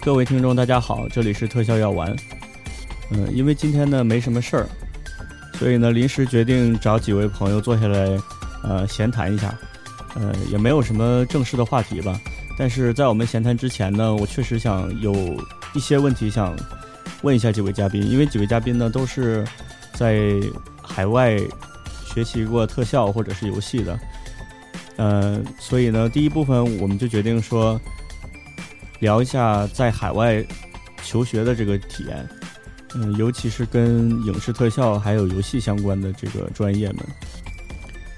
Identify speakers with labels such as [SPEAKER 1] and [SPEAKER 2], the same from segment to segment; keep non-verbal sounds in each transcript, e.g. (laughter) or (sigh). [SPEAKER 1] 各位听众，大家好，这里是特效药丸。嗯、因为今天呢没什么事儿，所以呢临时决定找几位朋友坐下来，呃，闲谈一下。呃，也没有什么正式的话题吧。但是在我们闲谈之前呢，我确实想有一些问题想问一下几位嘉宾，因为几位嘉宾呢都是在海外学习过特效或者是游戏的。呃，所以呢，第一部分我们就决定说，聊一下在海外求学的这个体验，嗯、尤其是跟影视特效还有游戏相关的这个专业们。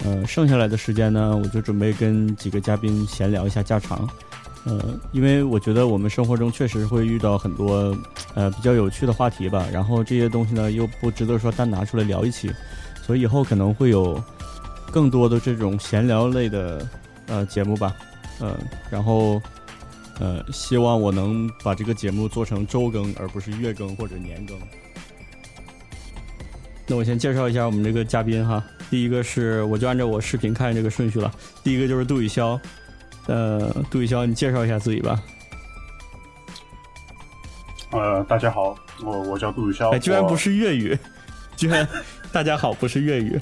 [SPEAKER 1] 呃，剩下来的时间呢，我就准备跟几个嘉宾闲聊一下家常。呃，因为我觉得我们生活中确实会遇到很多呃比较有趣的话题吧，然后这些东西呢又不值得说单拿出来聊一起，所以以后可能会有更多的这种闲聊类的呃节目吧，呃，然后呃希望我能把这个节目做成周更，而不是月更或者年更。那我先介绍一下我们这个嘉宾哈，第一个是我就按照我视频看这个顺序了，第一个就是杜宇潇，呃，杜宇潇，你介绍一下自己吧。
[SPEAKER 2] 呃，大家好，我我叫杜宇潇，
[SPEAKER 1] 哎，居然
[SPEAKER 2] 我
[SPEAKER 1] 不，是粤语， (laughs) 居然大家好，不是粤语，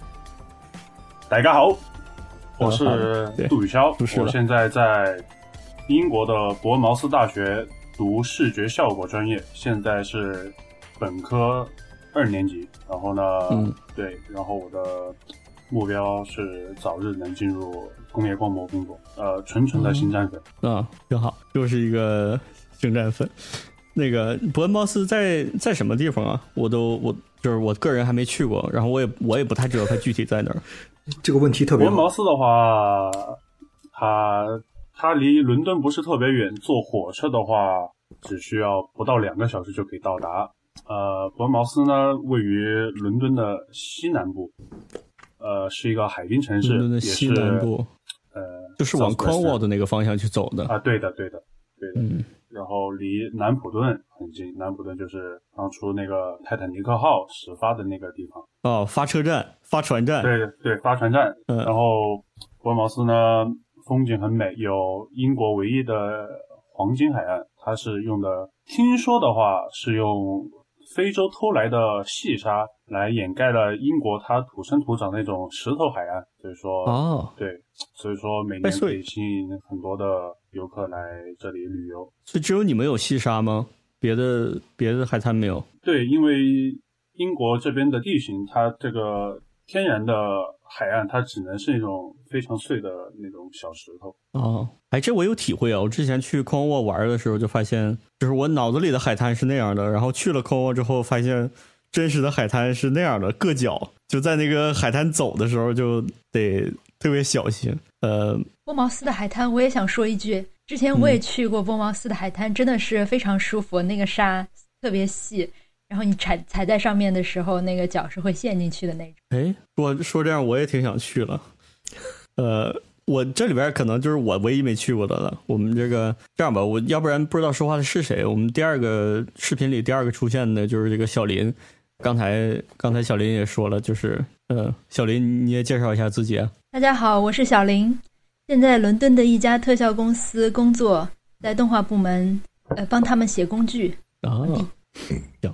[SPEAKER 2] 大家好，我
[SPEAKER 1] 好的对
[SPEAKER 2] 是杜宇潇
[SPEAKER 1] 不，是了
[SPEAKER 2] 我现在在英国的伯恩茅斯大学读视觉效果专业，现在是本科二年级。然后呢，
[SPEAKER 1] 嗯
[SPEAKER 2] 对，然后我的目标是早日能进入工业光魔工作，呃，纯纯的新战粉。
[SPEAKER 1] 啊，挺好，又是一个星战粉。那个伯恩茅斯在在什么地方啊？我都我就是我个人还没去过，然后我也我也不太知道它具体在哪儿。
[SPEAKER 3] 这个问题特
[SPEAKER 2] 伯
[SPEAKER 3] 别
[SPEAKER 2] 恩茅
[SPEAKER 3] 好。
[SPEAKER 2] 斯的话，它它离伦敦不是特别远，坐火车的话只需要不到两个小时就可以到达。呃，伯恩茅斯呢，位于伦敦的西南部，呃，是一个海滨城市，
[SPEAKER 1] 伦敦的
[SPEAKER 2] 也
[SPEAKER 1] 西
[SPEAKER 2] 是
[SPEAKER 1] 南部，
[SPEAKER 2] 呃，
[SPEAKER 1] 就是往
[SPEAKER 2] Southwest
[SPEAKER 1] Cornwall 的那个方向去走的。
[SPEAKER 2] 啊，对的，对的，对的。
[SPEAKER 1] 嗯
[SPEAKER 2] 然后离南普顿很近，南普顿就是当初那个泰坦尼克号始发的那个地方。
[SPEAKER 1] 哦，发车站、发船站，
[SPEAKER 2] 对对，发船站。
[SPEAKER 1] 嗯
[SPEAKER 2] 然后伯恩茅斯呢，风景很美，有英国唯一的黄金海岸，它是用的，听说的话是用非洲偷来的细沙来掩盖了英国它土生土长那种石头海岸，所以说，
[SPEAKER 1] 哦，
[SPEAKER 2] 对，所以说每
[SPEAKER 1] 哎
[SPEAKER 2] 年
[SPEAKER 1] 所
[SPEAKER 2] 可
[SPEAKER 1] 以
[SPEAKER 2] 以吸引很多的游客来这里旅游。
[SPEAKER 1] 所以只有你们有细沙吗？别的别的海滩没有？
[SPEAKER 2] 对，因为英国这边的地形，它这个天然的海岸，它只能是那种非常碎的那种小石头。
[SPEAKER 1] 哦，哎，这我有体会啊！我之前去 c o n w a 玩的时候，就发现，就是我脑子里的海滩是那样的，然后去了 c o n w a 之后，发现真实的海滩是那样的，硌脚。就在那个海滩走的时候，就得特别小心。呃，
[SPEAKER 4] 波茅斯的海滩，我也想说一句，之前我也去过波茅斯的海滩，真的是非常舒服，那个沙特别细，然后你踩踩在上面的时候，那个脚是会陷进去的那种。
[SPEAKER 1] 哎，说说这样，我也挺想去了。呃，我这里边可能就是我唯一没去过的了。我们这个这样吧，我要不然不知道说话的是谁。我们第二个视频里第二个出现的就是这个小林。刚才刚才小林也说了，就是呃，小林你也介绍一下自己啊。
[SPEAKER 4] 大家好，我是小林，现在伦敦的一家特效公司工作，在动画部门，呃，帮他们写工具。
[SPEAKER 1] 啊，
[SPEAKER 3] 嗯
[SPEAKER 1] 行。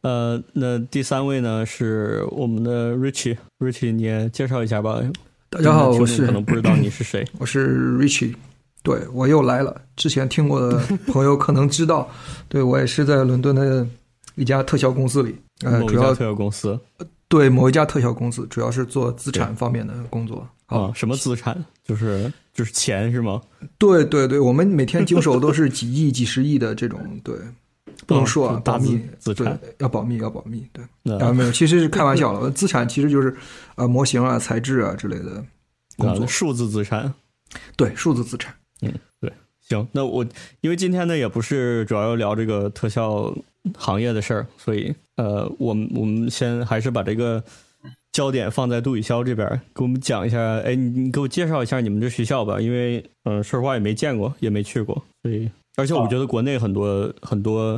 [SPEAKER 1] 呃，那第三位呢是我们的 Richie，Richie 你也介绍一下吧。
[SPEAKER 3] 大家好，
[SPEAKER 1] 听众
[SPEAKER 3] 我是
[SPEAKER 1] 可能不知道你是谁。
[SPEAKER 3] 我是 Richie，对我又来了。之前听过
[SPEAKER 1] (laughs)
[SPEAKER 3] 的朋友可能知道，对我也是在伦敦的一家特效公司里，呃，
[SPEAKER 1] 某一
[SPEAKER 3] 主
[SPEAKER 1] 家
[SPEAKER 3] 要
[SPEAKER 1] 特效公司
[SPEAKER 3] 对某一家特效公司，主要是做资产方面的工作。
[SPEAKER 1] 啊
[SPEAKER 3] 好，，
[SPEAKER 1] 什么资产？就是就是钱是吗？
[SPEAKER 3] 对对对，我们每天经手都是几亿、几十亿的这种，
[SPEAKER 1] (laughs)
[SPEAKER 3] 对，不能
[SPEAKER 1] 嗯
[SPEAKER 3] 说啊，
[SPEAKER 1] 大
[SPEAKER 3] 保密，
[SPEAKER 1] 资资产
[SPEAKER 3] 对，要保密，要保密，对。
[SPEAKER 1] 那
[SPEAKER 3] 啊，没有，其实是开玩笑
[SPEAKER 1] (laughs)
[SPEAKER 3] 了。资产其实就是呃模型啊、材质啊之类的工作
[SPEAKER 1] 呃，数字资产。
[SPEAKER 3] 对，数字资产。
[SPEAKER 1] 行，那我因为今天呢也不是主要要聊这个特效行业的事儿，所以呃，我们我们先还是把这个焦点放在杜宇潇这边儿，给我们讲一下。哎，你你给我介绍一下你们这学校吧，因为嗯、呃说实话也没见过，也没去过，所以而且我
[SPEAKER 2] 啊
[SPEAKER 1] 觉得国内很多很多。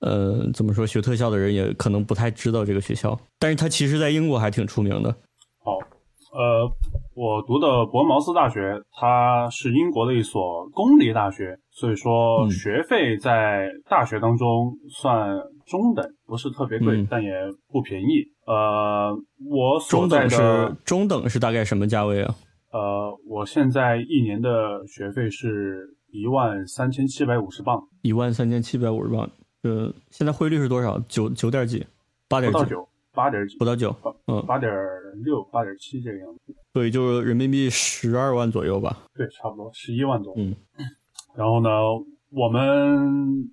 [SPEAKER 1] 呃，怎么说？学特效的人也可能不太知道这个学校，但是它其实在英国还挺出名的。
[SPEAKER 2] 好，呃，我读的伯恩茅斯大学，它是英国的一所公立大学，所以说
[SPEAKER 1] 嗯
[SPEAKER 2] 学费在大学当中算中等，不是特别贵，
[SPEAKER 1] 嗯
[SPEAKER 2] 但也不便宜。呃，我所
[SPEAKER 1] 中
[SPEAKER 2] 在
[SPEAKER 1] 等
[SPEAKER 2] 的
[SPEAKER 1] 是中等是大概什么价位啊？
[SPEAKER 2] 呃，我现在一年的学费是一万三千七百五十镑，
[SPEAKER 1] 一万三千七百五十磅。呃，现在汇率是多少？九九点几？八
[SPEAKER 2] 不
[SPEAKER 1] 点
[SPEAKER 2] 到
[SPEAKER 1] 几？
[SPEAKER 2] 九，八点几
[SPEAKER 1] 不，到九。嗯，
[SPEAKER 2] 八点六、八点七这个样子。
[SPEAKER 1] 所以就是人民币十二万左右吧。
[SPEAKER 2] 对，差不多十一万多。
[SPEAKER 1] 嗯，
[SPEAKER 2] (clears throat) 然后呢，我们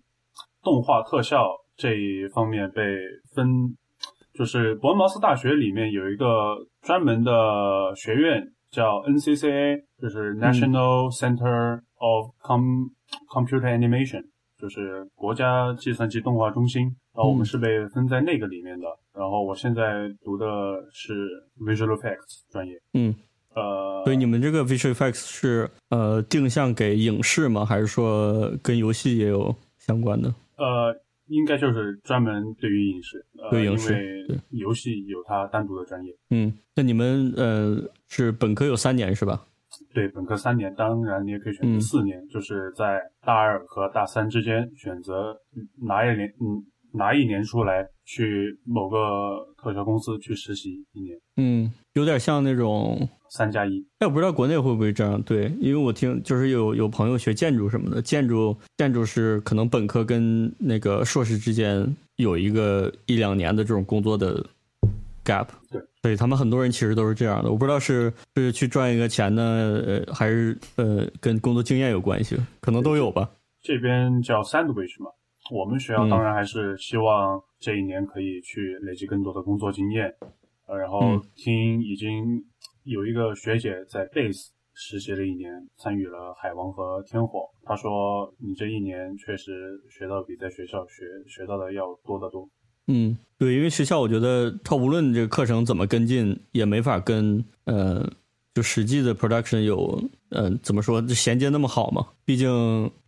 [SPEAKER 2] 动画特效这一方面被分，就是伯恩茅斯大学里面有一个专门的学院叫 NCCA，就是
[SPEAKER 1] 嗯
[SPEAKER 2] National Center of Com Computer Animation，就是国家计算机动画中心。然后我们
[SPEAKER 1] 嗯
[SPEAKER 2] 是被分在那个里面的。然后我现在读的是 Visual Effects 专业。
[SPEAKER 1] 嗯，
[SPEAKER 2] 呃，
[SPEAKER 1] 所以你们这个 visual effects 是呃定向给影视吗？还是说跟游戏也有相关的？
[SPEAKER 2] 呃，应该就是专门对于影视，呃，
[SPEAKER 1] 对影视
[SPEAKER 2] 因为游戏有它单独的专业。
[SPEAKER 1] 嗯，那你们呃是本科有三年是吧？
[SPEAKER 2] 对，本科三年，当然你也可以选择
[SPEAKER 1] 嗯
[SPEAKER 2] 四年，就是在大二和大三之间选择拿一年，嗯，拿一年出来去某个特效公司去实习一年，
[SPEAKER 1] 嗯，有点像那种，
[SPEAKER 2] 三加一。
[SPEAKER 1] 哎，我不知道国内会不会这样。对，因为我听就是有有朋友学建筑什么的，建筑建筑是可能本科跟那个硕士之间有一个一两年的这种工作的 gap。
[SPEAKER 2] 对，
[SPEAKER 1] 所以他们很多人其实都是这样的。我不知道是是去赚一个钱呢，呃，还是呃跟工作经验有关系，可能都有吧。
[SPEAKER 2] 这边叫 sandwich 嘛。我们学校
[SPEAKER 1] 嗯
[SPEAKER 2] 当然还是希望这一年可以去累积更多的工作经验，呃，然后
[SPEAKER 1] 嗯
[SPEAKER 2] 听已经有一个学姐在 base 实习了一年，参与了海王和天火，她说你这一年确实学到比在学校学学到的要多得多。
[SPEAKER 1] 嗯，对，因为学校我觉得它无论这个课程怎么跟进，也没法跟呃就实际的 production 有呃怎么说就衔接那么好嘛。毕竟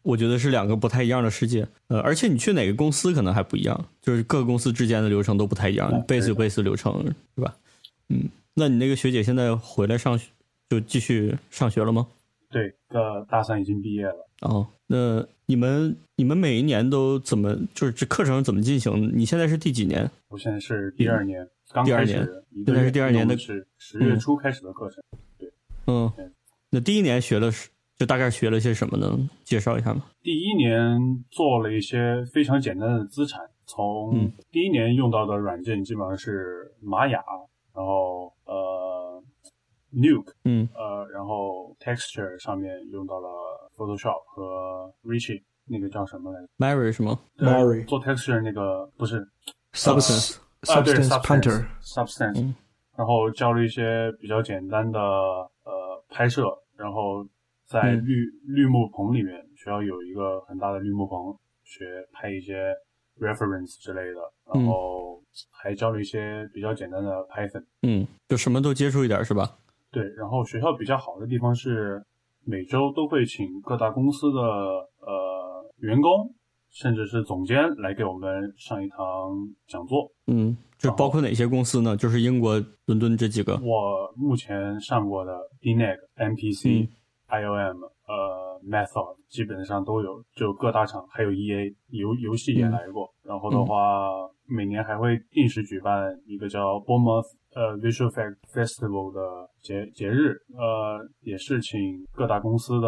[SPEAKER 1] 我觉得是两个不太一样的世界，呃，而且你去哪个公司可能还不一样，就是各个公司之间的流程都不太一样
[SPEAKER 2] 嗯
[SPEAKER 1] ，base 有 base 的流程是吧？嗯，那你那个学姐现在回来上学就继续上学了吗？
[SPEAKER 2] 对，呃，大三已经毕业了。
[SPEAKER 1] 哦，那你们你们每一年都怎么就是这课程怎么进行？你现在是第几年？
[SPEAKER 2] 我现在是第二年，刚
[SPEAKER 1] 嗯第二
[SPEAKER 2] 开始
[SPEAKER 1] 年
[SPEAKER 2] 一个
[SPEAKER 1] 现在
[SPEAKER 2] 月，
[SPEAKER 1] 是第二年的
[SPEAKER 2] 因为我们是十月
[SPEAKER 1] 嗯
[SPEAKER 2] 初开始的课程。
[SPEAKER 1] 嗯
[SPEAKER 2] 对，
[SPEAKER 1] 那第一年学了是就大概学了些什么呢？介绍一下吗？
[SPEAKER 2] 第一年做了一些非常简单的资产，从
[SPEAKER 1] 嗯
[SPEAKER 2] 第一年用到的软件基本上是玛雅，然后呃 Nuke，
[SPEAKER 1] 嗯
[SPEAKER 2] 呃，然后 Texture 上面用到了 Photoshop 和 Richie，那个叫什么来着
[SPEAKER 1] Mary 是吗？
[SPEAKER 2] 呃
[SPEAKER 3] Mari
[SPEAKER 2] 做 Texture 那个不是
[SPEAKER 3] Substance
[SPEAKER 2] 啊，对
[SPEAKER 3] Substance Painter，
[SPEAKER 2] Substance，
[SPEAKER 1] 嗯
[SPEAKER 2] 然后教了一些比较简单的呃拍摄，然后在
[SPEAKER 1] 嗯
[SPEAKER 2] 绿、绿幕棚里面，学校有一个很大的绿幕棚，学拍一些 reference 之类的，然
[SPEAKER 1] 嗯
[SPEAKER 2] 后还教了一些比较简单的 Python。
[SPEAKER 1] 嗯，就什么都接触一点是吧？
[SPEAKER 2] 对，然后学校比较好的地方是，每周都会请各大公司的呃员工，甚至是总监来给我们上一堂讲座。
[SPEAKER 1] 嗯，就包括哪些公司呢？就是英国伦敦这几个。
[SPEAKER 2] 我目前上过的 E DNEG、MPC、
[SPEAKER 1] 嗯
[SPEAKER 2] IOM、呃 Method 基本上都有，就各大厂还有 EA 游游戏也来过。
[SPEAKER 1] 嗯
[SPEAKER 2] 然后的话，每年还会定时举办一个叫 Bournemouth 呃 Visual Effect Festival 的节节日，呃，也是请各大公司的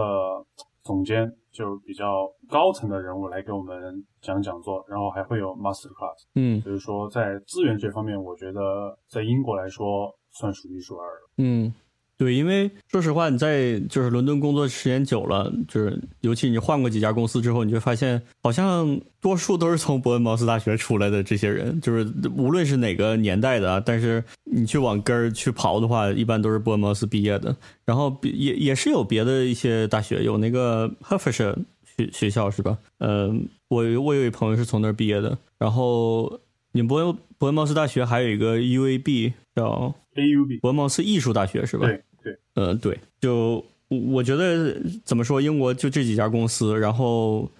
[SPEAKER 2] 总监。就比较高层的人物来给我们讲讲座，然后还会有 master class，
[SPEAKER 1] 嗯
[SPEAKER 2] 所以说，在资源这方面，我觉得在英国来说算数一数二了。
[SPEAKER 1] 嗯，对，因为说实话，你在就是伦敦工作时间久了，就是尤其你换过几家公司之后，你就发现好像多数都是从伯恩茅斯大学出来的这些人，就是无论是哪个年代的啊，但是你去往根儿去刨的话，一般都是伯恩茅斯毕业的。然后别也也是有别的一些大学，有那个 Hertfordshire 学学校是吧？呃，我我有一朋友是从那儿毕业的。然后你们伯恩伯恩茅斯大学还有一个 UAB 叫
[SPEAKER 2] AUB，
[SPEAKER 1] 伯恩茅斯艺术大学是吧？
[SPEAKER 2] 对对，
[SPEAKER 1] 呃，对，就我我觉得怎么说，英国就这几家公司，然后，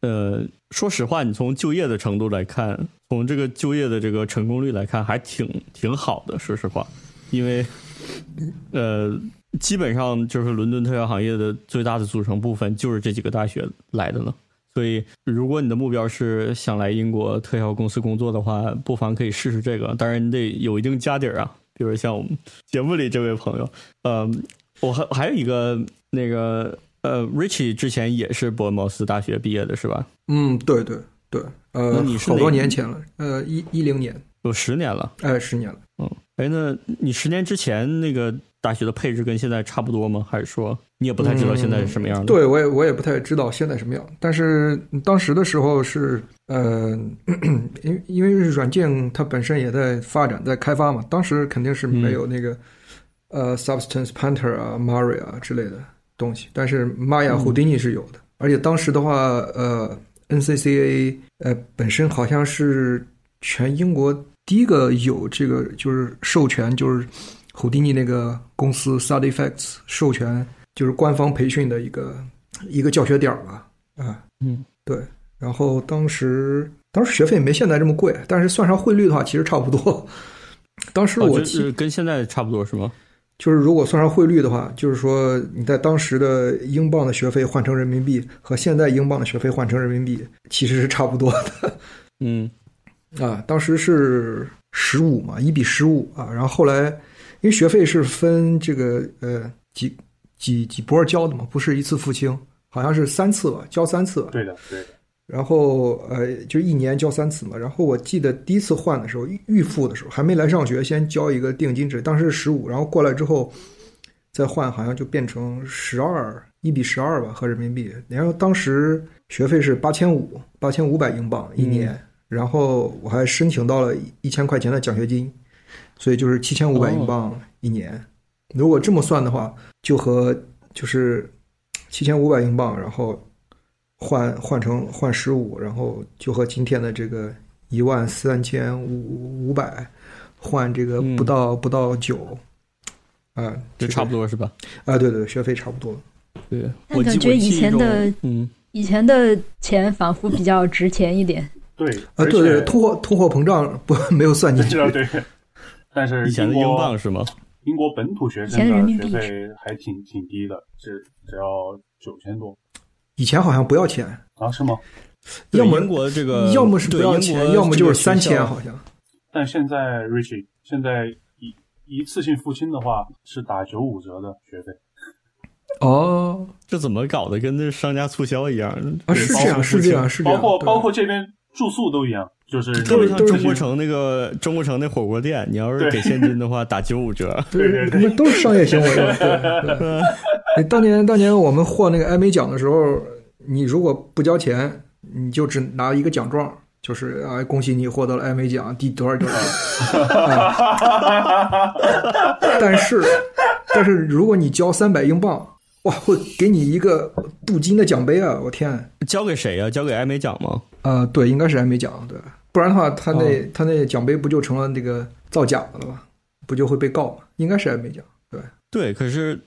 [SPEAKER 1] 呃，说实话，你从就业的程度来看，从这个就业的这个成功率来看，还挺挺好的。说实话，因为呃，基本上就是伦敦特效行业的最大的组成部分就是这几个大学来的了。所以，如果你的目标是想来英国特效公司工作的话，不妨可以试试这个。当然，你得有一定家底儿啊，比如像我们节目里这位朋友，呃，我还还有一个那个呃，Richie 之前也是伯恩茅斯大学毕业的是吧？
[SPEAKER 3] 嗯，对对对，
[SPEAKER 1] 那
[SPEAKER 3] 呃
[SPEAKER 1] 你，是
[SPEAKER 3] 好
[SPEAKER 1] 哪
[SPEAKER 3] 多
[SPEAKER 1] 年
[SPEAKER 3] 年前了，呃，一一零年，
[SPEAKER 1] 有十年了。
[SPEAKER 3] 哎，十年了。
[SPEAKER 1] 嗯，哎，那你十年之前那个大学的配置跟现在差不多吗？还是说你也不太知道现在是什么样的？，
[SPEAKER 3] 嗯对，我也我也不太知道现在什么样，但是当时的时候是，呃，因为因为软件它本身也在发展，在开发嘛，当时肯定是
[SPEAKER 1] 嗯
[SPEAKER 3] 没有那个、呃 Substance Painter 啊、Mari 啊之类的东西，但是 Maya、
[SPEAKER 1] 嗯
[SPEAKER 3] Houdini 是有的，而且当时的话，呃，NCCA 呃本身好像是全英国第一个有这个就是授权，就是侯迪尼那个公司 s u d Effects 授权，就是官方培训的一个一个教学点儿吧，啊，
[SPEAKER 1] 嗯，
[SPEAKER 3] 对。然后当时当时学费没现在这么贵，但是算上汇率的话，其实差不多。 (laughs) 当时
[SPEAKER 1] 哦、
[SPEAKER 3] 我
[SPEAKER 1] 就
[SPEAKER 3] 记
[SPEAKER 1] 是跟现在差不多是吗？
[SPEAKER 3] 就是如果算上汇率的话，就是说你在当时的英镑的学费换成人民币和现在英镑的学费换成人民币其实是差不多的。
[SPEAKER 1] 嗯
[SPEAKER 3] 啊，当时是十五嘛，一比十五啊。然后后来，因为学费是分这个呃几几几波交的嘛，不是一次付清，好像是三次吧，交三次吧。
[SPEAKER 2] 对的，对的，
[SPEAKER 3] 然后呃，就一年交三次嘛。然后我记得第一次换的时候，预预付的时候还没来上学，先交一个定金之类，当时是十五，然后过来之后再换，好像就变成十二，一比十二吧，合人民币。然后当时学费是八千五，八千五百英镑一年，然后我还申请到了一千块钱的奖学金，所以就是七千五百英镑一年。如果这么算的话，就和就是七千五百英镑，然后换换成换十五，然后就和今天的这个一万三千五五百换这个
[SPEAKER 1] 嗯
[SPEAKER 3] 不到、不到九，啊、
[SPEAKER 1] 就差不多是吧？
[SPEAKER 3] 多啊，对对，学费差不多。
[SPEAKER 1] 对，
[SPEAKER 4] 但
[SPEAKER 1] 我记
[SPEAKER 4] 感觉
[SPEAKER 1] 我记
[SPEAKER 4] 以前
[SPEAKER 1] 忆中
[SPEAKER 4] 的
[SPEAKER 1] 嗯，
[SPEAKER 4] 以前的钱仿佛比较值钱一点。
[SPEAKER 2] 对
[SPEAKER 3] 啊，
[SPEAKER 2] 而
[SPEAKER 3] 对对，
[SPEAKER 2] 且 (laughs)
[SPEAKER 3] 通货通货膨胀不没有算进去
[SPEAKER 2] 对，的，对。但是
[SPEAKER 1] 以前的英
[SPEAKER 2] 国
[SPEAKER 1] 镑是吗？
[SPEAKER 2] 英国本土学
[SPEAKER 4] 以前
[SPEAKER 2] 生的
[SPEAKER 4] 人民
[SPEAKER 2] 学
[SPEAKER 4] 币
[SPEAKER 2] 费还挺挺低的，只只要九千多
[SPEAKER 3] 以前好像不要钱，
[SPEAKER 2] 啊？是吗？
[SPEAKER 1] 对
[SPEAKER 3] 要么
[SPEAKER 1] 英国这个，
[SPEAKER 3] 要么是不
[SPEAKER 1] 对
[SPEAKER 3] 要
[SPEAKER 1] 英
[SPEAKER 3] 钱，
[SPEAKER 1] 国
[SPEAKER 3] 要么就
[SPEAKER 1] 这个
[SPEAKER 3] 是
[SPEAKER 1] 学
[SPEAKER 3] 三千，
[SPEAKER 1] 校
[SPEAKER 3] 好像
[SPEAKER 2] 但现在 Richie 现在一一次性付清的话是打九五折的学费，
[SPEAKER 3] 哦
[SPEAKER 1] 这怎么搞的？跟那商家促销一样
[SPEAKER 3] 啊，是
[SPEAKER 1] 包
[SPEAKER 3] 这样，
[SPEAKER 1] 括
[SPEAKER 3] 是这样，是这
[SPEAKER 2] 包
[SPEAKER 3] 样，
[SPEAKER 2] 括
[SPEAKER 3] 对
[SPEAKER 2] 包括这边住宿都一样，就是
[SPEAKER 1] 特别像
[SPEAKER 2] 你
[SPEAKER 1] 中
[SPEAKER 2] (laughs)
[SPEAKER 1] 国城那个中国城那火锅店，你要是
[SPEAKER 2] 对
[SPEAKER 1] 给现金的话，打九五折。
[SPEAKER 2] 对对
[SPEAKER 3] 他
[SPEAKER 2] 对
[SPEAKER 3] 们都是商业 (laughs) 行为嘛。对对，哎当年当年我们获那个艾美奖的时候，你如果不交钱，你就只拿一个奖状，就是啊，恭喜你获得了艾美奖第多少 (laughs) 多少。哎但是但是如果你交三百英镑，哇，会给你一个镀金的奖杯啊！我天，
[SPEAKER 1] 交给谁呀、交给艾美奖吗？
[SPEAKER 3] 啊，对，应该是艾美奖，对，不然的话，他那、哦他那奖杯不就成了那个造假的了吗？不就会被告吗？应该是艾美奖，对。
[SPEAKER 1] 对，可是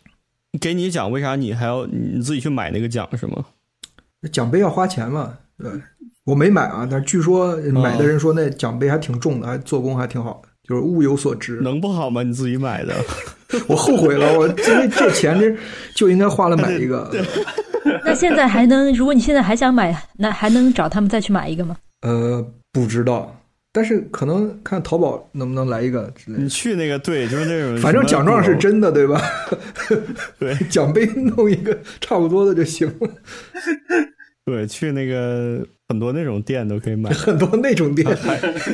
[SPEAKER 1] 给你奖，为啥你还要你自己去买那个奖是吗？
[SPEAKER 3] 奖杯要花钱嘛，对，我没买啊，但是据说
[SPEAKER 1] 嗯
[SPEAKER 3] 买的人说那奖杯还挺重的，还做工还挺好的，就是物有所值。
[SPEAKER 1] 能不好吗？你自己买的，
[SPEAKER 3] 我后悔了，我这这钱这就应该花了买一
[SPEAKER 1] (laughs)
[SPEAKER 3] 个。
[SPEAKER 4] 那现在还能，如果你现在还想买，那还能找他们再去买一个吗？
[SPEAKER 3] 呃，不知道，但是可能看淘宝能不能来一个之类
[SPEAKER 1] 你
[SPEAKER 3] 的。
[SPEAKER 1] 去那个对，就是那种
[SPEAKER 3] 反正奖状是真的，对吧？
[SPEAKER 1] 对
[SPEAKER 3] (laughs) 奖杯弄一个差不多的就行了。，
[SPEAKER 1] 对，去那个很多那种店都可以买
[SPEAKER 3] 很多那种店，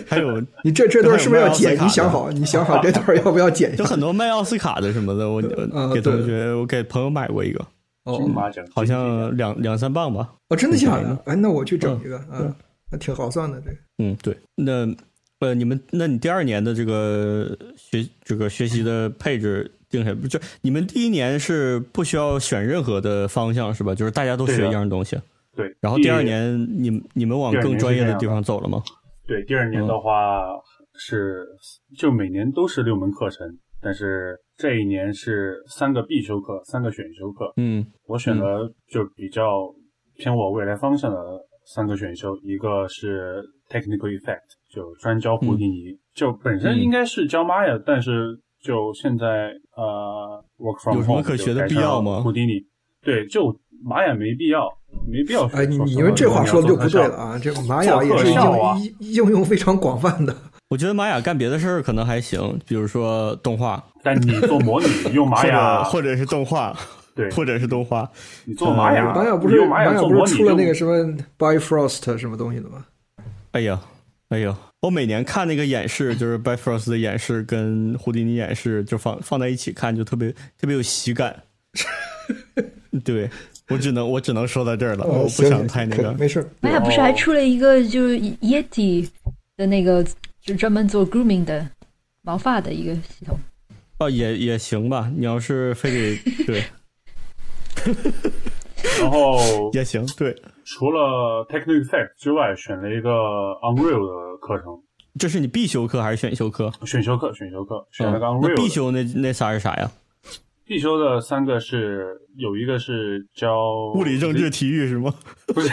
[SPEAKER 1] 还
[SPEAKER 2] (laughs)
[SPEAKER 1] 有
[SPEAKER 3] 你这这段是不是要
[SPEAKER 1] 啊还有卖
[SPEAKER 3] 剪？
[SPEAKER 1] 奥斯
[SPEAKER 3] 你
[SPEAKER 1] 卡的
[SPEAKER 3] 想好，你想好这段要不要剪一
[SPEAKER 1] (laughs)
[SPEAKER 3] 下
[SPEAKER 1] 就？很多卖奥斯卡的什么的，我
[SPEAKER 3] (laughs) 啊
[SPEAKER 1] 我给同学我给朋友买过一个，
[SPEAKER 3] 哦
[SPEAKER 2] 金马奖
[SPEAKER 1] 好
[SPEAKER 2] 金马奖
[SPEAKER 1] 像两两三磅吧。
[SPEAKER 3] 哦，真的假
[SPEAKER 1] 你想
[SPEAKER 3] 的
[SPEAKER 1] 呢？
[SPEAKER 3] 哎，那我去整一个
[SPEAKER 1] 嗯
[SPEAKER 3] 啊，那挺好算的这个。
[SPEAKER 1] 嗯，对，那呃，你们那你第二年的这个学这个学习的配置定下来，不就你们第一年是不需要选任何的方向是吧？就是大家都
[SPEAKER 2] 对
[SPEAKER 1] 学
[SPEAKER 2] 的
[SPEAKER 1] 一样东西，
[SPEAKER 2] 对，
[SPEAKER 1] 然后第二年你们你们往
[SPEAKER 2] 第二年
[SPEAKER 1] 更
[SPEAKER 2] 是
[SPEAKER 1] 专业
[SPEAKER 2] 这
[SPEAKER 1] 的
[SPEAKER 2] 样
[SPEAKER 1] 地
[SPEAKER 2] 的
[SPEAKER 1] 方走了吗？
[SPEAKER 2] 对第二
[SPEAKER 1] 嗯
[SPEAKER 2] 年的话是就每年都是六门课程，但是这一年是三个必修课，三个选修课，
[SPEAKER 1] 嗯
[SPEAKER 2] 我选了就比较偏我未来方向的三个选修，一个是
[SPEAKER 1] 嗯
[SPEAKER 2] technical effect，就专教胡迪尼，就本身应该是教 Maya，、但是就现在呃，work from
[SPEAKER 1] 有
[SPEAKER 2] home
[SPEAKER 1] 什么可学的必要吗
[SPEAKER 2] 库迪尼，对，就玛雅没必要，没必要学。
[SPEAKER 3] 哎，你
[SPEAKER 2] 说实
[SPEAKER 3] 你
[SPEAKER 2] 话
[SPEAKER 3] 们这话说的就不对了。
[SPEAKER 2] 如果你要做特效 (laughs)
[SPEAKER 3] 啊！这个玛雅
[SPEAKER 2] 做
[SPEAKER 3] 也是
[SPEAKER 2] 特效啊
[SPEAKER 3] 应应应用非常广泛的。
[SPEAKER 1] 我觉得玛雅干别的事儿可能还行，比如说动画，
[SPEAKER 2] 但你做模拟用玛
[SPEAKER 1] 或
[SPEAKER 2] 雅
[SPEAKER 1] 者，或者 (laughs) 是动画，
[SPEAKER 2] 对，
[SPEAKER 1] 或者是动画。
[SPEAKER 2] 你做玛雅，
[SPEAKER 3] 哎玛雅不
[SPEAKER 2] 哎你
[SPEAKER 3] 是
[SPEAKER 2] 用玛
[SPEAKER 3] 玛
[SPEAKER 2] 雅
[SPEAKER 3] 雅
[SPEAKER 2] 做
[SPEAKER 3] 不
[SPEAKER 2] 模
[SPEAKER 3] 是
[SPEAKER 2] 拟
[SPEAKER 3] 出了那
[SPEAKER 2] 用
[SPEAKER 3] 个什么 Bifrost 什么东西的吗？
[SPEAKER 1] 哎呀，哎呦，我每年看那个演
[SPEAKER 2] (laughs)
[SPEAKER 1] 示，就是 Bifrost 的演示跟胡迪尼演示，就放放在一起看，就特别特别有喜感。
[SPEAKER 2] (laughs)
[SPEAKER 1] 对我只能我只能说到这儿了，
[SPEAKER 2] 哦
[SPEAKER 3] 呃
[SPEAKER 1] 我不
[SPEAKER 3] 行
[SPEAKER 1] 想太那
[SPEAKER 3] 可
[SPEAKER 1] 个。
[SPEAKER 3] 没事儿。
[SPEAKER 4] 玛雅不是还出了一个就是 Yeti 的那个，就专门做 grooming 的毛发的一个系统。
[SPEAKER 1] 哦，也也行吧，你要是非得
[SPEAKER 2] (laughs)
[SPEAKER 1] 对
[SPEAKER 2] 然后
[SPEAKER 1] 也行，对，
[SPEAKER 2] 除了 Technical Effect 之外，选了一个 Unreal 的课程，
[SPEAKER 1] 这是你必修课还是选修课？
[SPEAKER 2] 选修课，选修课，选了个
[SPEAKER 1] 嗯，
[SPEAKER 2] Unreal
[SPEAKER 1] 那
[SPEAKER 2] 的。
[SPEAKER 1] 必修那那仨是啥呀？
[SPEAKER 2] 必修的三个是有一个是教
[SPEAKER 1] 物理、政治、体育是吗？
[SPEAKER 2] 不是，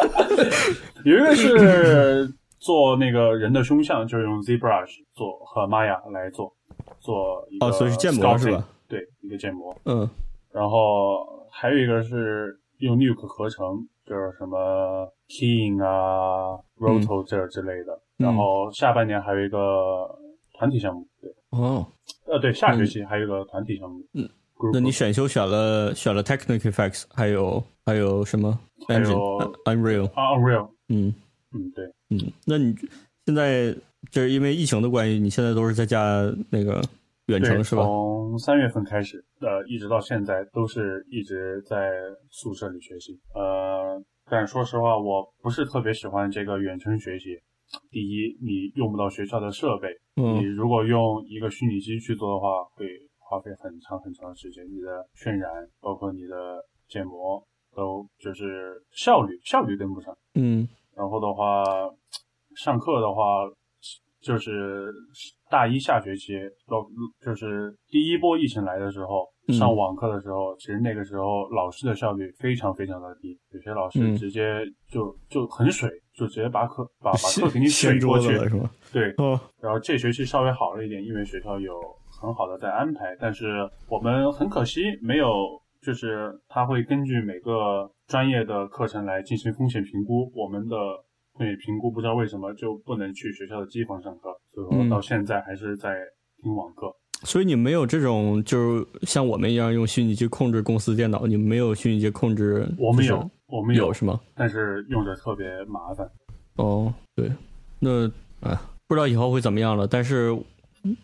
[SPEAKER 2] (laughs) 有一个是做那个人的胸像，就是用 ZBrush 做和 Maya 来做做一个
[SPEAKER 1] 哦所以是建模是吧
[SPEAKER 2] sculpting，对，一个建模。
[SPEAKER 1] 嗯，
[SPEAKER 2] 然后还有一个是用 Nuke 合成，就是什么 Keying 啊、Roto 这之类的。
[SPEAKER 1] 嗯
[SPEAKER 2] 然后下半年还有一个团体项目，对，
[SPEAKER 1] 哦，
[SPEAKER 2] 呃，对，下学期还有一个团体项目。
[SPEAKER 1] 嗯
[SPEAKER 2] Group
[SPEAKER 1] 那你选修选了选了 Technical Effects，还有还有什么
[SPEAKER 2] 还有
[SPEAKER 1] Engine、Unreal，呃
[SPEAKER 2] 啊 Unreal，
[SPEAKER 1] 嗯
[SPEAKER 2] 嗯，对，
[SPEAKER 1] 嗯，那你现在就是因为疫情的关系，你现在都是在家那个远
[SPEAKER 2] 对，哦
[SPEAKER 1] 程是吧？
[SPEAKER 2] 从三月份开始，呃，一直到现在都是一直在宿舍里学习。呃，但说实话，我不是特别喜欢这个远程学习。第一，你用不到学校的设备；你
[SPEAKER 1] 嗯
[SPEAKER 2] 如果用一个虚拟机去做的话，会花费很长很长的时间，你的渲染，包括你的建模，都就是效率效率跟不上。
[SPEAKER 1] 嗯
[SPEAKER 2] 然后的话，上课的话，就是大一下学期，老就是第一波疫情来的时候，
[SPEAKER 1] 嗯
[SPEAKER 2] 上网课的时候，其实那个时候老师的效率非常非常的低，有些老
[SPEAKER 1] 嗯
[SPEAKER 2] 师直接就、就很水，就直接把课把把课给
[SPEAKER 1] (laughs)
[SPEAKER 2] 你
[SPEAKER 1] 掀
[SPEAKER 2] 水
[SPEAKER 1] 桌
[SPEAKER 2] 过
[SPEAKER 1] 子
[SPEAKER 2] 去。
[SPEAKER 1] 了是吗？
[SPEAKER 2] 对，
[SPEAKER 1] 哦，
[SPEAKER 2] 然后这学期稍微好了一点，因为学校有很好的在安排，但是我们很可惜没有，就是他会根据每个专业的课程来进行风险评估，我们的风险评估不知道为什么就不能去学校的机房上课，所以
[SPEAKER 1] 嗯
[SPEAKER 2] 说到现在还是在听网课。
[SPEAKER 1] 所以你没有这种就是像我们一样用虚拟机控制公司电脑，你没有虚拟机控制，
[SPEAKER 2] 我们
[SPEAKER 1] 就是
[SPEAKER 2] 有，我们
[SPEAKER 1] 有是吗？
[SPEAKER 2] 但是用着特别麻烦。
[SPEAKER 1] 哦，对，那哎，不知道以后会怎么样了。但是，嗯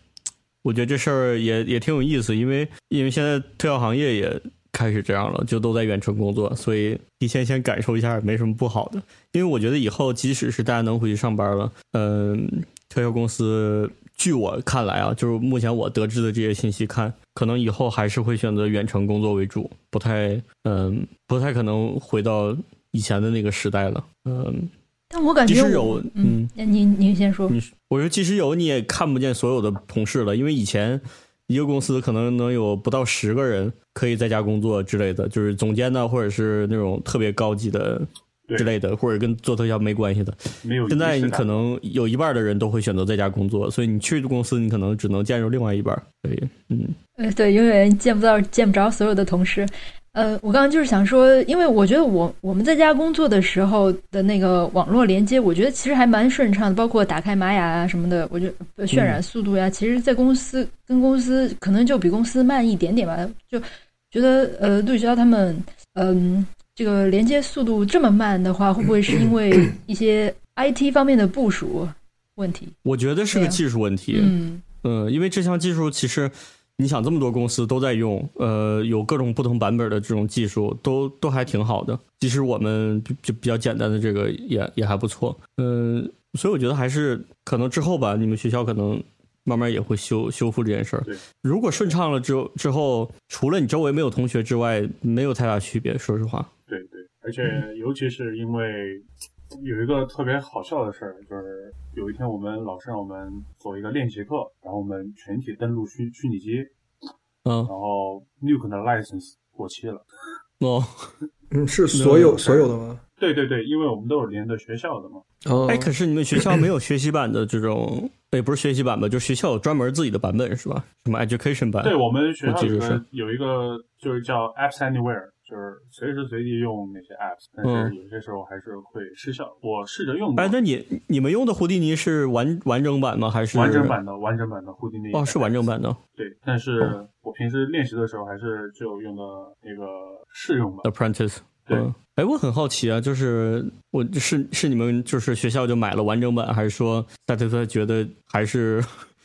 [SPEAKER 1] 我觉得这事儿也也挺有意思，因为因为现在特效行业也开始这样了，就都在远程工作，所以提前先感受一下也没什么不好的。因为我觉得以后即使是大家能回去上班了，嗯、特效公司据我看来啊，就是目前我得知的这些信息看，可能以后还是会选择远程工作为主，不太嗯、不太可能回到以前的那个时代了，嗯、
[SPEAKER 4] 但我感
[SPEAKER 1] 即
[SPEAKER 4] 觉
[SPEAKER 1] 使
[SPEAKER 4] 我
[SPEAKER 1] 有嗯
[SPEAKER 4] 嗯，那你你先说，
[SPEAKER 1] 你我说即使有，你也看不见所有的同事了，因为以前一个公司可能能有不到十个人可以在家工作之类的，就是总监呢，或者是那种特别高级的
[SPEAKER 2] 对
[SPEAKER 1] 之类的，或者跟做特效没关系的。
[SPEAKER 2] 没有仪
[SPEAKER 1] 现
[SPEAKER 2] 式感
[SPEAKER 1] 在你可能有一半的人都会选择在家工作，所以你去公司，你可能只能见着另外一半。所以，嗯
[SPEAKER 4] 呃，对，永远见不到、见不着所有的同事。呃，我刚刚就是想说，因为我觉得我我们在家工作的时候的那个网络连接，我觉得其实还蛮顺畅的，包括打开玛雅啊什么的，我觉得呃渲染速度呀、其实，在公司跟公司可能就比公司慢一点点吧，就觉得呃，对学校他们嗯、这个连接速度这么慢的话，会不会是因为一些 IT 方面的部署问题？
[SPEAKER 1] 我觉得是
[SPEAKER 4] 对
[SPEAKER 1] 个
[SPEAKER 4] 啊
[SPEAKER 1] 技术问题。
[SPEAKER 4] 嗯
[SPEAKER 1] 嗯，因为这项技术其实，你想这么多公司都在用，呃，有各种不同版本的这种技术，都都还挺好的。即使我们比就比较简单的这个也也还不错，嗯，所以我觉得还是可能之后吧，你们学校可能慢慢也会修修复这件事儿
[SPEAKER 2] 对。
[SPEAKER 1] 如果顺畅了之后之后，除了你周围没有同学之外，没有太大区别。说实话，
[SPEAKER 2] 对对，而且
[SPEAKER 1] (laughs)
[SPEAKER 2] 尤其是因为有一个特别好笑的事儿，就是有一天我们老师让我们做一个练习课，然后我们全体登录虚虚拟机，
[SPEAKER 1] 嗯
[SPEAKER 2] 然，后 Nuke 的 license 过期了，
[SPEAKER 1] 哦，
[SPEAKER 3] 嗯，是所有
[SPEAKER 2] 那
[SPEAKER 3] 所有的吗？
[SPEAKER 2] 对对对，因为我们都有连着学校的嘛。
[SPEAKER 3] 哦
[SPEAKER 1] 哎，可是你们学校没有学习版的这种，也不是学习版吧？就学校有专门自己的版本是吧？什么 education 版？
[SPEAKER 2] 对我们学校
[SPEAKER 1] 我记
[SPEAKER 2] 里
[SPEAKER 1] 得是
[SPEAKER 2] 面有一个就是叫 Apps Anywhere，就是随时随地用那些 Apps，但
[SPEAKER 1] 嗯
[SPEAKER 2] 是有些时候还是会失效。我试着用过
[SPEAKER 1] 哎，那你你们用的胡迪尼是完完整版吗？还是
[SPEAKER 2] 完整？版的完整版的固定那
[SPEAKER 1] 哦，是完整版的
[SPEAKER 2] 对，但是我平时练习的时候还是就用的那个试用版。
[SPEAKER 1] Apprentice。
[SPEAKER 2] 对
[SPEAKER 1] 嗯，哎，我很好奇啊，就是我是是你们就是学校就买了完整版，还是说大家都觉得还是 (laughs)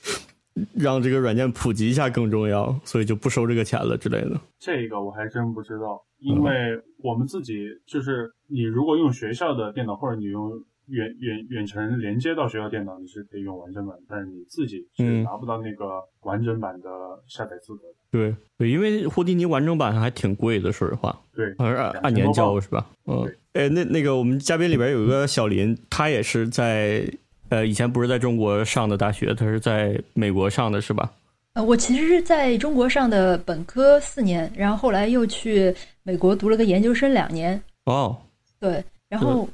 [SPEAKER 1] 让这个软件普及一下更重要，所以就不收这个钱了之类的？
[SPEAKER 2] 这个我还真不知道，
[SPEAKER 1] 嗯
[SPEAKER 2] 因为我们自己就是你如果用学校的电脑，或者你用远远远程连接到学校电脑，你是可以用完整版，但是你自己
[SPEAKER 1] 嗯
[SPEAKER 2] 是拿不到那个完整版的下载资格的。
[SPEAKER 1] 对对，因为胡迪尼完整版还挺贵的，说实话， (laughs)
[SPEAKER 2] 对，
[SPEAKER 1] 好像是按
[SPEAKER 2] 2000
[SPEAKER 1] 按年
[SPEAKER 2] 多
[SPEAKER 1] 交
[SPEAKER 2] 吧
[SPEAKER 1] 是吧？嗯，哎，那那个我们嘉宾里边有一个小林，他也是在呃以前不是在中国上的大学，他是在美国上的是吧？
[SPEAKER 4] 呃，我其实是在中国上的本科四年，然后后来又去美国读了个研究生两年，
[SPEAKER 1] 哦，
[SPEAKER 4] 对，然后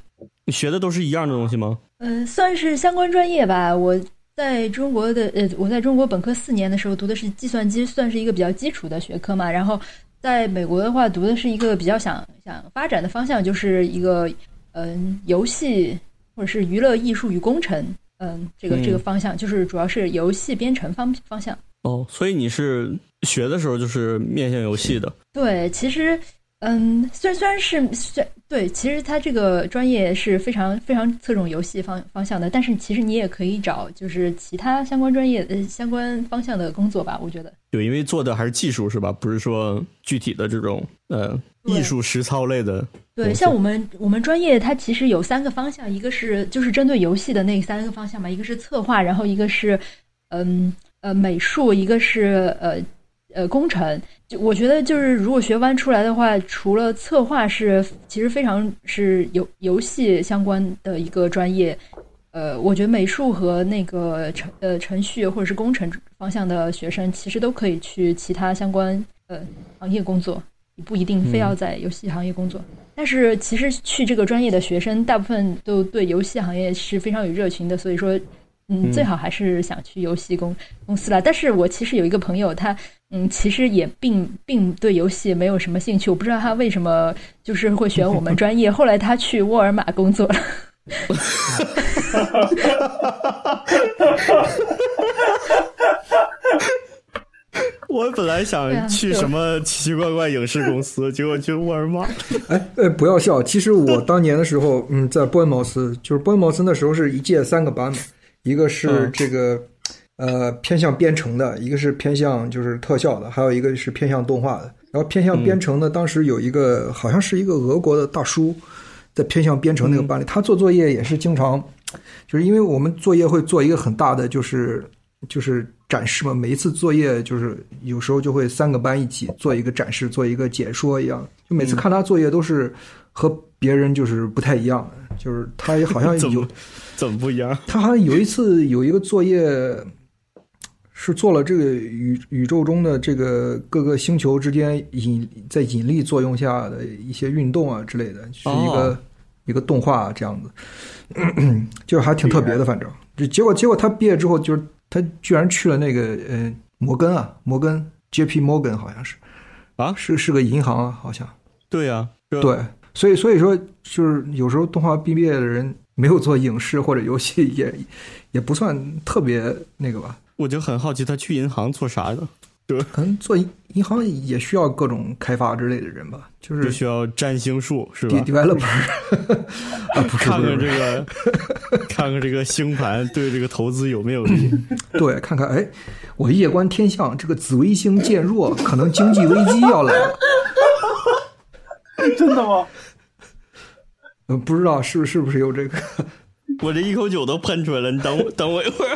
[SPEAKER 1] 你学的都是一样的东西吗？
[SPEAKER 4] 嗯、呃算是相关专业吧。我在中国的呃，我在中国本科四年的时候读的是计算机，算是一个比较基础的学科嘛。然后在美国的话，读的是一个比较想想发展的方向，就是一个嗯、游戏或者是娱乐艺术与工程，嗯、这个这个
[SPEAKER 1] 嗯
[SPEAKER 4] 方向就是主要是游戏编程方方向。
[SPEAKER 1] 哦，所以你是学的时候就是面向游戏的，
[SPEAKER 4] 对，其实，嗯，虽虽然是虽对，其实它这个专业是非常非常侧重游戏方方向的，但是其实你也可以找就是其他相关专业呃相关方向的工作吧，我觉得。
[SPEAKER 1] 对，因为做的还是技术是吧？不是说具体的这种呃
[SPEAKER 4] 对
[SPEAKER 1] 艺术实操类的。
[SPEAKER 4] 对，
[SPEAKER 1] 没
[SPEAKER 4] 像
[SPEAKER 1] 错
[SPEAKER 4] 我们我们专业它其实有三个方向，一个是就是针对游戏的那三个方向嘛，一个是策划，然后一个是嗯呃美术，一个是呃呃工程。就我觉得就是如果学弯出来的话，除了策划是其实非常是游游戏相关的一个专业，呃，我觉得美术和那个程呃程序或者是工程方向的学生其实都可以去其他相关呃行业工作，你不一定非要在游戏行业工作。但是其实去这个专业的学生，大部分都对游戏行业是非常有热情的，所以说，嗯，
[SPEAKER 1] 嗯
[SPEAKER 4] 最好还是想去游戏公公司啦。但是我其实有一个朋友，他嗯，其实也并并对游戏没有什么兴趣，我不知道他为什么就是会选我们专
[SPEAKER 1] (laughs)
[SPEAKER 4] 业。后来他去沃尔玛工作了， (laughs)
[SPEAKER 1] 我本来
[SPEAKER 4] 对啊
[SPEAKER 1] 想去
[SPEAKER 4] 对
[SPEAKER 1] 什么奇奇怪怪影视公司，结果去沃尔玛。
[SPEAKER 3] 哎呃，不要笑。其实我当年的时候，嗯，在波恩茅斯，就是波恩茅斯那时候是一届三个班嘛，一个是
[SPEAKER 1] 嗯
[SPEAKER 3] 这个、呃偏向编程的，一个是偏向就是特效的，还有一个是偏向动画的。然后偏
[SPEAKER 1] 嗯
[SPEAKER 3] 向编程的，当时有一个好像是一个俄国的大叔，在偏向编
[SPEAKER 1] 嗯
[SPEAKER 3] 程那个班里，他做作业也是经常，就是因为我们作业会做一个很大的就是就是展示嘛，每一次作业就是有时候就会三个班一起做一个展示，做一个解说一样。就
[SPEAKER 1] 嗯
[SPEAKER 3] 每次看他作业都是和别人就是不太一样的，就是他也好
[SPEAKER 1] (laughs)
[SPEAKER 3] 像
[SPEAKER 1] 怎
[SPEAKER 3] 有
[SPEAKER 1] 么怎么不一样？
[SPEAKER 3] 他好像有一次有一个作业是做了这个宇宇宙中的这个各个星球之间引在引力作用下的一些运动啊之类的，是一个、
[SPEAKER 1] 哦
[SPEAKER 3] 一个动画啊这样子， (clears throat) 就是还挺特别的，反正 (clears throat) 就结果结果他毕业之后就是他居然去了那个呃摩根啊摩根 J.P. 摩根好像是
[SPEAKER 1] 啊
[SPEAKER 3] 是是个银行啊好像。
[SPEAKER 1] 对呀、啊，这
[SPEAKER 3] 对，所以所以说，就是有时候动画毕业的人没有做影视或者游戏也，也不算特别那个吧。
[SPEAKER 1] 我就很好奇他去银行做啥的，
[SPEAKER 3] 可能做银银行也需要各种开发之类的人吧，就
[SPEAKER 1] 就是需要占星术是
[SPEAKER 3] de-
[SPEAKER 1] 吧？
[SPEAKER 3] developer (laughs) 啊，不是
[SPEAKER 1] 看看
[SPEAKER 3] 不
[SPEAKER 1] 这
[SPEAKER 3] 是不是，
[SPEAKER 1] 个， (laughs) 看看这个星盘对这个投资有没有 (laughs) 利？
[SPEAKER 3] 对，看看哎，我夜观天象，这个紫微星渐弱，可能经济危机要来了。
[SPEAKER 2] 真的吗？
[SPEAKER 3] 呃，不知道是是不是有这个？
[SPEAKER 1] 我这一口酒都喷出来了，你等我等我一会儿。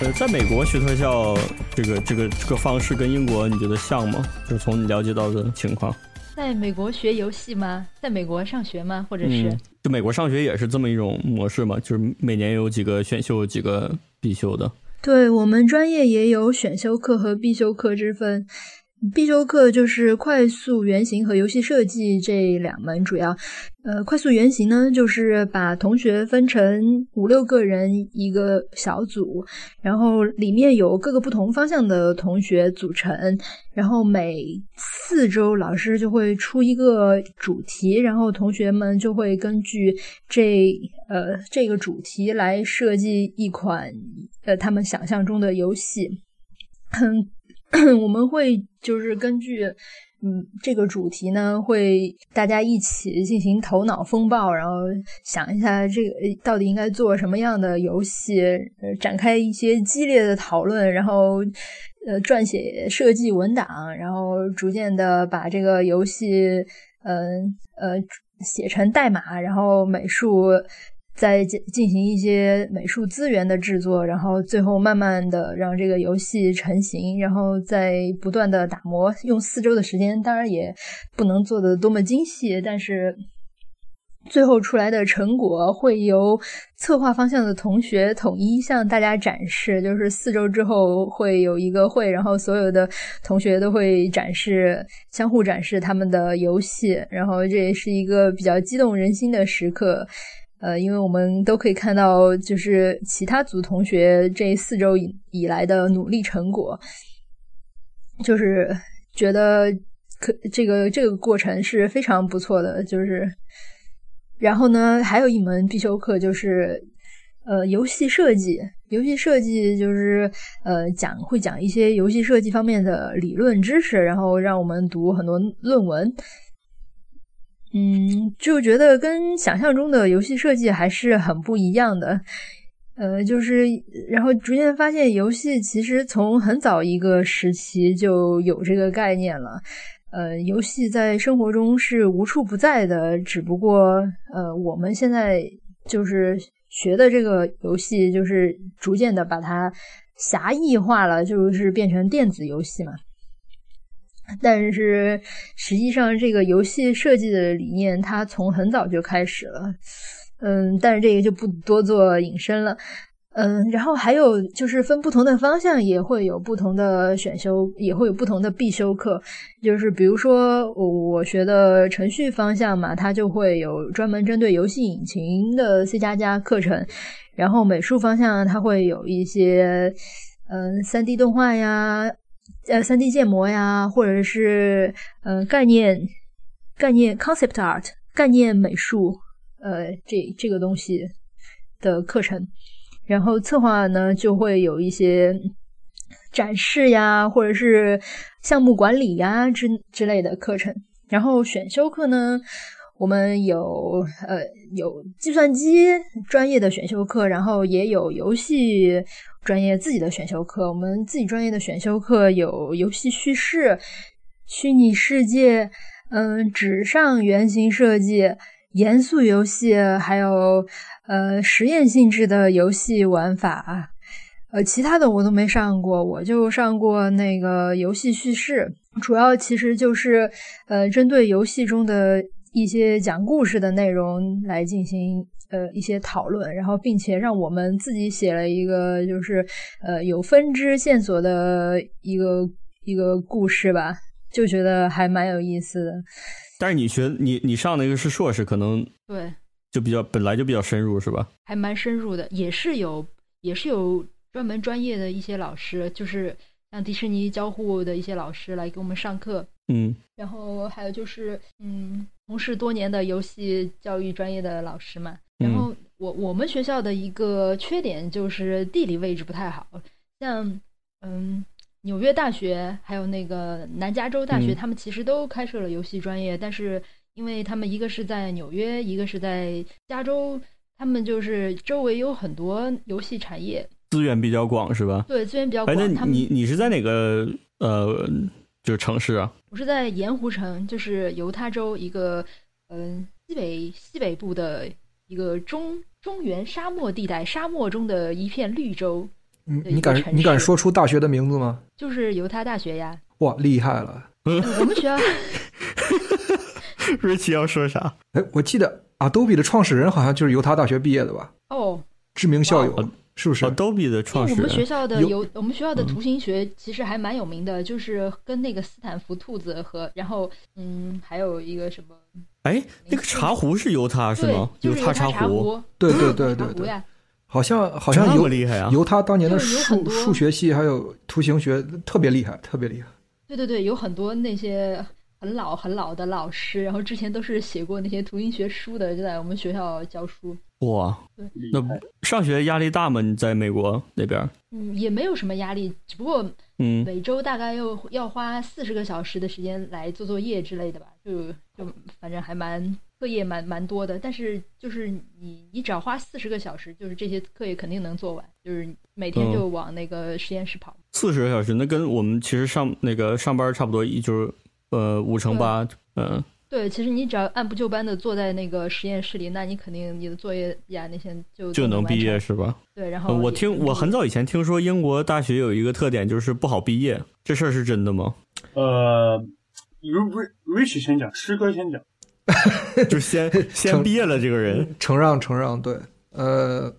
[SPEAKER 1] 呃， (laughs) 在美国学特效这个这个这个方式跟英国你觉得像吗？就从你了解到的情况，
[SPEAKER 5] 在美国学游戏吗？在美国上学吗？或者是、
[SPEAKER 1] 嗯，就美国上学也是这么一种模式嘛，就是每年有几个选修，有几个必修的。
[SPEAKER 4] 对我们专业也有选修课和必修课之分，必修课就是快速原型和游戏设计这两门主要。呃，快速原型呢，就是把同学分成五六个人一个小组，然后里面有各个不同方向的同学组成，然后每四周老师就会出一个主题，然后同学们就会根据这呃这个主题来设计一款呃他们想象中的游戏。嗯， (clears throat) 我们会就是根据。嗯，这个主题呢，会大家一起进行头脑风暴，然后想一下这个呃到底应该做什么样的游戏，呃，展开一些激烈的讨论，然后呃撰写设计文档，然后逐渐的把这个游戏，嗯呃、呃、写成代码，然后美术。再进进行一些美术资源的制作，然后最后慢慢的让这个游戏成型，然后再不断的打磨，用四周的时间，当然也不能做的多么精细，但是最后出来的成果会由策划方向的同学统一向大家展示。就是四周之后会有一个会，然后所有的同学都会展示，相互展示他们的游戏，然后这也是一个比较激动人心的时刻。呃，因为我们都可以看到，就是其他组同学这四周以以来的努力成果，就是觉得可这个这个过程是非常不错的。就是，然后呢，还有一门必修课就是呃游戏设计。游戏设计就是呃讲会讲一些游戏设计方面的理论知识，然后让我们读很多论文。嗯，就觉得跟想象中的游戏设计还是很不一样的。呃，就是然后逐渐发现，游戏其实从很早一个时期就有这个概念了。呃，游戏在生活中是无处不在的，只不过呃，我们现在就是学的这个游戏，就是逐渐的把它狭义化了，就是变成电子游戏嘛。但是实际上，这个游戏设计的理念，它从很早就开始了。嗯，但是这个就不多做引申了。嗯，然后还有就是分不同的方向也会有不同的选修，也会有不同的必修课。就是比如说我学的程序方向嘛，它就会有专门针对游戏引擎的 C 加加课程。然后美术方向它会有一些嗯三 D 动画呀。呃，三 D 建模呀，或者是呃概念、概念 concept art、概念美术，呃，这这个东西的课程。然后策划呢，就会有一些展示呀，或者是项目管理呀之之类的课程。然后选修课呢，我们有呃有计算机专业的选修课，然后也有游戏。专业自己的选修课，我们自己专业的选修课有游戏叙事、虚拟世界、嗯，纸上原型设计、严肃游戏，还有呃实验性质的游戏玩法。呃，其他的我都没上过，我就上过那个游戏叙事，主要其实就是呃针对游戏中的一些讲故事的内容来进行。呃，一些讨论，然后并且让我们自己写了一个，就是呃有分支线索的一个一个故事吧，就觉得还蛮有意思的。
[SPEAKER 1] 但是你学你你上那个是硕士，可能
[SPEAKER 5] 对，
[SPEAKER 1] 就比较本来就比较深入是吧？
[SPEAKER 5] 还蛮深入的，也是有也是有专门专业的一些老师，就是像迪士尼交互的一些老师来给我们上课。
[SPEAKER 1] 嗯，
[SPEAKER 5] 然后还有就是嗯，从事多年的游戏教育专业的老师嘛。然后
[SPEAKER 1] 嗯
[SPEAKER 5] 我我们学校的一个缺点就是地理位置不太好，像嗯纽约大学还有那个南加州大学，
[SPEAKER 1] 嗯
[SPEAKER 5] 他们其实都开设了游戏专业，但是因为他们一个是在纽约，一个是在加州，他们就是周围有很多游戏产业，
[SPEAKER 1] 资源比较广是吧？
[SPEAKER 5] 对资源比较
[SPEAKER 1] 哎，
[SPEAKER 5] 广。
[SPEAKER 1] 那
[SPEAKER 5] 他
[SPEAKER 1] 你
[SPEAKER 5] 们
[SPEAKER 1] 你是在哪个呃就是城市啊？
[SPEAKER 5] 我是在盐湖城，就是犹他州一个嗯西北西北部的一个中中原沙漠地带，沙漠中的一片绿洲。
[SPEAKER 3] 嗯，
[SPEAKER 4] 的一
[SPEAKER 3] 你
[SPEAKER 4] 个
[SPEAKER 3] 敢
[SPEAKER 4] 城
[SPEAKER 3] 你敢
[SPEAKER 4] 市
[SPEAKER 3] 说出大学的名字吗？
[SPEAKER 4] 就是犹他大学呀。
[SPEAKER 3] 哇，厉害了！
[SPEAKER 4] 呃我们学校
[SPEAKER 1] 瑞奇要说啥？
[SPEAKER 3] 哎，我记得 Adobe 的创始人好像就是犹他大学毕业的吧？
[SPEAKER 4] 哦，
[SPEAKER 3] 知名校友、
[SPEAKER 1] 哇哦
[SPEAKER 3] 是不是？
[SPEAKER 1] Adobe 的
[SPEAKER 4] 因
[SPEAKER 1] 创
[SPEAKER 4] 为
[SPEAKER 1] 始
[SPEAKER 4] 我们学
[SPEAKER 1] 人
[SPEAKER 4] 校的
[SPEAKER 1] 有
[SPEAKER 4] 有我们学校的
[SPEAKER 1] 嗯
[SPEAKER 4] 图形学其实还蛮有名的，就是跟那个斯坦福兔子和然后嗯还有一个什么
[SPEAKER 1] 哎，那个茶壶是犹他是
[SPEAKER 4] 对
[SPEAKER 1] 吗？，
[SPEAKER 4] 就是
[SPEAKER 1] 他
[SPEAKER 4] 茶
[SPEAKER 1] 壶，
[SPEAKER 4] 壶，
[SPEAKER 3] 对对对
[SPEAKER 4] 茶
[SPEAKER 3] 对
[SPEAKER 4] 壶
[SPEAKER 3] 对，
[SPEAKER 4] 呀，
[SPEAKER 3] 好像好
[SPEAKER 1] 这
[SPEAKER 3] 像
[SPEAKER 1] 么
[SPEAKER 3] 犹
[SPEAKER 1] 厉害啊！
[SPEAKER 3] 犹他当年的
[SPEAKER 4] 就是有很
[SPEAKER 3] 数
[SPEAKER 4] 多
[SPEAKER 3] 数学系还有图形学特别厉害，特别厉害。
[SPEAKER 4] 对对对，有很多那些很老很老的老师，然后之前都是写过那些图形学书的，就在我们学校教书。
[SPEAKER 1] 哇，
[SPEAKER 2] 厉
[SPEAKER 1] 那
[SPEAKER 2] 害
[SPEAKER 1] 上学压力大吗？你在美国那边？
[SPEAKER 4] 嗯，也没有什么压力，只不过
[SPEAKER 1] 嗯，
[SPEAKER 4] 每周大概要要花四十个小时的时间来做作业之类的吧，就就反正还蛮课业蛮蛮多的，但是就是你你只要花四十个小时，就是这些课业肯定能做完，就是每天
[SPEAKER 1] 嗯
[SPEAKER 4] 就往那个实验室跑。
[SPEAKER 1] 四十个小时，那跟我们其实上那个上班差不多，一就是呃五乘八，嗯，
[SPEAKER 4] 对，其实你只要按部就班的坐在那个实验室里，那你肯定你的作业呀那些就
[SPEAKER 1] 就
[SPEAKER 4] 都
[SPEAKER 1] 能
[SPEAKER 4] 完
[SPEAKER 1] 毕业
[SPEAKER 4] 成。
[SPEAKER 1] 是吧？
[SPEAKER 4] 对，然
[SPEAKER 1] 呃
[SPEAKER 4] 后
[SPEAKER 1] 我
[SPEAKER 4] 也
[SPEAKER 1] 听
[SPEAKER 4] 能
[SPEAKER 1] 我
[SPEAKER 4] 毕
[SPEAKER 1] 很
[SPEAKER 4] 业
[SPEAKER 1] 早以前听说英国大学有一个特点就是不好毕业，这事儿是真的 (laughs) 吗？
[SPEAKER 2] 呃，如 Rich 先讲，师哥先讲。
[SPEAKER 1] 就先 (laughs) 先
[SPEAKER 3] 成
[SPEAKER 1] 毕业了这个人，
[SPEAKER 3] 承让承让，对，呃，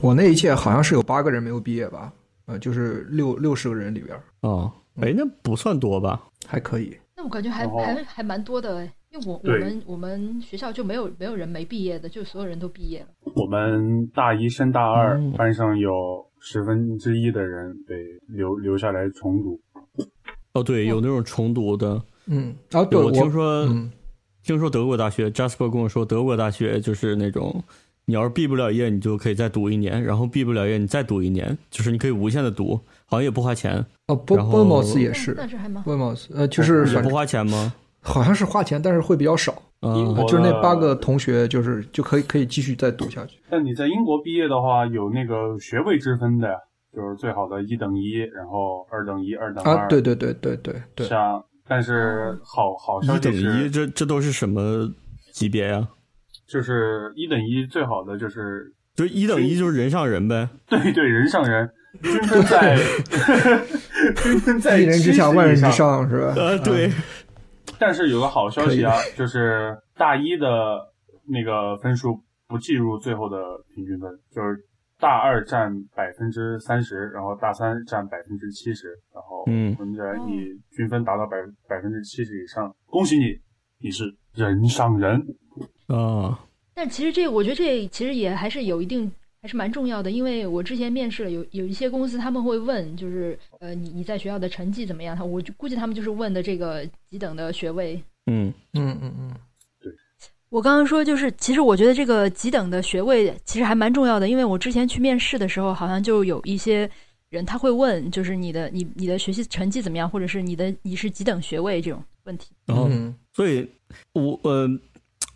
[SPEAKER 3] 我那一届好像是有八个人没有毕业吧？呃，就是六六十个人里边儿
[SPEAKER 1] 哦，哎，那不算多吧？
[SPEAKER 3] 还可以。
[SPEAKER 4] 那我感觉还
[SPEAKER 2] 然后
[SPEAKER 4] 还还蛮多的哎，因为我我
[SPEAKER 2] 对
[SPEAKER 4] 们我们学校就没有没有人没毕业的，就所有人都毕业了。
[SPEAKER 2] 我们大一升大二，
[SPEAKER 1] 嗯
[SPEAKER 2] 班上有十分之一的人被留留下来重读。
[SPEAKER 1] 哦，对，有那种重读的，
[SPEAKER 3] 嗯，啊，对，
[SPEAKER 1] 我听说
[SPEAKER 3] 嗯，
[SPEAKER 1] 听说德国大学，Jasper 跟我说，德国大学就是那种，你要是毕不了业，你就可以再读一年，然后毕不了业，你再读一年，就是你可以无限的读，好像也不花钱，
[SPEAKER 3] 哦，波
[SPEAKER 1] 然后哦
[SPEAKER 3] 波莫斯也
[SPEAKER 4] 但
[SPEAKER 3] 是，
[SPEAKER 4] 但是还蛮好。
[SPEAKER 3] 威莫斯，呃，就是
[SPEAKER 1] 也
[SPEAKER 3] 反
[SPEAKER 1] 不
[SPEAKER 3] 正
[SPEAKER 1] 花钱吗？
[SPEAKER 3] 好像是花钱，但是会比较少，
[SPEAKER 1] 嗯
[SPEAKER 2] 我
[SPEAKER 3] 呃就是那
[SPEAKER 2] 的
[SPEAKER 3] 八个同学就是就可以可以继续再读下去。
[SPEAKER 2] 但你在英国毕业的话，有那个学位之分的，就是最好的一等一，然后二等一、二等二。
[SPEAKER 3] 啊，对对对对对对，
[SPEAKER 2] 像，但是好好消
[SPEAKER 1] 一
[SPEAKER 2] 息
[SPEAKER 1] 等
[SPEAKER 2] 是，
[SPEAKER 1] 一，这这都是什么级别呀、
[SPEAKER 2] 就是一等一最好的就是 (laughs)
[SPEAKER 1] 就一等一就是人上人呗，
[SPEAKER 2] 对对人上人，均分在 (laughs) 均分在
[SPEAKER 3] 一人之
[SPEAKER 2] 70
[SPEAKER 3] 下，万人之
[SPEAKER 2] 以
[SPEAKER 3] 上是吧？
[SPEAKER 1] 呃，对，
[SPEAKER 2] 但是有个好消息啊，就是大一的那个分数不计入最后的平均分，就是大二占百分之三十，然后大三占百分之七十，然后
[SPEAKER 1] 嗯
[SPEAKER 2] 我们只要你均分达到百百分之七十以上，恭喜你，你是人上人。
[SPEAKER 1] 啊，
[SPEAKER 4] 但其实这个我觉得这其实也还是有一定。还是蛮重要的，因为我之前面试了有有一些公司，他们会问，就是呃，你你在学校的成绩怎么样？他我就估计他们就是问的这个几等的学位，
[SPEAKER 1] 嗯，
[SPEAKER 3] 嗯嗯嗯，
[SPEAKER 4] 我刚刚说就是，其实我觉得这个几等的学位其实还蛮重要的，因为我之前去面试的时候，好像就有一些人他会问，就是你的你你的学习成绩怎么样，或者是你的你是几等学位这种问题。
[SPEAKER 1] 然后
[SPEAKER 3] 嗯
[SPEAKER 1] 所以，我呃，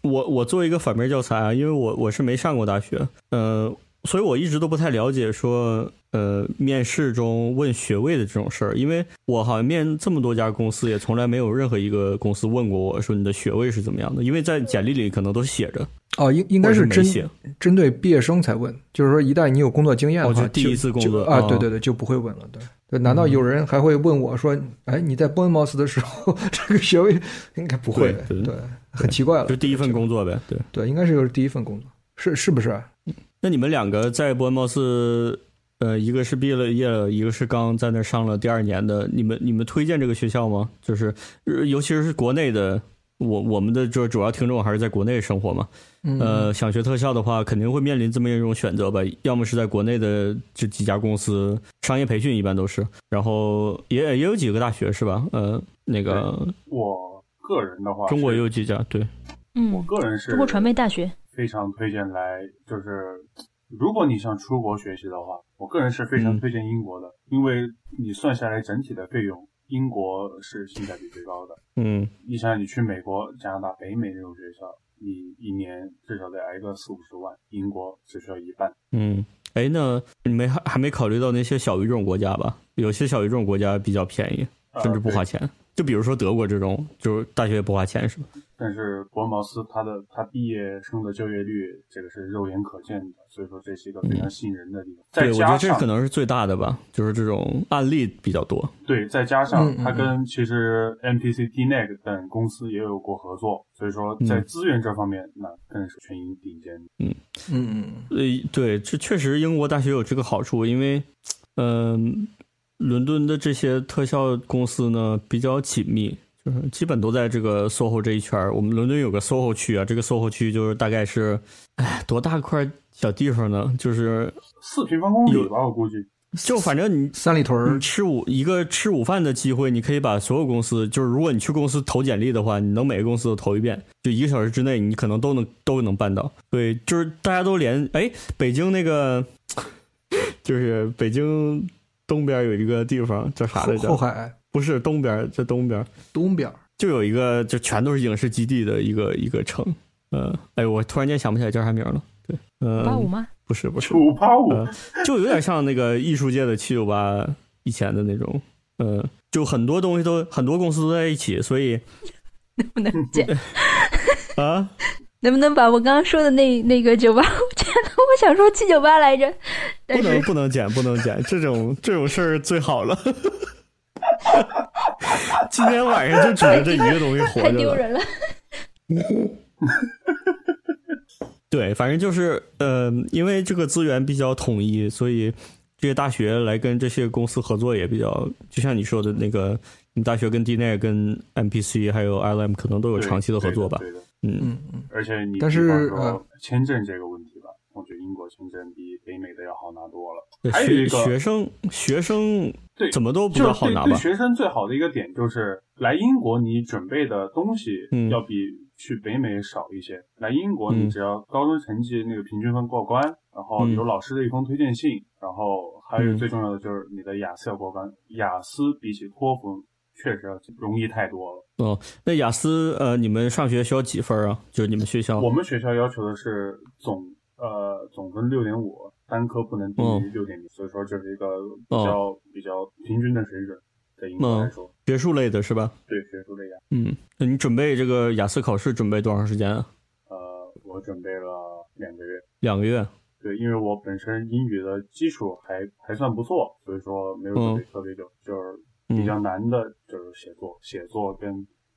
[SPEAKER 1] 我我作为一个反面教材啊，因为我我是没上过大学，呃，所以我一直都不太了解说呃面试中问学位的这种事儿，因为我好像面这么多家公司，也从来没有任何一个公司问过我说你的学位是怎么样的，因为在简历里可能都写着，
[SPEAKER 3] 哦，应应该
[SPEAKER 1] 或者
[SPEAKER 3] 是
[SPEAKER 1] 没
[SPEAKER 3] 针
[SPEAKER 1] 写。
[SPEAKER 3] 针对毕业生才问，就是说一旦你有工作经验的
[SPEAKER 1] 哦
[SPEAKER 3] 话，
[SPEAKER 1] 就第一次工作
[SPEAKER 3] 就啊，
[SPEAKER 1] 哦嗯
[SPEAKER 3] 对对对，就不会问了。对对，难道有人还会问我说，哎，你在 Bournemouth 的时候， (laughs) 这个学位应该不会的，
[SPEAKER 1] 对对
[SPEAKER 3] 对，很奇怪了。
[SPEAKER 1] 就第一份
[SPEAKER 3] 这个，
[SPEAKER 1] 工作呗，对。
[SPEAKER 3] 对，应该是就是第一份工作，是是不啊是？
[SPEAKER 1] 那你们两个在博恩茅斯，呃，一个是毕业了业了，一个是刚在那上了第二年的，你们你们推荐这个学校吗？就是、呃尤其是国内的，我我们的就是主要听众还是在国内生活嘛，
[SPEAKER 3] 嗯，
[SPEAKER 1] 呃，想学特效的话，肯定会面临这么一种选择吧，要么是在国内的这几家公司，商业培训一般都是，然后也也有几个大学是吧？呃，那个
[SPEAKER 2] 我个人的话是，
[SPEAKER 1] 中国也有几家，对，
[SPEAKER 2] 我
[SPEAKER 4] 嗯，
[SPEAKER 2] 个人是
[SPEAKER 4] 中国传媒大学。
[SPEAKER 2] 非常推荐来，就是如果你想出国学习的话，我个人是非常
[SPEAKER 1] 嗯
[SPEAKER 2] 推荐英国的，因为你算下来整体的费用，英国是性价比最高的。
[SPEAKER 1] 嗯
[SPEAKER 2] 你想，你去美国、加拿大、北美那种学校，你一年至少得挨个四五十万，英国只需要一半。
[SPEAKER 1] 嗯。哎，那你没还还没考虑到那些小语种国家吧？有些小语种国家比较便宜。
[SPEAKER 2] 呃
[SPEAKER 1] 甚至不花钱。就比如说德国这种，就是大学也不花钱是吧？
[SPEAKER 2] 对但是博茅斯它的它毕业生的就业率，这个是肉眼可见的，所以说这是一个非常吸引人的地方。
[SPEAKER 1] 嗯
[SPEAKER 2] 再
[SPEAKER 1] 对，我觉
[SPEAKER 2] 加
[SPEAKER 1] 得这
[SPEAKER 2] 上
[SPEAKER 1] 可能是最大的吧，就是这种案例比较多。
[SPEAKER 2] 对，再加上
[SPEAKER 3] 嗯嗯
[SPEAKER 2] 它跟其实 MPC、DNEG E 等公司也有过合作，所以说在
[SPEAKER 1] 嗯
[SPEAKER 2] 资源这方面，那更是全英顶尖的。
[SPEAKER 3] 嗯嗯
[SPEAKER 1] 呃，对，这确实英国大学有这个好处，因为，嗯、伦敦的这些特效公司呢比较紧密，就是基本都在这个 SOHO 这一圈儿。我们伦敦有个 SOHO 区啊，这个 SOHO 区就是大概是，哎，多大块小地方呢？就是
[SPEAKER 2] 四平方公里吧，我估计。
[SPEAKER 1] 就反正你
[SPEAKER 3] 三里屯儿
[SPEAKER 1] 你吃午一个吃午饭的机会，你可以把所有公司，就是如果你去公司投简历的话，你能每个公司都投一遍，就一个小时之内，你可能都能都能办到。对，就是大家都连哎，北京那个 (laughs) 就是北京东边有一个地方叫啥来
[SPEAKER 3] 后
[SPEAKER 1] 着？
[SPEAKER 3] 后海
[SPEAKER 1] 不是东边，在东边
[SPEAKER 3] 东边儿，
[SPEAKER 1] 就有一个就全都是影视基地的一个一个城。呃，哎，我突然间想不起来叫啥名了。对，嗯、
[SPEAKER 4] 八五吗？
[SPEAKER 1] 不是不是，
[SPEAKER 2] 五八五，
[SPEAKER 1] 呃就有点像那个艺术界的七九八以前的那种，呃，就很多东西都很多公司都在一起，所以
[SPEAKER 4] 能不能剪？
[SPEAKER 1] (laughs) 啊，
[SPEAKER 4] 能不能把我刚刚说的那那个酒吧，我觉得我想说七九八来着，但
[SPEAKER 1] 不能
[SPEAKER 4] 是
[SPEAKER 1] 不能剪，不能剪，这种这种事儿最好了。 (laughs) 今天晚上就指着这一个东西活
[SPEAKER 4] 太
[SPEAKER 1] 着
[SPEAKER 4] 丢
[SPEAKER 1] 了。
[SPEAKER 4] 人了。
[SPEAKER 1] 对，反正就是呃，因为这个资源比较统一，所以这些大学来跟这些公司合作也比较，就像你说的那个，你大学跟 DNET、跟 MPC 还有 LM 可能都有
[SPEAKER 2] 对
[SPEAKER 1] 长期的合作吧。
[SPEAKER 2] 对的，对的
[SPEAKER 1] 嗯，
[SPEAKER 3] 嗯嗯，
[SPEAKER 2] 而且你
[SPEAKER 3] 但
[SPEAKER 2] 比方
[SPEAKER 3] 是
[SPEAKER 2] 说
[SPEAKER 3] 呃
[SPEAKER 2] 签证这个问题吧，我觉得英国签证比北美的要好拿多了。
[SPEAKER 1] 对
[SPEAKER 2] 还有
[SPEAKER 1] 学
[SPEAKER 2] 一个
[SPEAKER 1] 学生学生
[SPEAKER 2] 对
[SPEAKER 1] 怎么都比
[SPEAKER 2] 就
[SPEAKER 1] 较
[SPEAKER 2] 是
[SPEAKER 1] 好
[SPEAKER 2] 对
[SPEAKER 1] 拿
[SPEAKER 2] 对
[SPEAKER 1] 吧？
[SPEAKER 2] 学生最好的一个点就是来英国，你准备的东西
[SPEAKER 1] 嗯
[SPEAKER 2] 要比去北美少一些。来英国，
[SPEAKER 1] 嗯
[SPEAKER 2] 你只要高中成绩那个平均分过关，然后
[SPEAKER 1] 嗯
[SPEAKER 2] 有老师的一封推荐信，然后还有
[SPEAKER 1] 嗯
[SPEAKER 2] 最重要的就是你的雅思要过关。雅思比起托福确实要容易太多了。
[SPEAKER 1] 哦，那雅思呃，你们上学需要几分啊？就是你们学校
[SPEAKER 2] 我们学校要求的是总呃总分六点五，单科不能低于
[SPEAKER 1] 嗯
[SPEAKER 2] 六点零，所以说这是一个比
[SPEAKER 1] 哦
[SPEAKER 2] 较、比较平均的水准，在英国来
[SPEAKER 1] 嗯
[SPEAKER 2] 说，
[SPEAKER 1] 学术类的是吧？
[SPEAKER 2] 对学术类呀。
[SPEAKER 1] 嗯，那你准备这个雅思考试准备多长时间啊？
[SPEAKER 2] 呃，我准备了两个月。
[SPEAKER 1] 两个月。
[SPEAKER 2] 对，因为我本身英语的基础还还算不错，所以说没有准备
[SPEAKER 1] 嗯
[SPEAKER 2] 特别久，就是比较难的就是写作，写作跟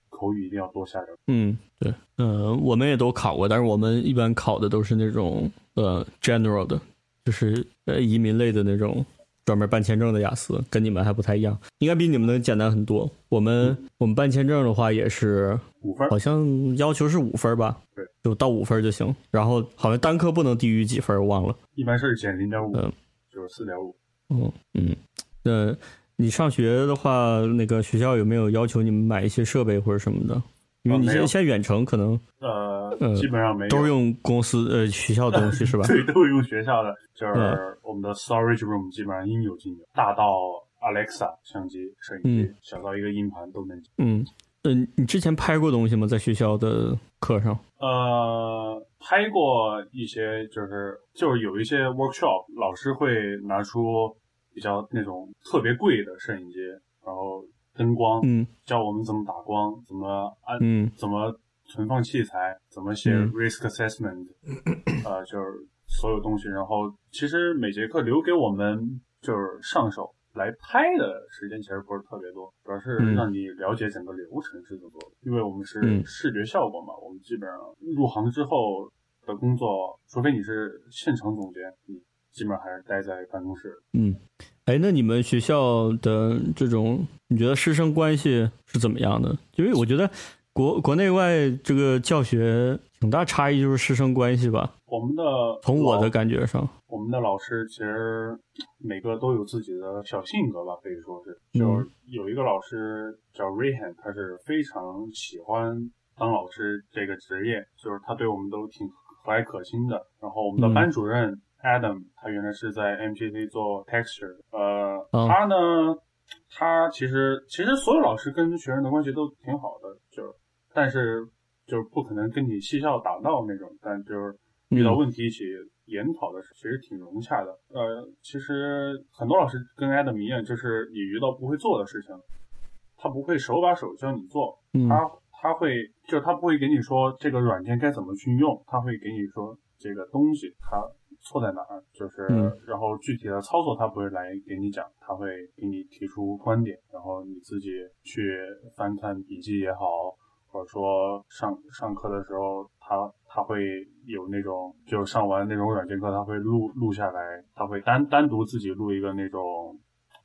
[SPEAKER 2] 口语一定要多下点儿。
[SPEAKER 1] 嗯，对，呃，我们也都考过，但是我们一般考的都是那种呃 general 的，就是呃移民类的那种，专门办签证的雅思，跟你们还不太一样，应该比你们能简单很多。我们、
[SPEAKER 2] 嗯
[SPEAKER 1] 我们办签证的话也是
[SPEAKER 2] 五分儿
[SPEAKER 1] 好像要求是五分儿吧
[SPEAKER 2] 对，
[SPEAKER 1] 就到五分儿就行。然后好像单科不能低于几分儿，我忘了。
[SPEAKER 2] 一般是减零点五
[SPEAKER 1] 嗯，
[SPEAKER 2] 就是四点五。
[SPEAKER 1] 嗯嗯，那你上学的话，那个学校有没有要求你们买一些设备或者什么的？因为
[SPEAKER 2] 哦
[SPEAKER 1] 你
[SPEAKER 2] 没
[SPEAKER 1] 现
[SPEAKER 2] 有
[SPEAKER 1] 在现在远程可能
[SPEAKER 2] 呃
[SPEAKER 1] 呃，
[SPEAKER 2] 基本上没有，
[SPEAKER 1] 都是用公司呃学校的东西是吧？
[SPEAKER 2] (laughs) 对，都是用学校的，就
[SPEAKER 1] 嗯
[SPEAKER 2] 是我们的 storage room 基本上应有尽有，大到 Alexa 相机、摄影机，小到一个硬盘都能接。
[SPEAKER 1] 嗯嗯、你之前拍过东西吗？在学校的课上？
[SPEAKER 2] 呃，拍过一些，就是就是有一些 workshop，老师会拿出比较那种特别贵的摄影机，然后灯光，
[SPEAKER 1] 嗯
[SPEAKER 2] 教我们怎么打光，怎么按，
[SPEAKER 1] 嗯
[SPEAKER 2] 怎么存放器材，怎么写
[SPEAKER 1] 嗯
[SPEAKER 2] risk assessment，、
[SPEAKER 1] (coughs)
[SPEAKER 2] 呃，就是所有东西。然后其实每节课留给我们就是上手来拍的时间其实不是特别多，主要是
[SPEAKER 1] 嗯
[SPEAKER 2] 让你了解整个流程是怎么做的，因为我们是
[SPEAKER 1] 嗯
[SPEAKER 2] 视觉效果嘛，我们基本上入行之后的工作，除非你是现场总监，你基本上还是待在办公室。
[SPEAKER 1] 嗯。哎，那你们学校的这种，你觉得师生关系是怎么样的？因为我觉得国国内外这个教学挺大差异，就是师生关系吧。
[SPEAKER 2] 我们的
[SPEAKER 1] 从我
[SPEAKER 2] 老
[SPEAKER 1] 的感觉上，
[SPEAKER 2] 我们的老师其实每个都有自己的小性格吧，可以说是。
[SPEAKER 1] 嗯
[SPEAKER 2] 就是有一个老师叫 Rayhan，他是非常喜欢当老师这个职业，就是他对我们都挺和蔼可亲的。然后我们的
[SPEAKER 1] 嗯
[SPEAKER 2] 班主任 Adam，他原来是在 MGC 做 texture，呃，
[SPEAKER 1] 哦
[SPEAKER 2] 他呢，他其实其实所有老师跟学生的关系都挺好的，就是但是就是不可能跟你嬉笑打闹那种，但就是
[SPEAKER 1] 嗯
[SPEAKER 2] 遇到问题一起研讨的时候，其实挺融洽的。呃，其实很多老师跟 Adam 一样，就是你遇到不会做的事情，他不会手把手教你做，
[SPEAKER 1] 嗯
[SPEAKER 2] 他它会就它不会给你说这个软件该怎么去用，它会给你说这个东西它错在哪儿，就是、
[SPEAKER 1] 嗯
[SPEAKER 2] 然后具体的操作它不会来给你讲，它会给你提出观点，然后你自己去翻看笔记也好，或者说上上课的时候，他他会有那种，就上完那种软件课，他会录录下来，他会单单独自己录一个那种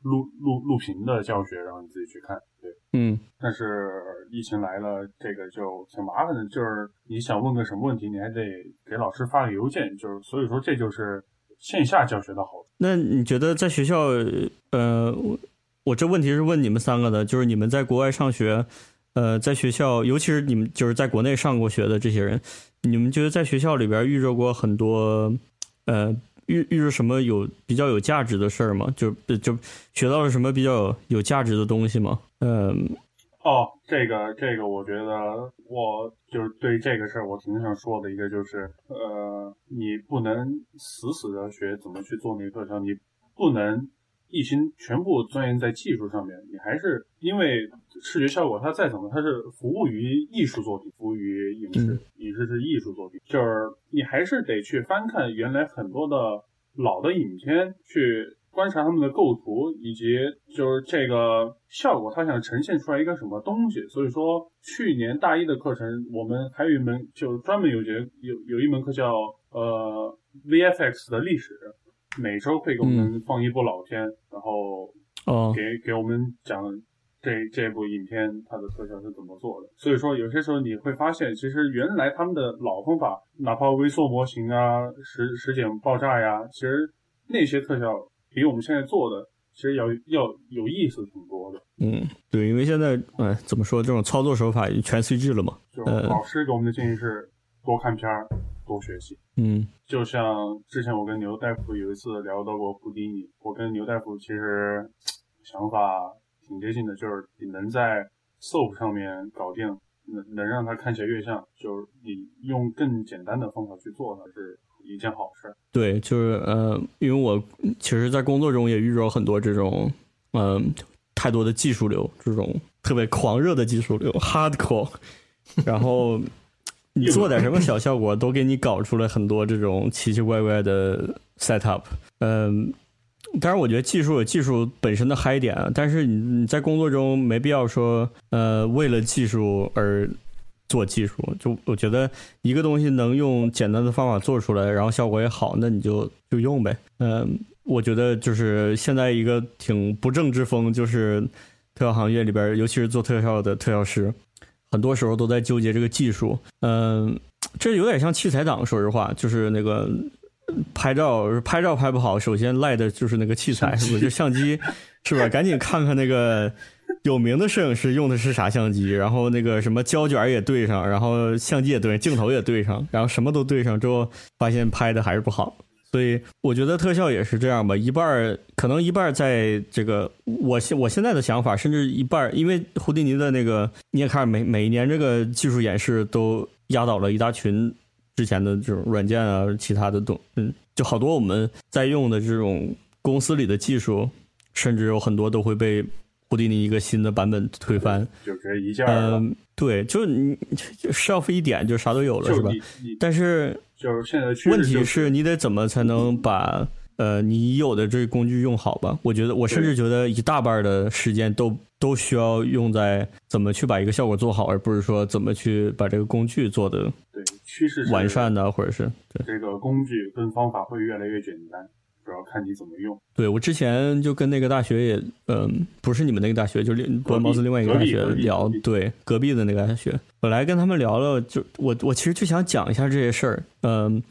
[SPEAKER 2] 录录录屏的教学，然后你自己去看。对，
[SPEAKER 1] 嗯
[SPEAKER 2] 但是疫情来了，这个就挺麻烦的，就是你想问个什么问题，你还得给老师发个邮件，就是所以说这就是线下教学的好处。
[SPEAKER 1] 那你觉得在学校，呃，我我这问题是问你们三个的，就是你们在国外上学，呃，在学校，尤其是你们就是在国内上过学的这些人，你们觉得在学校里边遇着过很多，呃，遇遇着什么有比较有价值的事儿吗？就就学到了什么比较有有价值的东西吗？嗯、
[SPEAKER 2] 哦，这个这个，我觉得我就是对这个事儿，我挺想说的一个就是，呃，你不能死死的学怎么去做那个特效，你不能一心全部钻研在技术上面，你还是因为视觉效果它再怎么它是服务于艺术作品，服务于影视
[SPEAKER 1] 嗯，
[SPEAKER 2] 影视是艺术作品，就是你还是得去翻看原来很多的老的影片去观察他们的构图，以及就是这个效果，它想呈现出来一个什么东西。所以说，去年大一的课程，我们还有一门就专门有节有有一门课叫呃 VFX 的历史，每周会给我们放一部老片，然后
[SPEAKER 1] 哦，
[SPEAKER 2] 给给我们讲这这部影片它的特效是怎么做的。所以说，有些时候你会发现，其实原来他们的老方法，哪怕微缩模型啊、实实检爆炸呀，其实那些特效比我们现在做的其实要要有意思挺多的。
[SPEAKER 1] 嗯，对，因为现在，呃，怎么说，这种操作手法已经全 CG 了嘛，
[SPEAKER 2] 就
[SPEAKER 1] 呃
[SPEAKER 2] 老师给我们的建议是多看片儿，多学习。
[SPEAKER 1] 嗯
[SPEAKER 2] 就像之前我跟牛大夫有一次聊到过胡迪尼，我跟牛大夫其实想法挺接近的，就是你能在 SOAP 上面搞定，能能让它看起来越像，就是你用更简单的方法去做它是一件好事。
[SPEAKER 1] 对，就是呃，因为我其实，在工作中也遇到很多这种，嗯、太多的技术流，这种特别狂热的技术流，hardcore，然 (laughs) 后你做点什么小效果，都给你搞出来很多这种奇奇怪怪的 setup，嗯、当然，我觉得技术有技术本身的嗨点啊，但是你你在工作中没必要说，呃，为了技术而做技术。就我觉得一个东西能用简单的方法做出来，然后效果也好，那你就就用呗。嗯、我觉得就是现在一个挺不正之风，就是特效行业里边，尤其是做特效的特效师，很多时候都在纠结这个技术。嗯、这有点像器材党，说实话，就是那个拍照拍照拍不好，首先赖的就是那个器材，是不是？就相机是吧？赶紧看看那个 (laughs) 有名的摄影师用的是啥相机，然后那个什么胶卷也对上，然后相机也对，镜头也对上，然后什么都对上之后，发现拍的还是不好。所以我觉得特效也是这样吧，一半儿可能一半儿在这个我现我现在的想法，甚至一半儿，因为胡迪尼的那个你也看每每一年这个技术演示都压倒了一大群之前的这种软件啊，其他的东嗯，就好多我们在用的这种公司里的技术，甚至有很多都会被胡迪尼一个新的版本推翻。
[SPEAKER 2] 就直接一件儿
[SPEAKER 1] 嗯，对，就你就 shelf 一点就啥都有了，
[SPEAKER 2] 就是是
[SPEAKER 1] 吧
[SPEAKER 2] 你？你
[SPEAKER 1] 但是
[SPEAKER 2] 就是现在的趋势、
[SPEAKER 1] 问题
[SPEAKER 2] 是
[SPEAKER 1] 是你得怎么才能把呃你有的这个工具用好吧？我觉得我甚至觉得一大半的时间都都需要用在怎么去把一个效果做好，而不是说怎么去把这个工具做的
[SPEAKER 2] 对趋势是
[SPEAKER 1] 完善的，或者是对。
[SPEAKER 2] 这个工具跟方法会越来越简单，主要看你怎么用。
[SPEAKER 1] 对我之前就跟那个大学也，嗯、不是你们那个大学，就是
[SPEAKER 2] 隔壁
[SPEAKER 1] 博茅斯另外一个大学
[SPEAKER 2] 隔壁隔壁
[SPEAKER 1] 聊
[SPEAKER 2] 隔壁，
[SPEAKER 1] 对隔壁的那个大学，本来跟他们聊了，就我我其实就想讲一下这些事儿，嗯、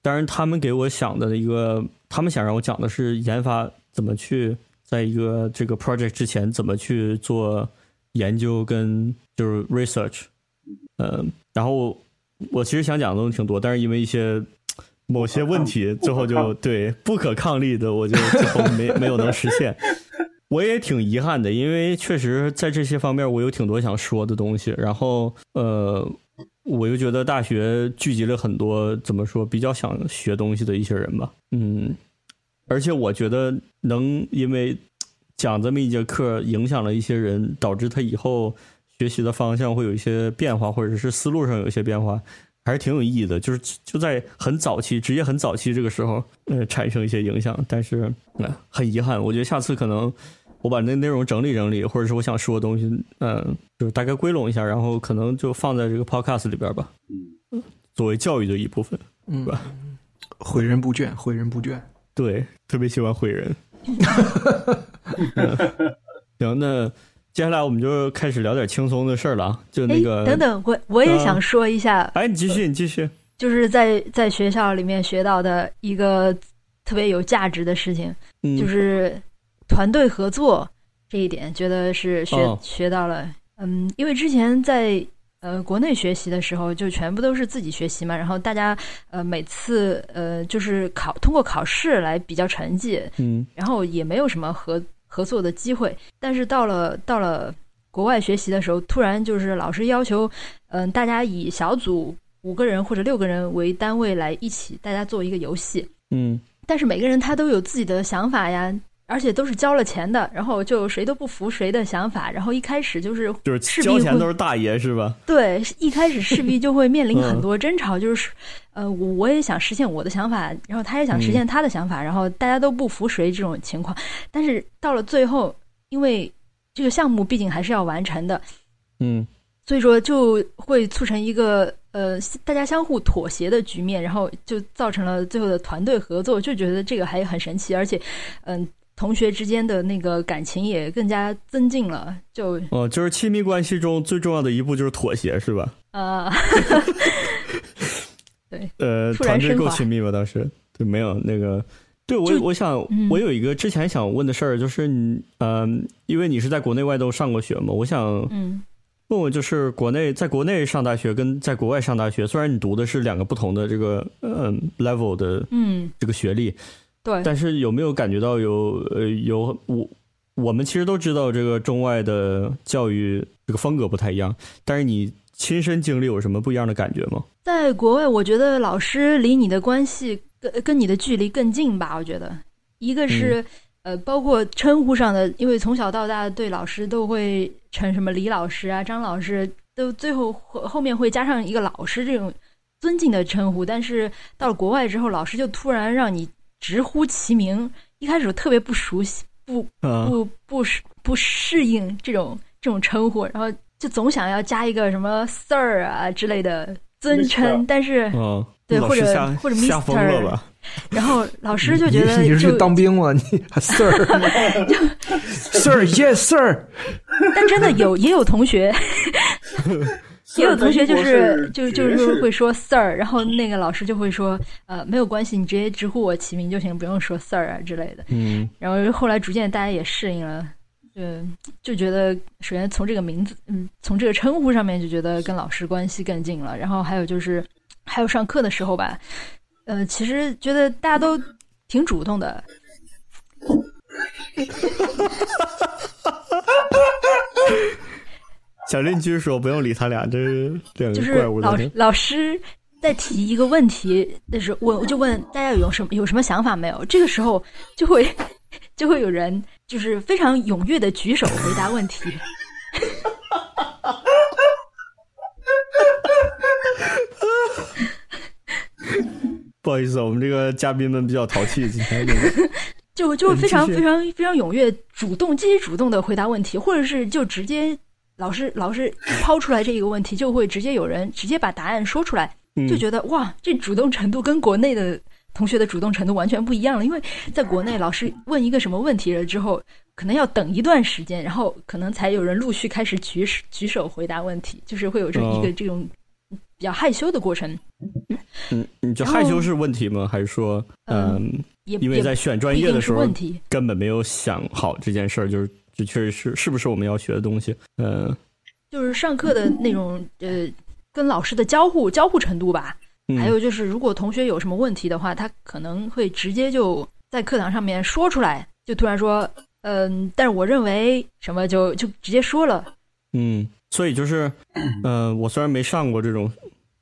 [SPEAKER 1] 当然他们给我想的一个，他们想让我讲的是研发怎么去在一个这个 project 之前怎么去做研究跟就是 research，嗯、然后我我其实想讲的东西挺多，但是因为一些某些问题，
[SPEAKER 2] 不可抗
[SPEAKER 1] 最后
[SPEAKER 2] 不可
[SPEAKER 1] 就
[SPEAKER 2] 抗
[SPEAKER 1] 对不可抗力的，我就最后
[SPEAKER 2] (laughs)
[SPEAKER 1] 没没有能实现。我也挺遗憾的，因为确实在这些方面我有挺多想说的东西，然后呃，我又觉得大学聚集了很多怎么说比较想学东西的一些人吧，嗯，而且我觉得能因为讲这么一节课影响了一些人，导致他以后学习的方向会有一些变化，或者是思路上有一些变化，还是挺有意义的。就是就在很早期，职业很早期这个时候， (laughs) 呃，产生一些影响。但是、呃、很遗憾，我觉得下次可能我把那内容整理整理，或者是我想说的东西，嗯、呃，就是大概归拢一下，然后可能就放在这个 podcast 里边吧，
[SPEAKER 2] 嗯，
[SPEAKER 1] 作为教育的一部分，
[SPEAKER 3] 嗯 (laughs)
[SPEAKER 1] 吧，
[SPEAKER 3] 毁人不倦，毁人不倦。
[SPEAKER 1] 对，特别喜欢毁人。嗯行，那接下来我们就开始聊点轻松的事儿了啊，就那个啊
[SPEAKER 4] 哎等等，我我也想说一下，
[SPEAKER 1] 哎，你继续，你继续。
[SPEAKER 4] 就是在在学校里面学到的一个特别有价值的事情，
[SPEAKER 1] 嗯，
[SPEAKER 4] 就是团队合作这一点，觉得是学、
[SPEAKER 1] 哦
[SPEAKER 4] 学到了。嗯，因为之前在呃国内学习的时候，就全部都是自己学习嘛，然后大家呃每次呃就是考通过考试来比较成绩，
[SPEAKER 1] 嗯
[SPEAKER 4] 然后也没有什么合合作的机会。但是到了到了国外学习的时候，突然就是老师要求，嗯、大家以小组五个人或者六个人为单位来一起，大家做一个游戏。
[SPEAKER 1] 嗯
[SPEAKER 4] 但是每个人他都有自己的想法呀，而且都是交了钱的，然后就谁都不服谁的想法，然后一开始就是嗯
[SPEAKER 1] 就是
[SPEAKER 4] 势必
[SPEAKER 1] 交钱
[SPEAKER 4] 会
[SPEAKER 1] 都是大爷是吧？
[SPEAKER 4] 对，一开始势必就会面临
[SPEAKER 1] 嗯
[SPEAKER 4] 很多争吵，就是，呃，我我也想实现我的想法，然后他也想实现他的想法，然后大家都不服谁这种情况。但是到了最后，因为这个项目毕竟还是要完成的，
[SPEAKER 1] 嗯
[SPEAKER 4] 所以说就会促成一个呃大家相互妥协的局面，然后就造成了最后的团队合作，就觉得这个还很神奇，而且，嗯、同学之间的那个感情也更加增进了，就
[SPEAKER 1] 哦，就是亲密关系中最重要的一步就是妥协是吧？
[SPEAKER 4] 呃。 (laughs)
[SPEAKER 1] 呃，
[SPEAKER 4] 突然
[SPEAKER 1] 团队
[SPEAKER 4] 升
[SPEAKER 1] 够
[SPEAKER 4] 华
[SPEAKER 1] 亲密吗？当时对，没有那个，对我
[SPEAKER 4] 就
[SPEAKER 1] 我想、
[SPEAKER 4] 嗯
[SPEAKER 1] 我有一个之前想问的事儿，就是你嗯、因为你是在国内外都上过学嘛，我想
[SPEAKER 4] 嗯
[SPEAKER 1] 问问，就是国内在国内上大学跟在国外上大学，虽然你读的是两个不同的这个嗯 level 的
[SPEAKER 4] 嗯，
[SPEAKER 1] 这个学历，
[SPEAKER 4] 对，
[SPEAKER 1] 但是有没有感觉到有呃有我我们其实都知道这个中外的教育这个风格不太一样，但是你亲身经历有什么不一样的感觉吗？
[SPEAKER 4] 在国外，我觉得老师离你的关系跟跟你的距离更近吧。我觉得，一个是、呃，包括称呼上的，因为从小到大对老师都会称什么李老师啊、张老师，都最后后后面会加上一个老师这种尊敬的称呼。但是到了国外之后，老师就突然让你直呼其名，一开始我特别不熟悉，不
[SPEAKER 1] 嗯，
[SPEAKER 4] 不不适不适应这种这种称呼，然后就总想要加一个什么 sir 啊之类的尊
[SPEAKER 2] Mister
[SPEAKER 4] 称，但是
[SPEAKER 1] 嗯，
[SPEAKER 4] 哦对
[SPEAKER 1] 老师
[SPEAKER 4] 或者
[SPEAKER 1] 吓
[SPEAKER 4] 或者
[SPEAKER 1] 吓疯了
[SPEAKER 4] Mr.
[SPEAKER 1] 吧？
[SPEAKER 4] 然后老师就觉得
[SPEAKER 3] 你你是去
[SPEAKER 4] 就，
[SPEAKER 3] 当兵
[SPEAKER 4] (laughs)
[SPEAKER 3] 吗？你 Sir (laughs) Sir Yes Sir，
[SPEAKER 4] 但真的有也有同学，也有同学就是就就是会说 sir，然后那个老师就会说呃没有关系，你直接直呼我其名就行，不用说 sir 啊之类的。
[SPEAKER 1] 嗯
[SPEAKER 4] 然后后来逐渐大家也适应了，就就觉得首先从这个名字，嗯，从这个称呼上面就觉得跟老师关系更近了。然后还有就是，还有上课的时候吧，呃，其实觉得大家都挺主动的。
[SPEAKER 1] 小邻居说不用理他俩，这是两
[SPEAKER 4] 就
[SPEAKER 1] 个
[SPEAKER 4] 是
[SPEAKER 1] 嗯怪物
[SPEAKER 4] 老
[SPEAKER 1] 的
[SPEAKER 4] 师。老师在提一个问题的时候，我我就问大家有什么有什么想法没有？这个时候就会 (laughs) 就会有人就是非常踊跃的举手回答问题。
[SPEAKER 1] 不好意思啊，我们这个嘉宾们比较淘气，今天这个
[SPEAKER 4] 就就非
[SPEAKER 1] 嗯
[SPEAKER 4] 常
[SPEAKER 1] 继续
[SPEAKER 4] 非常非常踊跃，主动积极主动的回答问题，或者是就直接老师老师抛出来这一个问题，就会直接有人直接把答案说出来，
[SPEAKER 1] 嗯
[SPEAKER 4] (laughs) 就觉得哇，这主动程度跟国内的同学的主动程度完全不一样了。因为在国内，老师问一个什么问题了之后，可能要等一段时间，然后可能才有人陆续开始举手举手回答问题，就是会有这一个
[SPEAKER 1] 哦
[SPEAKER 4] 这种比较害羞的过程，
[SPEAKER 1] 嗯，你觉得
[SPEAKER 4] 然后呃
[SPEAKER 1] 害羞是问题吗？还是说嗯，
[SPEAKER 4] 也
[SPEAKER 1] 因为
[SPEAKER 4] 也
[SPEAKER 1] 在选
[SPEAKER 4] 不
[SPEAKER 1] 专
[SPEAKER 4] 一
[SPEAKER 1] 业的
[SPEAKER 4] 定
[SPEAKER 1] 时
[SPEAKER 4] 是
[SPEAKER 1] 候
[SPEAKER 4] 问题。
[SPEAKER 1] 根本没有想好这件事儿，就是这确实是是不是我们要学的东西？呃，
[SPEAKER 4] 就是上课的那种呃，跟老师的交互交互程度吧。
[SPEAKER 1] 嗯
[SPEAKER 4] 还有就是，如果同学有什么问题的话，他可能会直接就在课堂上面说出来，就突然说，嗯，但是我认为什么就就直接说了。
[SPEAKER 1] 嗯，所以就是，呃，我虽然没上过这种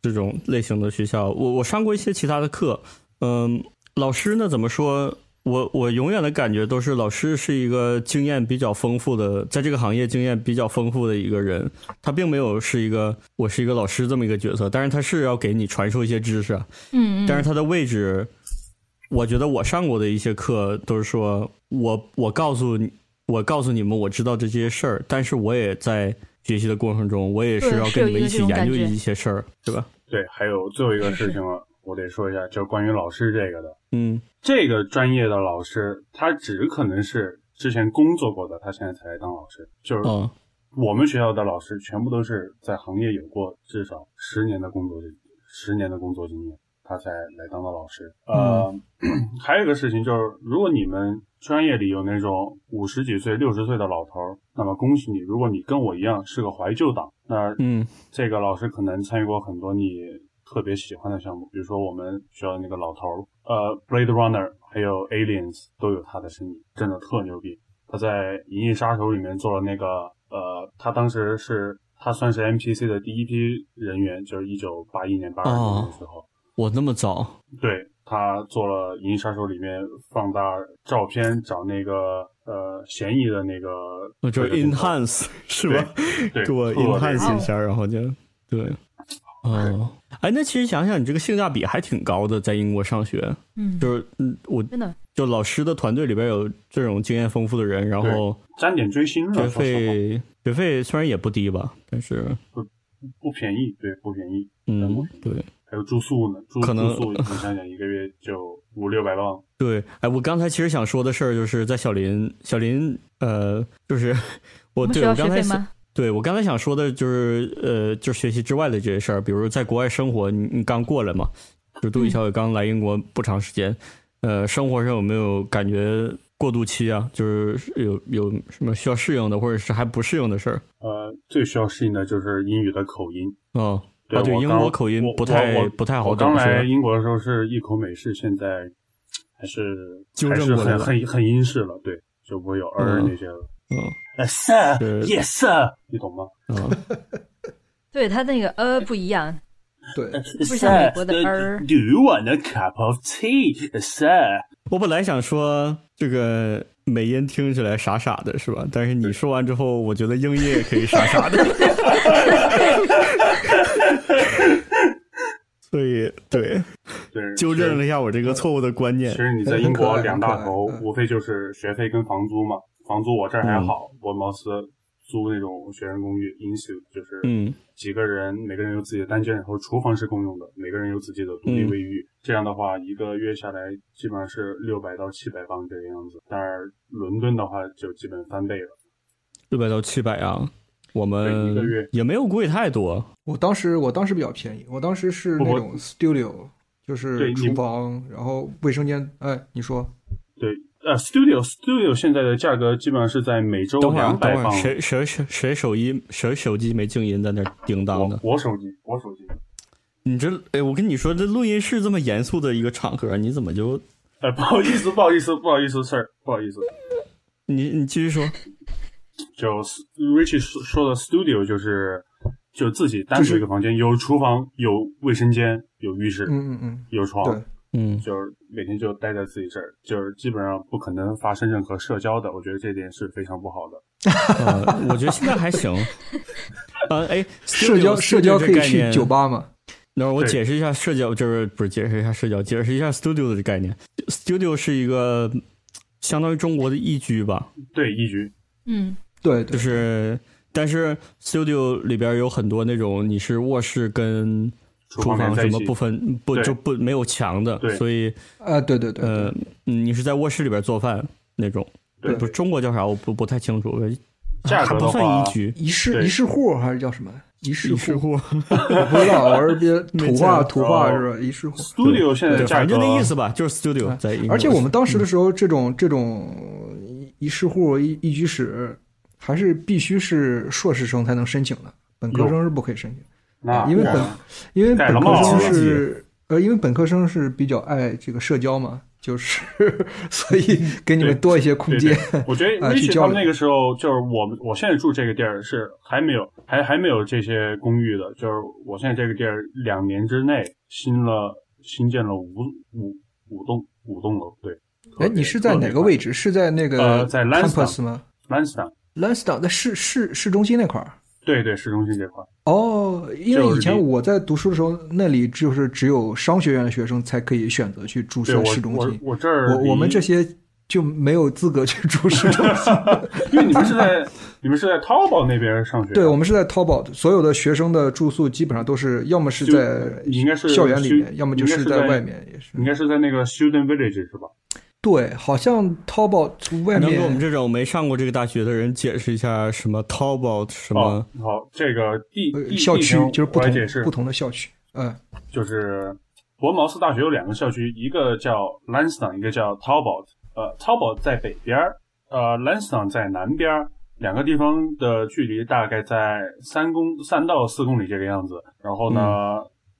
[SPEAKER 1] 这种类型的学校，我我上过一些其他的课，嗯、老师呢怎么说？我我永远的感觉都是老师是一个经验比较丰富的，在这个行业经验比较丰富的一个人，他并没有是一个我是一个老师这么一个角色，但是他是要给你传授一些知识啊，
[SPEAKER 4] 嗯嗯，
[SPEAKER 1] 但是他的位置，我觉得我上过的一些课都是说我我告诉你，我告诉你们我知道这些事儿，但是我也在学习的过程中，我也是要跟你们一起研究一些事儿，对吧？
[SPEAKER 2] 对，还有最后一个事情了，我得说一下，就关于老师这个的。
[SPEAKER 1] 嗯，
[SPEAKER 2] 这个专业的老师，他只可能是之前工作过的，他现在才来当老师。就是
[SPEAKER 1] 哦，
[SPEAKER 2] 我们学校的老师，全部都是在行业有过至少十年的工作经，十年的工作经验，他才来当到老师。呃，还有一个事情就是，如果你们专业里有那种五十几岁、六十岁的老头儿，那么恭喜你，如果你跟我一样是个怀旧党，那
[SPEAKER 1] 嗯
[SPEAKER 2] 这个老师可能参与过很多你特别喜欢的项目，比如说我们学校的那个老头儿，呃，《Blade Runner》还有《Aliens》都有他的身影，真的特牛逼。他在《银翼杀手》里面做了那个，呃，他当时是他算是 NPC 的第一批人员，就是一九八一年、八二年的时
[SPEAKER 1] 哦
[SPEAKER 2] 候，
[SPEAKER 1] 我那么早，
[SPEAKER 2] 对他做了《银翼杀手》里面放大照片找那个呃嫌疑的那个，
[SPEAKER 1] 我哦就是
[SPEAKER 2] 那个镜头
[SPEAKER 1] enhance 是吧？
[SPEAKER 2] 对，
[SPEAKER 1] 给我
[SPEAKER 2] 特别
[SPEAKER 1] enhance 一下，然后就对，哦，哎，那其实想想，你这个性价比还挺高的，在英国上学，
[SPEAKER 4] 嗯，
[SPEAKER 1] 就是嗯，我
[SPEAKER 4] 真的，
[SPEAKER 1] 就老师的团队里边有这种经验丰富的人，然后
[SPEAKER 2] 沾点追
[SPEAKER 4] 嗯
[SPEAKER 2] 星
[SPEAKER 1] 学
[SPEAKER 2] 了，说实话
[SPEAKER 1] 费学费虽然也不低吧，但是
[SPEAKER 2] 不便宜，对，不便宜。
[SPEAKER 1] 嗯，对
[SPEAKER 2] 还有住宿呢，住
[SPEAKER 1] 可能
[SPEAKER 2] 住宿，你想想一个月就五六百镑，
[SPEAKER 1] 对，哎，我刚才其实想说的事儿就是在小林，小林呃，就是 (laughs) 我
[SPEAKER 4] 我们学
[SPEAKER 1] 对
[SPEAKER 4] 校
[SPEAKER 1] 我
[SPEAKER 4] 学
[SPEAKER 1] 刚才
[SPEAKER 4] 费
[SPEAKER 1] 想
[SPEAKER 4] 吗？
[SPEAKER 1] 对我刚才想说的就是，呃，就是学习之外的这些事儿，比如在国外生活，你你刚过来嘛，就
[SPEAKER 4] 嗯
[SPEAKER 1] 杜宇小也刚来英国不长时间，呃，生活上有没有感觉过渡期啊？就是有有什么需要适应的，或者是还不适应的事儿？
[SPEAKER 2] 呃，最需要适应的就是英语的口音。
[SPEAKER 1] 嗯，
[SPEAKER 2] 对，
[SPEAKER 1] 啊对
[SPEAKER 2] 我
[SPEAKER 1] 英
[SPEAKER 2] 刚
[SPEAKER 1] 国口音
[SPEAKER 2] 我
[SPEAKER 1] 不太
[SPEAKER 2] 我我
[SPEAKER 1] 不太好
[SPEAKER 2] 我
[SPEAKER 1] 懂
[SPEAKER 2] 刚
[SPEAKER 1] 是吧
[SPEAKER 2] 来英国的时候是一口美式，现在还是
[SPEAKER 1] 纠
[SPEAKER 2] 还
[SPEAKER 1] 正
[SPEAKER 2] 是
[SPEAKER 1] 过来
[SPEAKER 2] 很
[SPEAKER 1] 了
[SPEAKER 2] 很很英式了，对，就不会有儿
[SPEAKER 1] 嗯
[SPEAKER 2] 那些了。
[SPEAKER 1] 嗯
[SPEAKER 2] 呃，sir,
[SPEAKER 1] 是
[SPEAKER 2] yes sir，你懂吗
[SPEAKER 1] 啊，
[SPEAKER 4] 对他那个呃不一样，
[SPEAKER 3] 对，
[SPEAKER 4] 是像美国的
[SPEAKER 2] Sir, 呃
[SPEAKER 4] 儿
[SPEAKER 2] do you want a cup of tea, sir？
[SPEAKER 1] 我本来想说这个美音听起来傻傻的是吧？但是你说完之后，我觉得英译也可以傻傻的。所以，对，
[SPEAKER 2] 对，
[SPEAKER 1] 纠正了一下我这个错误的观念
[SPEAKER 2] 其。实你在英国
[SPEAKER 3] 很可爱
[SPEAKER 2] 两大头
[SPEAKER 3] 很可爱，嗯
[SPEAKER 2] 无非就是学费跟房租嘛。房租我这儿还
[SPEAKER 1] 嗯
[SPEAKER 2] 好，我茅斯租那种学生公寓 i n s u 就是
[SPEAKER 1] 嗯
[SPEAKER 2] 几个人，每个人有自己的单间，然后厨房是共用的，每个人有自己的独立
[SPEAKER 1] 嗯
[SPEAKER 2] 卫浴。这样的话，一个月下来基本上是六百到七百镑这个样子。但是伦敦的话就基本翻倍了。
[SPEAKER 1] 六百到七百啊，我
[SPEAKER 2] 对一个月
[SPEAKER 1] 们也没有贵太多。
[SPEAKER 3] 我当时我当时比较便宜，我当时是那种 studio，就是
[SPEAKER 2] 对你
[SPEAKER 3] 厨房，然后卫生间。哎，你说
[SPEAKER 2] 对，呃，studio studio 现在的价格基本上是在每周
[SPEAKER 1] 等会儿
[SPEAKER 2] 两
[SPEAKER 1] 啊，等
[SPEAKER 2] 百
[SPEAKER 1] 会儿，
[SPEAKER 2] 镑。
[SPEAKER 1] 谁谁谁谁手机谁手机没静音在那儿叮当
[SPEAKER 2] 我
[SPEAKER 1] 的？
[SPEAKER 2] 我手机，我手机。
[SPEAKER 1] 你这，哎，我跟你说，这录音室这么严肃的一个场合，你怎么就
[SPEAKER 2] 呃，不好意思，不好意思，不好意思，sir，不好意思。
[SPEAKER 1] 你你继续说？
[SPEAKER 2] 就 Richie 说说的 studio 就是就自己单独一个房间，有厨房、有卫生间、有浴室、
[SPEAKER 3] 嗯嗯嗯，
[SPEAKER 2] 有床，
[SPEAKER 3] 对，
[SPEAKER 1] 嗯
[SPEAKER 2] 就是每天就待在自己这儿，就是基本上不可能发生任何社交的。我觉得这点是非常不好的。
[SPEAKER 1] 呃，我觉得现在还
[SPEAKER 3] (laughs)
[SPEAKER 1] 行。呃，哎，
[SPEAKER 3] 社交
[SPEAKER 1] studio-
[SPEAKER 3] 社
[SPEAKER 1] studio
[SPEAKER 3] 交可以
[SPEAKER 1] 这概
[SPEAKER 3] 去
[SPEAKER 1] 念
[SPEAKER 3] 酒。吧嘛？
[SPEAKER 1] 那我
[SPEAKER 2] 对
[SPEAKER 1] 解释一下社交，就是不是解释一下社交，解释一下 studio 的概念。studio 是一个相当于中国的一居吧，
[SPEAKER 2] 对，一局
[SPEAKER 4] 嗯，
[SPEAKER 3] 对
[SPEAKER 1] 就
[SPEAKER 3] 对，
[SPEAKER 1] 是但是 studio 里边有很多那种你是卧室跟
[SPEAKER 2] 厨
[SPEAKER 1] 厨
[SPEAKER 2] 连
[SPEAKER 1] 房
[SPEAKER 2] 在
[SPEAKER 1] 什
[SPEAKER 2] 一
[SPEAKER 1] 么
[SPEAKER 2] 起，
[SPEAKER 1] 不分不
[SPEAKER 2] 对
[SPEAKER 1] 就不没有墙的
[SPEAKER 2] 对，
[SPEAKER 1] 所以
[SPEAKER 3] 啊，对对对，
[SPEAKER 1] 呃嗯你是在卧室里边做饭那种。
[SPEAKER 2] 对
[SPEAKER 1] 不是中国叫啥？我不不太清楚，
[SPEAKER 2] 价
[SPEAKER 1] 它不
[SPEAKER 2] 格的话
[SPEAKER 1] 算一，居，
[SPEAKER 3] 一
[SPEAKER 2] 对
[SPEAKER 3] 室一室户还是叫什么？一室
[SPEAKER 1] 一室
[SPEAKER 3] 户，
[SPEAKER 1] 户。
[SPEAKER 3] 我不知道，我是别
[SPEAKER 1] (laughs) 没哦
[SPEAKER 3] 土
[SPEAKER 1] 见
[SPEAKER 3] 话
[SPEAKER 1] 过
[SPEAKER 3] 土话是吧？一室户。
[SPEAKER 2] studio 现在
[SPEAKER 1] 对，
[SPEAKER 2] 价
[SPEAKER 1] 反
[SPEAKER 2] 格
[SPEAKER 1] 正就那意思吧，就是 studio
[SPEAKER 3] 对
[SPEAKER 1] 在英国。
[SPEAKER 3] 而且我们当
[SPEAKER 2] 嗯
[SPEAKER 3] 时的时候，这种这种一一室户一一居室，还是必须是硕士生才能申请的，本科生是不可以申请。
[SPEAKER 2] 那
[SPEAKER 3] 因为
[SPEAKER 2] 哇
[SPEAKER 3] 本因为
[SPEAKER 2] 啊改了
[SPEAKER 3] 本
[SPEAKER 2] 帽
[SPEAKER 3] 科
[SPEAKER 2] 儿
[SPEAKER 3] 生
[SPEAKER 2] 了
[SPEAKER 3] 是呃，因为本科生是比较爱这个社交嘛，就是 (laughs) 所以给你们多一些空
[SPEAKER 2] 嗯对
[SPEAKER 3] 间
[SPEAKER 2] 对。，我觉得
[SPEAKER 3] (laughs) 啊去
[SPEAKER 2] Rich
[SPEAKER 3] 交
[SPEAKER 2] 他们
[SPEAKER 3] 流
[SPEAKER 2] 那个时候就是我们，我现在住这个地儿是还没有，还还没有这些公寓的，就是我现在这个地儿两年之内新了新建了五五五栋五栋楼，对，
[SPEAKER 3] 哎，你是在哪个位置？是在那
[SPEAKER 2] 呃
[SPEAKER 3] 个
[SPEAKER 2] 在
[SPEAKER 3] campus 吗
[SPEAKER 2] l a n s t o w n
[SPEAKER 3] ？Lansdowne 在市市市中心那块儿。
[SPEAKER 2] 对对，市中心这块儿。
[SPEAKER 3] 哦，因
[SPEAKER 2] 就
[SPEAKER 3] 为
[SPEAKER 2] 是
[SPEAKER 3] 以前
[SPEAKER 2] 离
[SPEAKER 3] 我在读书的时候，那里就是只有商学院的学生才可以选择去住
[SPEAKER 2] 对
[SPEAKER 3] 在
[SPEAKER 2] 我
[SPEAKER 3] 市中
[SPEAKER 2] 我
[SPEAKER 3] 心，
[SPEAKER 2] 我这儿
[SPEAKER 3] 我我们
[SPEAKER 2] 离
[SPEAKER 3] 这些就没有资格去
[SPEAKER 2] (laughs)
[SPEAKER 3] 住市中
[SPEAKER 2] 啊
[SPEAKER 3] 心。
[SPEAKER 2] 因为你们是在你们是在淘宝那边上学，啊
[SPEAKER 3] 对，我们是在淘宝，所有的学生的住宿基本上都是要么是
[SPEAKER 2] 就
[SPEAKER 3] 在
[SPEAKER 2] 你应该是
[SPEAKER 3] 校园里
[SPEAKER 2] 修
[SPEAKER 3] 面，要么就是
[SPEAKER 2] 应该是在
[SPEAKER 3] 外面，也是
[SPEAKER 2] 你应。该是在那个 Student Village 是吧？
[SPEAKER 3] 对，好像淘宝外
[SPEAKER 1] 能给
[SPEAKER 3] 面
[SPEAKER 1] 我们这种没上过这个大学的人解释一下什么淘宝什
[SPEAKER 2] 哦
[SPEAKER 1] 么？，
[SPEAKER 2] 好，这个地
[SPEAKER 3] 呃
[SPEAKER 2] 地
[SPEAKER 3] 校
[SPEAKER 2] 地
[SPEAKER 3] 区
[SPEAKER 2] 形
[SPEAKER 3] 就是不
[SPEAKER 2] 我来
[SPEAKER 3] 同
[SPEAKER 2] 解释
[SPEAKER 3] 不，同的校区，嗯，
[SPEAKER 2] 就是博茅斯大学有两个校区，一个叫 Lansdowne，一个叫 Talbot。呃，Talbot 在北边儿，呃，Lansdowne 在南边儿，两个地方的距离大概在三公三到四公里这个样子。然后呢，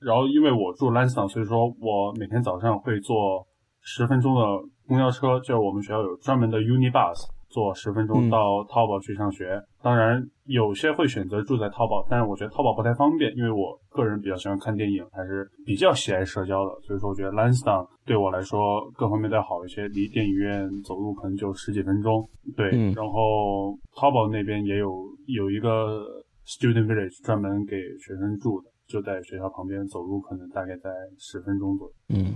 [SPEAKER 2] 然后因为我住 Lansdowne，所以说我每天早上会坐十分钟的公交车，就是我们学校有专门的 Uni Bus。坐十分钟
[SPEAKER 1] 嗯
[SPEAKER 2] 到淘宝去上学，当然有些会选择住在淘宝，但是我觉得淘宝不太方便，因为我个人比较喜欢看电影，还是比较喜爱社交的，所以说我觉得 Lansdowne 对我来说各方面都要好一些，离电影院走路可能就十几分钟。对，
[SPEAKER 1] 嗯
[SPEAKER 2] 然后淘宝那边也有有一个 Student Village 专门给学生住的，就在学校旁边，走路可能大概在十分钟左右。
[SPEAKER 1] 嗯，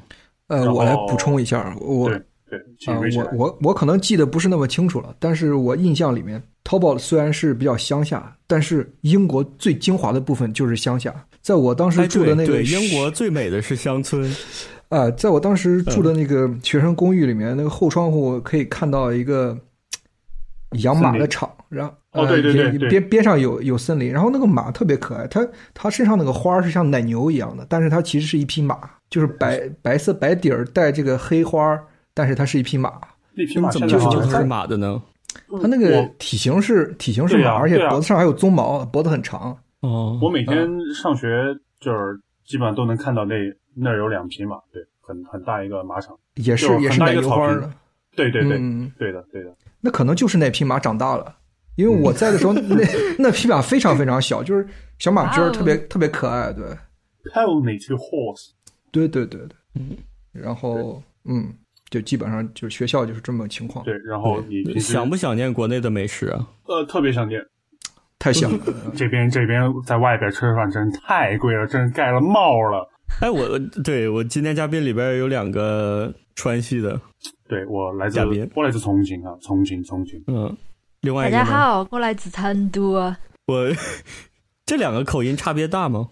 [SPEAKER 3] 呃，
[SPEAKER 2] 然
[SPEAKER 3] 我来
[SPEAKER 2] 后
[SPEAKER 3] 补充一下，我
[SPEAKER 2] 对对，请
[SPEAKER 3] 啊、
[SPEAKER 2] 瑞
[SPEAKER 3] 我
[SPEAKER 2] 我
[SPEAKER 3] 我我可能记得不是那么清楚了，但是我印象里面，淘宝虽然是比较乡下，但是英国最精华的部分就是乡下。在我当时
[SPEAKER 1] 哎，
[SPEAKER 3] 住
[SPEAKER 1] 对
[SPEAKER 3] 的那个、
[SPEAKER 1] 对，英国最美的是乡村，
[SPEAKER 3] 啊、在我当时住的那个学生公寓里面，那个后窗户可以看到一个嘖养马的场，然后
[SPEAKER 2] 哦
[SPEAKER 3] 呃
[SPEAKER 2] 对对对
[SPEAKER 3] 也
[SPEAKER 2] 对
[SPEAKER 3] 边边上有有森林，然后那个马特别可爱，它它身上那个花儿是像奶牛一样的，但是它其实是一匹马，就是白白色白底儿带这个黑花儿，但是它是一匹马。
[SPEAKER 2] 那匹马
[SPEAKER 1] 怎么就
[SPEAKER 2] 现在
[SPEAKER 1] 是
[SPEAKER 2] 好
[SPEAKER 1] 就
[SPEAKER 2] 像
[SPEAKER 1] 是马的呢？
[SPEAKER 4] 嗯
[SPEAKER 3] 它那
[SPEAKER 2] 我
[SPEAKER 3] 个体型是体型是
[SPEAKER 2] 对
[SPEAKER 3] 马，
[SPEAKER 2] 啊
[SPEAKER 3] 而且
[SPEAKER 2] 对啊
[SPEAKER 3] 脖子上还有鬃毛，脖子很长。
[SPEAKER 1] 哦，
[SPEAKER 2] 我每天上学就是基本上都能看到那那儿有两匹马，对，很很大一个马场。
[SPEAKER 3] 也
[SPEAKER 2] 就是是
[SPEAKER 3] 也
[SPEAKER 2] 很
[SPEAKER 3] 是
[SPEAKER 2] 大
[SPEAKER 3] 奶
[SPEAKER 2] 一个
[SPEAKER 3] 牛
[SPEAKER 2] 草
[SPEAKER 3] 花
[SPEAKER 2] 坪
[SPEAKER 3] 的，
[SPEAKER 2] 对对对，
[SPEAKER 3] 嗯，
[SPEAKER 2] 对的对的。
[SPEAKER 3] 那可能就是那匹马长大了，因为我在的
[SPEAKER 2] (laughs)
[SPEAKER 3] 时候，那那匹马非常非常小，就是小马驹
[SPEAKER 4] 哇
[SPEAKER 3] 儿
[SPEAKER 4] 哦
[SPEAKER 3] 特别特别可爱，对，
[SPEAKER 2] Pony to horse，
[SPEAKER 3] 对对对对，
[SPEAKER 2] 嗯
[SPEAKER 3] 然后嗯，就基本上就是学校就是这么情况，
[SPEAKER 2] 对，然后你平时
[SPEAKER 1] 想不想念国内的美食啊？
[SPEAKER 2] 呃特别想念
[SPEAKER 3] 太
[SPEAKER 2] (laughs)
[SPEAKER 3] 像了，
[SPEAKER 2] 这边这边在外边吃饭真太贵了，真是盖了帽了。
[SPEAKER 1] 哎，我对我今天嘉宾里边有两个川西的，
[SPEAKER 2] 对我来自
[SPEAKER 1] 嘉宾
[SPEAKER 2] 我来自重庆啊，重庆重庆，
[SPEAKER 1] 嗯，另外一
[SPEAKER 4] 大
[SPEAKER 1] 个
[SPEAKER 4] 家
[SPEAKER 1] 呢
[SPEAKER 4] 好，过来紫餐多。
[SPEAKER 1] 我这两个口音差别大吗？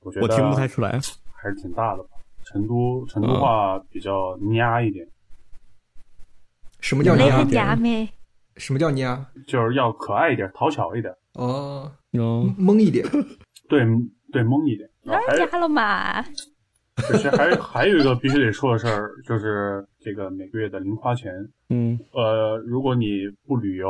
[SPEAKER 2] 我觉得
[SPEAKER 1] 我听不太出来。
[SPEAKER 2] 还是挺大的吧。成都成都
[SPEAKER 1] 嗯
[SPEAKER 2] 话比较嗲一点，
[SPEAKER 3] 什么叫
[SPEAKER 1] 没
[SPEAKER 4] 雷
[SPEAKER 1] 很
[SPEAKER 4] 很
[SPEAKER 3] 捏？
[SPEAKER 1] 嗲
[SPEAKER 4] 嗲咩？
[SPEAKER 3] 什么叫捏？
[SPEAKER 2] 就是要可爱一点，讨巧一点，
[SPEAKER 3] 哦，
[SPEAKER 1] 嗯，
[SPEAKER 2] (laughs)
[SPEAKER 3] 懵一点，
[SPEAKER 2] 对对懵一点。
[SPEAKER 4] 哪
[SPEAKER 1] 哎
[SPEAKER 2] 然后还
[SPEAKER 4] 儿
[SPEAKER 2] 有
[SPEAKER 4] 嗲了嘛？
[SPEAKER 2] 其实还还有一个必须得说的事儿，就是这个每个月的零花钱。
[SPEAKER 1] 嗯，
[SPEAKER 2] 呃，如果你不旅游、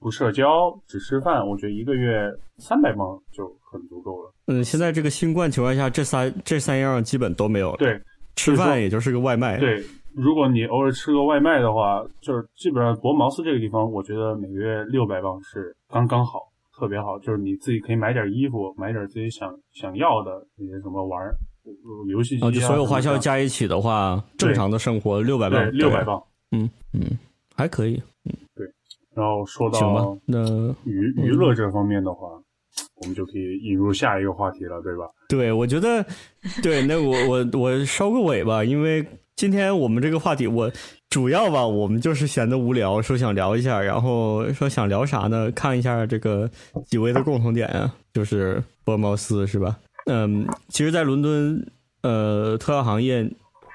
[SPEAKER 2] 不社交、只吃饭，我觉得一个月三百磅就很足够了。
[SPEAKER 1] 嗯，现在这个新冠情况下，这三这三样基本都没有了。，
[SPEAKER 2] 对
[SPEAKER 1] 吃
[SPEAKER 2] 所以
[SPEAKER 1] 饭
[SPEAKER 2] 说
[SPEAKER 1] 也就是个外卖。，
[SPEAKER 2] 对，如果你偶尔吃个外卖的话，就是基本上博茅斯这个地方，我觉得每个月六百磅是刚刚好，特别好。就是你自己可以买点衣服，买点自己想想要的那些什么玩儿，呃游戏机
[SPEAKER 1] 啊，
[SPEAKER 2] 啊，
[SPEAKER 1] 就所有花
[SPEAKER 2] 什
[SPEAKER 1] 销
[SPEAKER 2] 么的
[SPEAKER 1] 加一起的话，
[SPEAKER 2] 对
[SPEAKER 1] 正常的生活六百
[SPEAKER 2] 对
[SPEAKER 1] 万，
[SPEAKER 2] 六百，磅。
[SPEAKER 1] 嗯，还可以，
[SPEAKER 2] 然后说
[SPEAKER 1] 行吧
[SPEAKER 2] 到。
[SPEAKER 1] 那
[SPEAKER 2] 娱娱乐这方面的话，我们就可以引入下一个话题了，对吧？
[SPEAKER 1] 对，我觉得，对，那我我我收个尾吧，因为今天我们这个话题，我主要吧，我们就是闲得无聊，说想聊一下，然后说想聊啥呢？看一下这个几位的共同点啊，就是博茅斯是吧？嗯，其实，在伦敦，呃，特效行业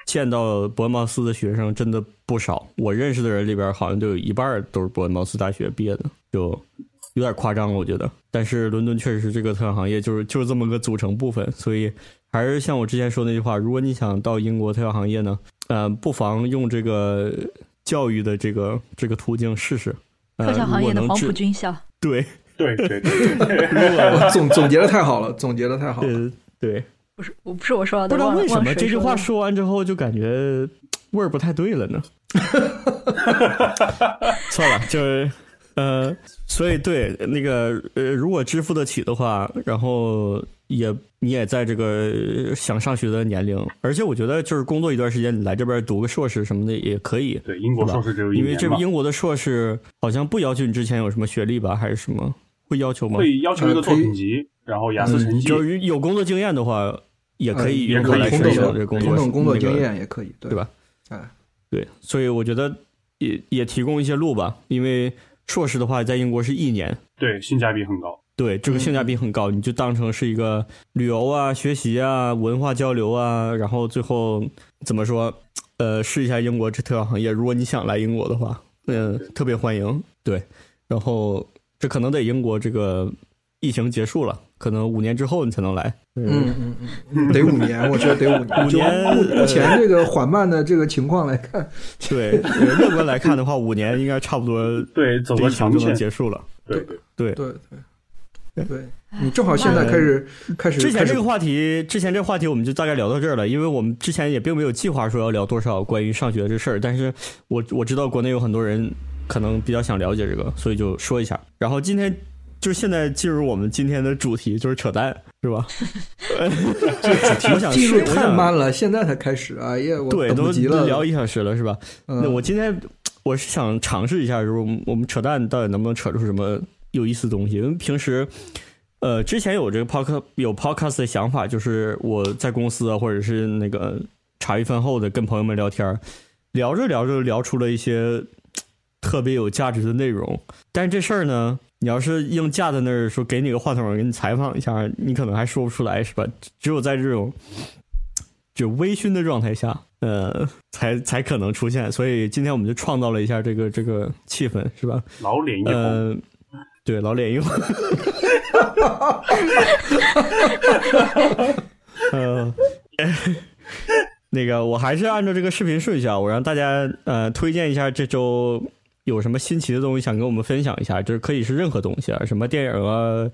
[SPEAKER 1] 见到博茅斯的学生真的不少，我认识的人里边好像就有一半儿都是博茅斯大学毕业的，就有点夸张了，我觉得。但是伦敦确实是这个特效行业，就是就是这么个组成部分，所以还是像我之前说那句话，如果你想到英国特效行业呢，呃，不妨用这个教育的这个这个途径试试。呃、
[SPEAKER 4] 特效行业的
[SPEAKER 1] 如果
[SPEAKER 4] 黄
[SPEAKER 1] 能治
[SPEAKER 4] 埔军校，
[SPEAKER 1] 对，
[SPEAKER 2] 对对对，
[SPEAKER 3] 哇总总结的太好了，总结的太好了，
[SPEAKER 1] 呃，对，
[SPEAKER 4] 不是我不是我说
[SPEAKER 1] 不
[SPEAKER 4] 的，
[SPEAKER 1] 知道
[SPEAKER 4] 忘了
[SPEAKER 1] 为什
[SPEAKER 4] 忘
[SPEAKER 1] 么
[SPEAKER 4] 了谁
[SPEAKER 1] 这句话
[SPEAKER 4] 的
[SPEAKER 1] 说完之后就感觉 (laughs) 呃味儿不太对了呢？算了，就是呃，所以对那个呃，如果支付得起的话，然后也你也在这个想上学的年龄，而且我觉得就是工作一段时间，你来这边读个硕士什么的也可以。
[SPEAKER 2] (laughs) 对，英国硕士只有一
[SPEAKER 1] 因
[SPEAKER 2] 年嘛，
[SPEAKER 1] 为这个英国的硕士好像不要求你之前有什么学历吧，还是什么？会要求吗？
[SPEAKER 2] 会要求一个作品集，然后雅思成绩，
[SPEAKER 1] 嗯就是有工作经验的话，
[SPEAKER 3] 嗯
[SPEAKER 1] 也可以
[SPEAKER 2] 也
[SPEAKER 1] 用
[SPEAKER 2] 可
[SPEAKER 1] 过
[SPEAKER 2] 以
[SPEAKER 1] 来
[SPEAKER 3] 同
[SPEAKER 1] 申
[SPEAKER 3] 等
[SPEAKER 1] 请
[SPEAKER 2] 申
[SPEAKER 1] 这
[SPEAKER 3] 的
[SPEAKER 1] 个工
[SPEAKER 3] 同
[SPEAKER 1] 作
[SPEAKER 3] 等工作
[SPEAKER 1] 那个
[SPEAKER 3] 经验也可以，对
[SPEAKER 1] 对？吧？
[SPEAKER 3] 哎，
[SPEAKER 1] 对，所以我觉得也也提供一些路吧，因为硕士的话在英国是一年，
[SPEAKER 2] 对，性价比很高。
[SPEAKER 1] 对，这个性价比很高，你就当成是一个旅游啊、学习啊、文化交流啊，然后最后怎么说？呃，试一下英国这特效行业，如果你想来英国的话，嗯、特别欢迎。对，然后这可能得英国这个疫情结束了，可能五年之后你才能来。
[SPEAKER 3] 嗯嗯嗯，得五年，我觉得得五年。
[SPEAKER 1] 五
[SPEAKER 3] 就
[SPEAKER 1] 年
[SPEAKER 3] 目目前这个缓慢的这个情况来看，
[SPEAKER 1] 对，呃乐观来看的话，五年应该差不多
[SPEAKER 2] 对，走
[SPEAKER 1] 这
[SPEAKER 2] 个
[SPEAKER 1] 疫情
[SPEAKER 2] 长
[SPEAKER 1] 就能
[SPEAKER 2] 线。
[SPEAKER 1] 结束了。
[SPEAKER 2] 对，
[SPEAKER 1] 对，
[SPEAKER 3] 对对对，你正好现在开始开始
[SPEAKER 1] 哎之前
[SPEAKER 3] 开
[SPEAKER 1] 这
[SPEAKER 3] 始
[SPEAKER 1] 个话题，之前这个话题我们就大概聊到这儿了，因为我们之前也并没有计划说要聊多少关于上学这事儿，但是我我知道国内有很多人可能比较想了解这个，所以就说一下。然后今天就是现在进入我们今天的主题，就是扯淡，是
[SPEAKER 3] (laughs)
[SPEAKER 1] 吧？这主题我想
[SPEAKER 3] 记
[SPEAKER 1] 说，
[SPEAKER 3] 录
[SPEAKER 1] 我
[SPEAKER 3] 太
[SPEAKER 1] 想
[SPEAKER 3] 慢了，现在才开始，哎呀，我
[SPEAKER 1] 对，
[SPEAKER 3] 等
[SPEAKER 1] 都
[SPEAKER 3] 不及了。
[SPEAKER 1] 聊一小时了，是吧？那
[SPEAKER 3] 嗯
[SPEAKER 1] 我今天我是想尝试一下，就是我们我们扯淡到底能不能扯出什么有意思的东西？因为平时，呃，之前有这个 podcast 有 podcast 的想法，就是我在公司啊，或者是那个茶余饭后的跟朋友们聊天儿，聊着聊着聊出了一些嘖特别有价值的内容。但是这事儿呢，你要是硬架在那儿说给你个话筒给你采访一下，你可能还说不出来，是吧？只只有在这种就微醺的状态下，呃，才才可能出现。所以今天我们就创造了一下这个这个气氛，是吧？
[SPEAKER 2] 老脸一红，
[SPEAKER 1] 呃，对，老脸一红。 (laughs) 呃，那个我还是按照这个视频顺序啊，我让大家呃推荐一下这周有什么新奇的东西想跟我们分享一下，就是可以是任何东西啊，什么电影啊，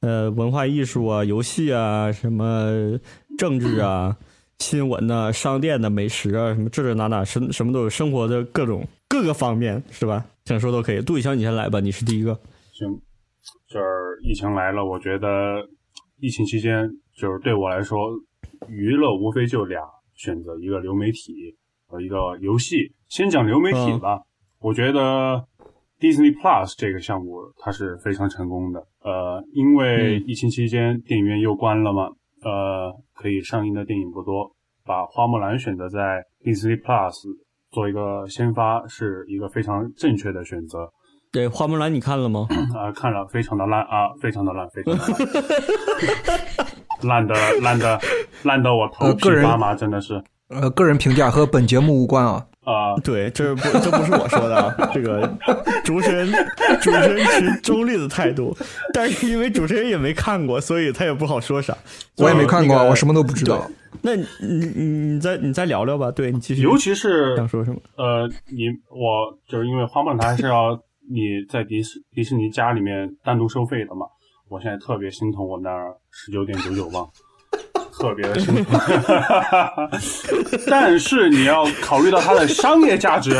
[SPEAKER 1] 呃，文化艺术啊，游戏啊，什么政治啊。新闻呐、商店呐、美食啊，什么这这那那，什什么都有，生活的各种各个方面，是吧？想说都可以。杜宇翔，你先来吧，你是第一个。
[SPEAKER 2] 行，就是疫情来了，我觉得疫情期间就是对我来说，娱乐无非就俩选择，一个流媒体和一个游戏。先讲流媒体吧，我觉得 Disney Plus 这个项目它是非常成功的。呃，因为
[SPEAKER 1] 嗯
[SPEAKER 2] 疫情期间电影院又关了嘛，呃，可以上映的电影不多，把《花木兰》选择在 Disney Plus 做一个先发，是一个非常正确的选择。
[SPEAKER 1] 对，花木兰你看了吗？
[SPEAKER 2] 啊、看了非常的烂啊，非常的烂，非常的烂，烂的烂的烂的我头
[SPEAKER 3] 呃
[SPEAKER 2] 皮
[SPEAKER 3] 个人
[SPEAKER 2] 发麻，真的是
[SPEAKER 3] 呃，个人评价和本节目无关啊。
[SPEAKER 2] 啊、
[SPEAKER 1] (laughs) 对，这不这不是我说的， (laughs) 啊，这个主持人主持人持中立的态度，但是因为主持人也没看过，所以他也不好说啥。
[SPEAKER 3] 我也没看过，啊
[SPEAKER 1] 那个
[SPEAKER 3] 我什么都不知道。
[SPEAKER 1] 那你你你再你再聊聊吧，对你继续。
[SPEAKER 2] 尤其是
[SPEAKER 1] 想说什么？
[SPEAKER 2] 呃，你我就是因为花木兰它还是要你在迪士迪士尼家里面单独收费的嘛，我现在特别心疼我那十九点九九磅，特别的心疼。 (laughs) 但是你要考虑到它的商业价值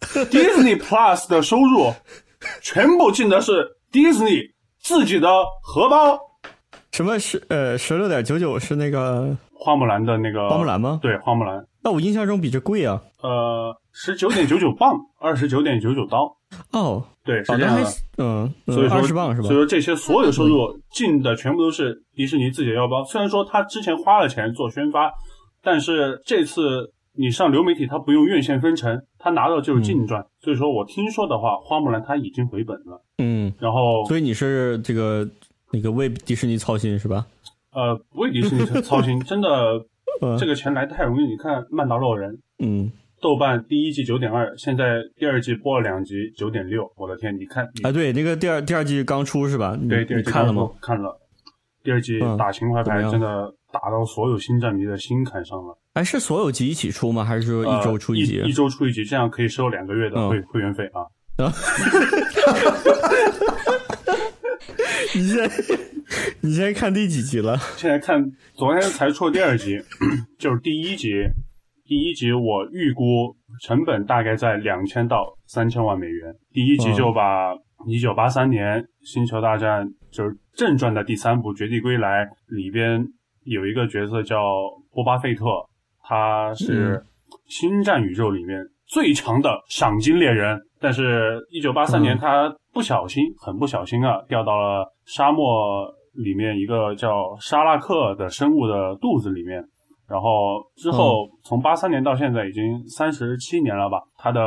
[SPEAKER 2] ，Disney Plus 的收入全部进的是 Disney 自己的荷包。
[SPEAKER 1] 什么是呃十六点九九是那个
[SPEAKER 2] 花木兰的那个
[SPEAKER 1] 花木兰吗？
[SPEAKER 2] 对花木兰，
[SPEAKER 1] 那我印象中比这贵啊。
[SPEAKER 2] 呃，十九点九九磅，二十九点九九刀，
[SPEAKER 1] 哦，
[SPEAKER 2] 对，是
[SPEAKER 1] 好
[SPEAKER 2] 这
[SPEAKER 1] 像
[SPEAKER 2] 样
[SPEAKER 1] 还
[SPEAKER 2] 的。
[SPEAKER 1] 是嗯，
[SPEAKER 2] 所以说
[SPEAKER 1] 二十磅是吧嗯
[SPEAKER 2] 所以？说这些所有收入进的全部都是迪士尼自己的腰包。虽然说他之前花了钱做宣发，但是这次你上流媒体，他不用院线分成，他拿到就是
[SPEAKER 1] 嗯
[SPEAKER 2] 净赚。所以说我听说的话，花木兰他已经回本了。
[SPEAKER 1] 嗯，
[SPEAKER 2] 然后
[SPEAKER 1] 所以你是这个那个为迪士尼操心是吧？
[SPEAKER 2] 呃，不为迪士尼操心，真的
[SPEAKER 1] (laughs) 嗯
[SPEAKER 2] 这个钱来的太容易。你看《曼达洛人》。
[SPEAKER 1] 嗯，
[SPEAKER 2] 豆瓣第一季九点二，现在第二季播了两集，九点六。我的天，你看，你
[SPEAKER 1] 啊，对，那个第二第二季刚出是吧？你
[SPEAKER 2] 对，第
[SPEAKER 1] 嗯你
[SPEAKER 2] 二季
[SPEAKER 1] 看了
[SPEAKER 2] 刚
[SPEAKER 1] 吗
[SPEAKER 2] 出？？看了。第二季
[SPEAKER 1] 嗯
[SPEAKER 2] 打情怀
[SPEAKER 1] 怎么
[SPEAKER 2] 牌
[SPEAKER 1] 样
[SPEAKER 2] 真的打到所有星战迷的心坎上了。
[SPEAKER 1] 哎，是所有集一起出吗？还是说
[SPEAKER 2] 呃
[SPEAKER 1] 一周出
[SPEAKER 2] 一
[SPEAKER 1] 集？
[SPEAKER 2] 一周出一集，这样可以收两个月的
[SPEAKER 1] 嗯
[SPEAKER 2] 会会员费啊。
[SPEAKER 1] (laughs) 你现在你现在看第几集了？
[SPEAKER 2] 现在看，昨天才出了第二集， (clears throat) 就是第一集。第一集我预估成本大概在两千到三千万美元，第一集
[SPEAKER 1] 嗯
[SPEAKER 2] 就把一九八三年《星球大战》就是正传的第三部《绝地归来》里边有一个角色叫波巴费特，他
[SPEAKER 1] 嗯
[SPEAKER 2] 是星战宇宙里面最强的赏金猎人。但是，一九八三年
[SPEAKER 3] 嗯
[SPEAKER 2] 他不小心，很不小心啊，掉到了沙漠里面一个叫沙拉克的生物的肚子里面。然后之后，从八三年到现在已经三十七年了吧，他的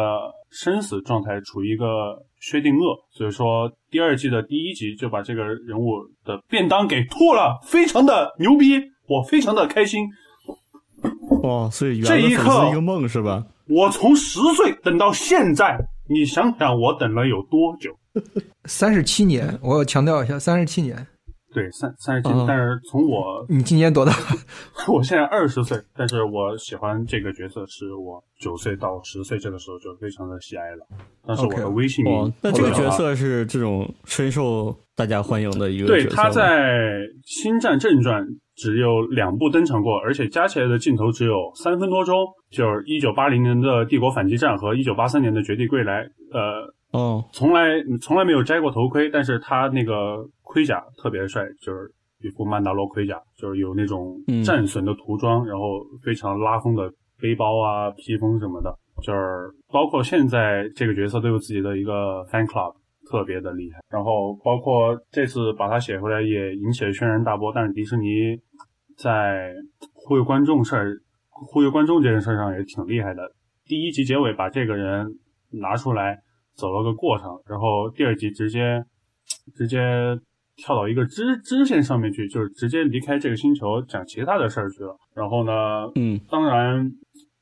[SPEAKER 2] 生死状态处于一个薛定谔，所以说第二季的第一集就把这个人物的便当给吐了，非常的牛逼，我非常的开心。
[SPEAKER 1] 哇，所以圆
[SPEAKER 2] 这
[SPEAKER 1] 了
[SPEAKER 2] 一
[SPEAKER 1] 粉丝
[SPEAKER 2] 刻
[SPEAKER 1] 一个梦是吧？
[SPEAKER 2] 我从十岁等到现在，你想想我等了有多久？
[SPEAKER 3] 三十七年，我强调一下，三十七年。
[SPEAKER 2] 对，三三十七
[SPEAKER 1] 嗯，
[SPEAKER 2] 但是从我 (laughs)
[SPEAKER 3] 你今年
[SPEAKER 1] (laughs)
[SPEAKER 3] 多大？
[SPEAKER 2] 我现在二十岁，但是我喜欢这个角色是我九岁到十岁这个时候就非常的喜爱了。但是我的
[SPEAKER 3] OK
[SPEAKER 2] 微信名
[SPEAKER 1] 哇，哦那这个
[SPEAKER 2] 不了
[SPEAKER 1] 角
[SPEAKER 2] 啊
[SPEAKER 1] 色是这种深受大家欢迎的一个
[SPEAKER 2] 对
[SPEAKER 1] 角色
[SPEAKER 2] 他
[SPEAKER 1] 吗
[SPEAKER 2] 在《星战正传》只有两部登场过，而且加起来的镜头只有三分多钟，就是一九八零年的《帝国反击战》和一九八三年的《绝地归来》。呃，
[SPEAKER 1] 哦，
[SPEAKER 2] 从来从来没有摘过头盔，但是他那个盔甲特别帅，就是一副曼达洛盔甲，就是有那种
[SPEAKER 1] 嗯
[SPEAKER 2] 战损的涂装，然后非常拉风的背包啊、披风什么的，就是包括现在这个角色都有自己的一个 fan club。特别的厉害，然后包括这次把它写回来也引起了轩然大波，但是迪士尼在忽悠观众事儿、忽悠观众这件事儿上也挺厉害的。第一集结尾把这个人拿出来走了个过场，然后第二集直接直接跳到一个支支线上面去，就是直接离开这个星球讲其他的事儿去了。然后呢，
[SPEAKER 1] 嗯，
[SPEAKER 2] 当然，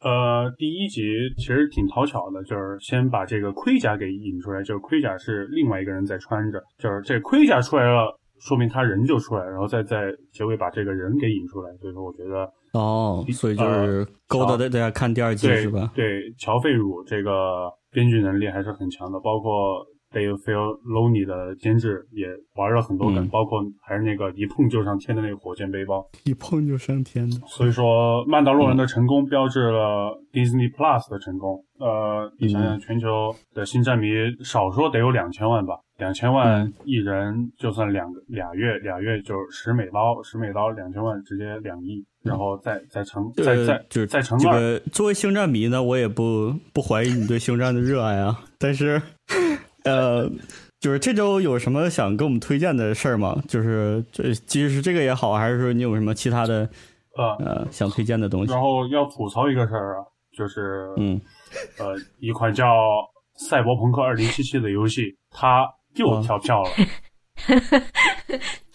[SPEAKER 2] 呃，第一集其实挺讨巧的，就是先把这个盔甲给引出来，就是盔甲是另外一个人在穿着，就是这盔甲出来了，说明他人就出来，然后再在结尾把这个人给引出来。所以说，我觉得
[SPEAKER 1] 哦，所以就
[SPEAKER 2] 呃
[SPEAKER 1] 是勾搭大家看第二季
[SPEAKER 2] 对
[SPEAKER 1] 是吧？
[SPEAKER 2] 对，乔费鲁这个编剧能力还是很强的，包括 Dave Filoni 的监制也玩了很多梗，
[SPEAKER 1] 嗯
[SPEAKER 2] 包括还是那个一碰就上天的那个火箭背包。
[SPEAKER 1] 一碰就上天的，
[SPEAKER 2] 所以说，《曼达洛人》的成功标志了 Disney Plus 的成功。呃，
[SPEAKER 1] 嗯
[SPEAKER 2] 你想想，全球的新战迷少说得有两千万吧，两千万
[SPEAKER 1] 嗯
[SPEAKER 2] 一人就算两个俩月，俩月就是十美刀，十美刀两千万直接两亿，然后再再乘再
[SPEAKER 1] 呃
[SPEAKER 2] 再
[SPEAKER 1] 嗯就是
[SPEAKER 2] 再乘
[SPEAKER 1] 这
[SPEAKER 2] 二，
[SPEAKER 1] 个作为星战迷呢，我也不不怀疑你对星战的热爱啊，但是，呃，就是这周有什么想跟我们推荐的事儿吗？就是这，即使是这个也好，还是说你有什么其他的
[SPEAKER 2] 呃，
[SPEAKER 1] 呃想推荐的东西
[SPEAKER 2] 然？后要吐槽一个事儿啊，就是、
[SPEAKER 1] 嗯，
[SPEAKER 2] 呃，一款叫《赛博朋克2077》的游戏，它又
[SPEAKER 1] 啊
[SPEAKER 2] 跳票了，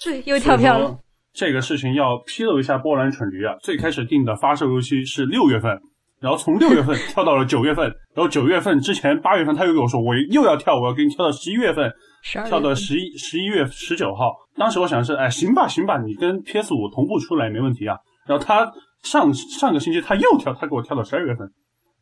[SPEAKER 4] 对，又跳票了。。
[SPEAKER 2] 这个事情要披露一下波兰蠢驴啊！最开始定的发售日期是六月份，然后从六月
[SPEAKER 4] (laughs)
[SPEAKER 2] 份跳到了九月份，然后九月份之前八月份他又跟我说我又要跳，我要给你跳到十一月份，
[SPEAKER 4] 十二
[SPEAKER 2] 跳到十一十一月十九号。当时我想是，哎，行吧，行吧，你跟 PS 五同步出来没问题啊。然后他上上个星期他又跳，他给我跳到十二月份，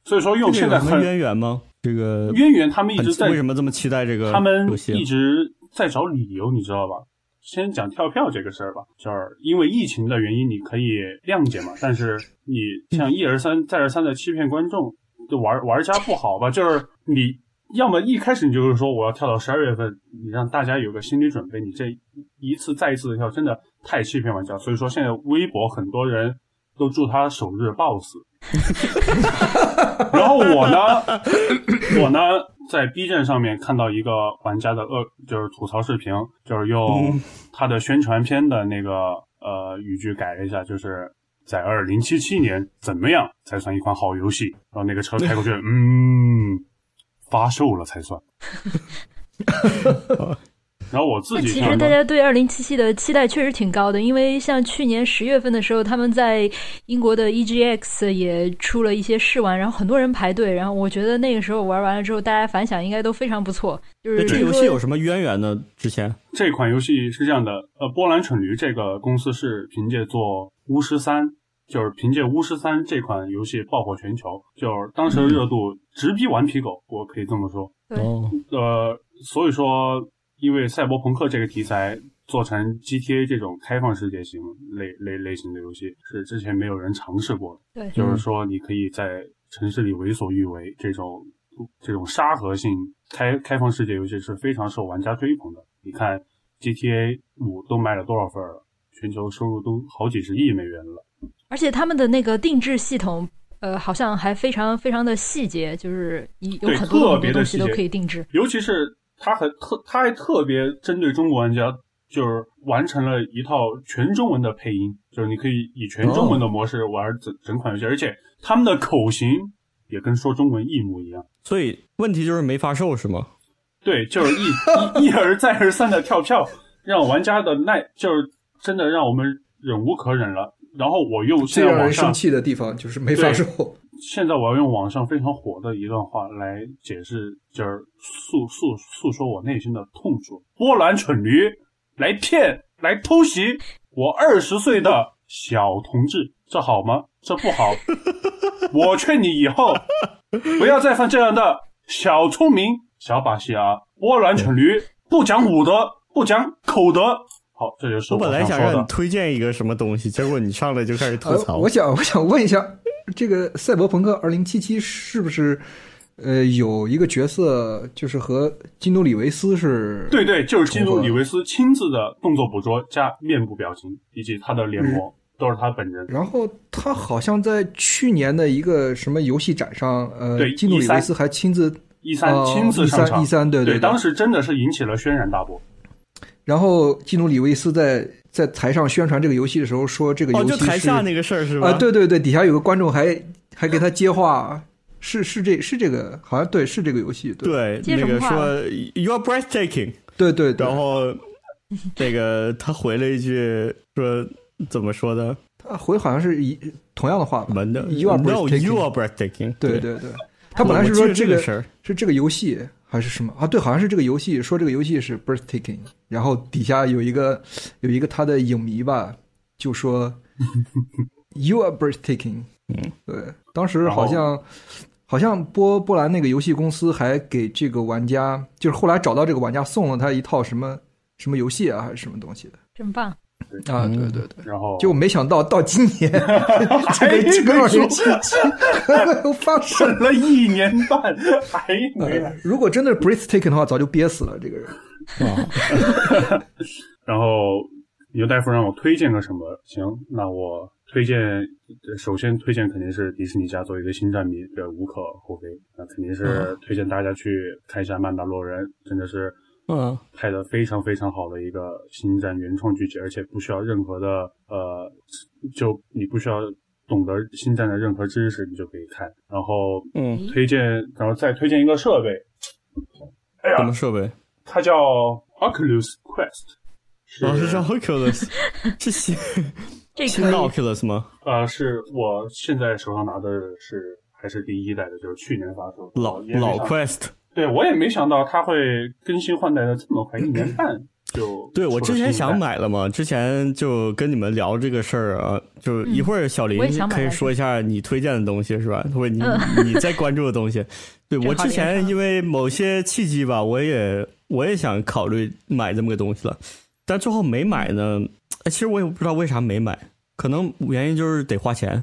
[SPEAKER 2] 所以说用
[SPEAKER 1] 这
[SPEAKER 2] 现
[SPEAKER 1] 个
[SPEAKER 2] 在
[SPEAKER 1] 有什么
[SPEAKER 2] 很
[SPEAKER 1] 渊源吗？这个
[SPEAKER 2] 渊源，他们一
[SPEAKER 1] 很
[SPEAKER 2] 直在
[SPEAKER 1] 为什么这么期待这个
[SPEAKER 2] 他们
[SPEAKER 1] 游戏？
[SPEAKER 2] 一直在找理由，你知道吧？先讲跳票这个事儿吧，就是因为疫情的原因，你可以谅解嘛。但是你
[SPEAKER 1] 嗯
[SPEAKER 2] 像一而三、再而三的欺骗观众，就玩玩家不好吧？就是你要么一开始你就是说我要跳到十二月份，你让大家有个心理准备，你这一次再一次的跳，真的太欺骗玩家。所以说现在微博很多人都祝他首日暴死。然后我呢，我呢在 B 站上面看到一个玩家的恶，就是吐槽视频，就是用他的宣传片的那个呃语句改了一下，就是在二零七七年怎么样才算一款好游戏？然后那个车开过去，嗯，发售了才算。然后我自
[SPEAKER 4] 那
[SPEAKER 2] 己
[SPEAKER 4] 其
[SPEAKER 2] 看
[SPEAKER 4] 实
[SPEAKER 2] 了
[SPEAKER 4] 大家对二零七七的期待确实挺高的，因为像去年十月份的时候，他们在英国的 EGX 也出了一些试玩，然后很多人排队，然后我觉得那个时候玩完了之后，大家反响应该都非常不错。就是
[SPEAKER 1] 那这游戏
[SPEAKER 4] 听
[SPEAKER 1] 有
[SPEAKER 4] 说
[SPEAKER 1] 什么渊源呢？之前
[SPEAKER 2] 这款游戏是这样的，呃，波兰蠢驴这个公司是凭借做《巫师三》，就是凭借《巫师三》这款游戏爆火全球，就是当时的热度直逼《顽皮狗》，我可以这么说。
[SPEAKER 4] 对
[SPEAKER 1] 哦，
[SPEAKER 2] 呃，所以说，因为赛博朋克这个题材做成 GTA 这种开放世界型类类类型的游戏，是之前没有人尝试过的。
[SPEAKER 4] 对
[SPEAKER 1] 嗯
[SPEAKER 2] 就是说你可以在城市里为所欲为，这种这种沙盒性开开放世界游戏是非常受玩家追捧的。你看 GTA 五都卖了多少份儿了，全球收入都好几十亿美元了。
[SPEAKER 4] 而且他们的那个定制系统，呃，好像还非常非常的细节，就是有
[SPEAKER 2] 对
[SPEAKER 4] 很多
[SPEAKER 2] 特
[SPEAKER 4] 很
[SPEAKER 2] 别
[SPEAKER 4] 多
[SPEAKER 2] 的
[SPEAKER 4] 东
[SPEAKER 2] 细
[SPEAKER 4] 西
[SPEAKER 2] 节
[SPEAKER 4] 都可以定制。
[SPEAKER 2] 尤其是他很特，他还特别针对中国玩家，就是完成了一套全中文的配音，就是你可以以全中文的模式玩整、整款游戏，而且他们的口型也跟说中文一模一样。
[SPEAKER 1] 所以问题就是没发售是吗？
[SPEAKER 2] 对，就是一一一而再而三的跳票，让玩家的耐，就是真的让我们忍无可忍了。然后我用
[SPEAKER 3] 最
[SPEAKER 2] 现在
[SPEAKER 3] 让
[SPEAKER 2] 网
[SPEAKER 3] 人生
[SPEAKER 2] 上，
[SPEAKER 3] 气的地方就是没
[SPEAKER 2] 对
[SPEAKER 3] 发售。
[SPEAKER 2] 现在我要用网上非常火的一段话来解释，就是诉诉诉说我内心的痛楚。波兰蠢驴来骗来偷袭我二十岁的小同志，这好吗？这不好。我劝你以后不要再犯这样的小聪明、小把戏啊！波兰蠢驴不讲武德，不讲口德。好，这就是
[SPEAKER 1] 我本来
[SPEAKER 2] 想
[SPEAKER 1] 想
[SPEAKER 2] 说
[SPEAKER 1] 让你
[SPEAKER 2] 的。
[SPEAKER 1] 推荐一个什么东西，结果你上来就开始吐槽。
[SPEAKER 3] 呃。我想，我想问一下，这个《赛博朋克2077》是不是呃有一个角色就是和基努里维斯是？
[SPEAKER 2] 对对，就是基努
[SPEAKER 3] 重合
[SPEAKER 2] 里维斯亲自的动作捕捉加面部表情，以及他的脸模、都是他本人。
[SPEAKER 3] 然后他好像在去年的一个什么游戏展上，呃
[SPEAKER 2] 对，
[SPEAKER 3] 基努里
[SPEAKER 2] E3
[SPEAKER 3] 维斯还亲自
[SPEAKER 2] 一三
[SPEAKER 3] 哦
[SPEAKER 2] 亲自上场，
[SPEAKER 3] E3 E3 对对对
[SPEAKER 2] 当时真的是引起了轩然大波。
[SPEAKER 3] 然后基努里维斯在在台上宣传这个游戏的时候说，这个
[SPEAKER 1] 哦，
[SPEAKER 3] 游戏
[SPEAKER 1] 就是台下那个事儿是吧？
[SPEAKER 3] 啊，对对对，底下有个观众还还给他接话，是是这是这个，好像对是这个游戏，对
[SPEAKER 1] 对，
[SPEAKER 4] 接
[SPEAKER 1] 那
[SPEAKER 4] 什
[SPEAKER 1] 个
[SPEAKER 4] 么话
[SPEAKER 1] 说 You're
[SPEAKER 3] (laughs)
[SPEAKER 1] breathtaking，
[SPEAKER 3] 对对对，
[SPEAKER 1] 然后那个他回了一句说怎么说的？
[SPEAKER 3] 他回好像是一同样的话吧
[SPEAKER 1] 门的
[SPEAKER 3] You are
[SPEAKER 1] No
[SPEAKER 3] breathtaking
[SPEAKER 1] you are breathtaking，
[SPEAKER 3] 对
[SPEAKER 1] 对，
[SPEAKER 3] 对对，他本来是说
[SPEAKER 1] 我记得
[SPEAKER 3] 这
[SPEAKER 1] 这
[SPEAKER 3] 个
[SPEAKER 1] 事儿，
[SPEAKER 3] 是这个游戏还是什么啊？对，好像是这个游戏，说这个游戏是 breathtaking，然后底下有一个有一个他的影迷吧，就
[SPEAKER 1] (laughs)
[SPEAKER 3] 说 You are breathtaking。
[SPEAKER 1] 嗯，
[SPEAKER 3] 对，当时好像好像波波兰那个游戏公司还给这个玩家，就是后来找到这个玩家送了他一套什么什么游戏啊，还是什么东西
[SPEAKER 4] 真棒！
[SPEAKER 3] 的啊？
[SPEAKER 1] 嗯
[SPEAKER 3] 对对对。
[SPEAKER 2] 然后
[SPEAKER 3] 就没想到到今
[SPEAKER 1] (laughs)
[SPEAKER 3] 年，这
[SPEAKER 1] 哎
[SPEAKER 2] 还
[SPEAKER 3] 个这个
[SPEAKER 2] 没
[SPEAKER 3] 二
[SPEAKER 2] 说
[SPEAKER 3] 零七七还 (laughs) 没有发生，
[SPEAKER 2] (laughs) 等了一年半，还没来。
[SPEAKER 3] 如果真的是 breath taken 的话，早就憋死了这个人。
[SPEAKER 2] 然后牛大夫让我推荐个什么？行，那我推荐，呃首先推荐肯定是迪士尼家作为一个星战迷，这无可厚非。那肯定是推荐大家去看一下《曼达洛人》，真的是
[SPEAKER 1] 嗯，
[SPEAKER 2] 拍的非常非常好的一个星战原创剧集，而且不需要任何的呃，就你不需要懂得星战的任何知识，你就可以看。然后，
[SPEAKER 1] 嗯，
[SPEAKER 2] 推荐，然后再推荐一个设备，
[SPEAKER 1] 什么设备？
[SPEAKER 2] 它叫 Oculus Quest，是、
[SPEAKER 1] 老师上 Oculus，是新
[SPEAKER 4] 这
[SPEAKER 1] 新
[SPEAKER 4] 可以
[SPEAKER 1] 的 Oculus 吗？
[SPEAKER 2] 呃，是我现在手上拿的是还是第一代的，就是去年发售的
[SPEAKER 1] 老
[SPEAKER 2] 我也没想
[SPEAKER 1] 老 Quest，
[SPEAKER 2] 对我也没想到它会更新换代的这么快，一年半
[SPEAKER 1] (clears throat)
[SPEAKER 2] 就
[SPEAKER 1] 对
[SPEAKER 2] 出
[SPEAKER 1] 我
[SPEAKER 2] 了
[SPEAKER 1] 之
[SPEAKER 2] 新
[SPEAKER 1] 前
[SPEAKER 2] 一代
[SPEAKER 1] 想买了嘛，之前就跟你们聊这个事儿啊，就一会儿小林
[SPEAKER 4] 我也想买
[SPEAKER 1] 可以
[SPEAKER 4] 来着
[SPEAKER 1] 说一下你推荐的东西是吧？或者你 (laughs) 你在关注的东西。对
[SPEAKER 4] 正
[SPEAKER 1] 我
[SPEAKER 4] 好
[SPEAKER 1] 之
[SPEAKER 4] 连
[SPEAKER 1] 前
[SPEAKER 4] 上
[SPEAKER 1] 因为某些契机吧，我也我也想考虑买这么个东西了，但最后没买呢。哎其实我也不知道为啥没买，可能原因就是得花
[SPEAKER 4] (laughs)
[SPEAKER 1] 钱，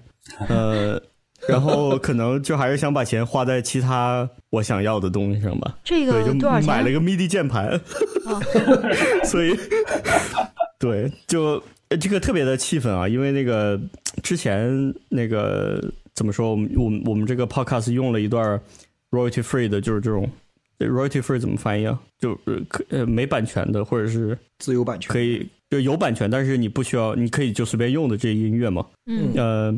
[SPEAKER 1] 呃，然后可能就还是想把钱花在其他我想要的东西上吧。
[SPEAKER 4] 这个
[SPEAKER 1] 对，就
[SPEAKER 4] 多少钱？哦
[SPEAKER 1] 买了个 MIDI 键盘， (laughs) 所以对，就呃这个特别的气愤啊，因为那个之前那个怎么说，我们我们我们这个 podcast 用了一段 royalty free 的，就是这种呃 royalty free 怎么翻译啊？就呃可呃没版权的，或者是
[SPEAKER 3] 自由版权
[SPEAKER 1] 可以就有版权，但是你不需要，你可以就随便用的这音乐嘛。
[SPEAKER 4] 嗯，
[SPEAKER 1] 呃，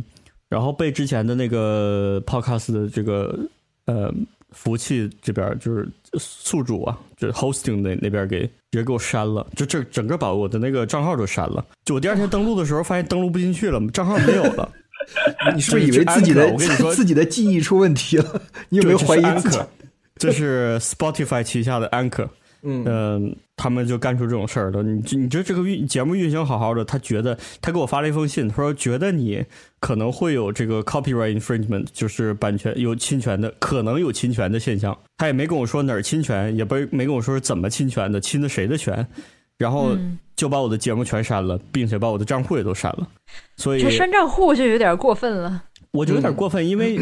[SPEAKER 1] 然后被之前的那个呃 Podcast 的这个呃服务器这边儿啊就是宿主啊，就是 Hosting 那那边儿给直接给我删了，就这整个把我的那个账号都删了。就我第二天登录的时候，发现登录不进去了，账号没有了。
[SPEAKER 3] (laughs) 你是不是以为自己
[SPEAKER 1] 这是安可
[SPEAKER 3] 的
[SPEAKER 1] 我跟你说
[SPEAKER 3] (laughs) 自己的记忆出问题
[SPEAKER 1] (laughs)
[SPEAKER 3] 了？你有没有怀疑自己？
[SPEAKER 1] 这是 Spotify 旗下的 Anchor，
[SPEAKER 3] 嗯，
[SPEAKER 1] 嗯、他们就干出这种事儿了。你这你这这个运节目运行好好的，他觉得他给我发了一封信，他说觉得你可能会有这个 copyright infringement，就是版权有侵权的，可能有侵权的现象。他也没跟我说哪儿侵权，也不没跟我说是怎么侵权的，侵的谁的权，然后
[SPEAKER 4] 嗯
[SPEAKER 1] 就把我的节目全删了，并且把我的账户也都删了。所以
[SPEAKER 4] 这删账户就有点过分了。
[SPEAKER 1] 我就有点过分，因为。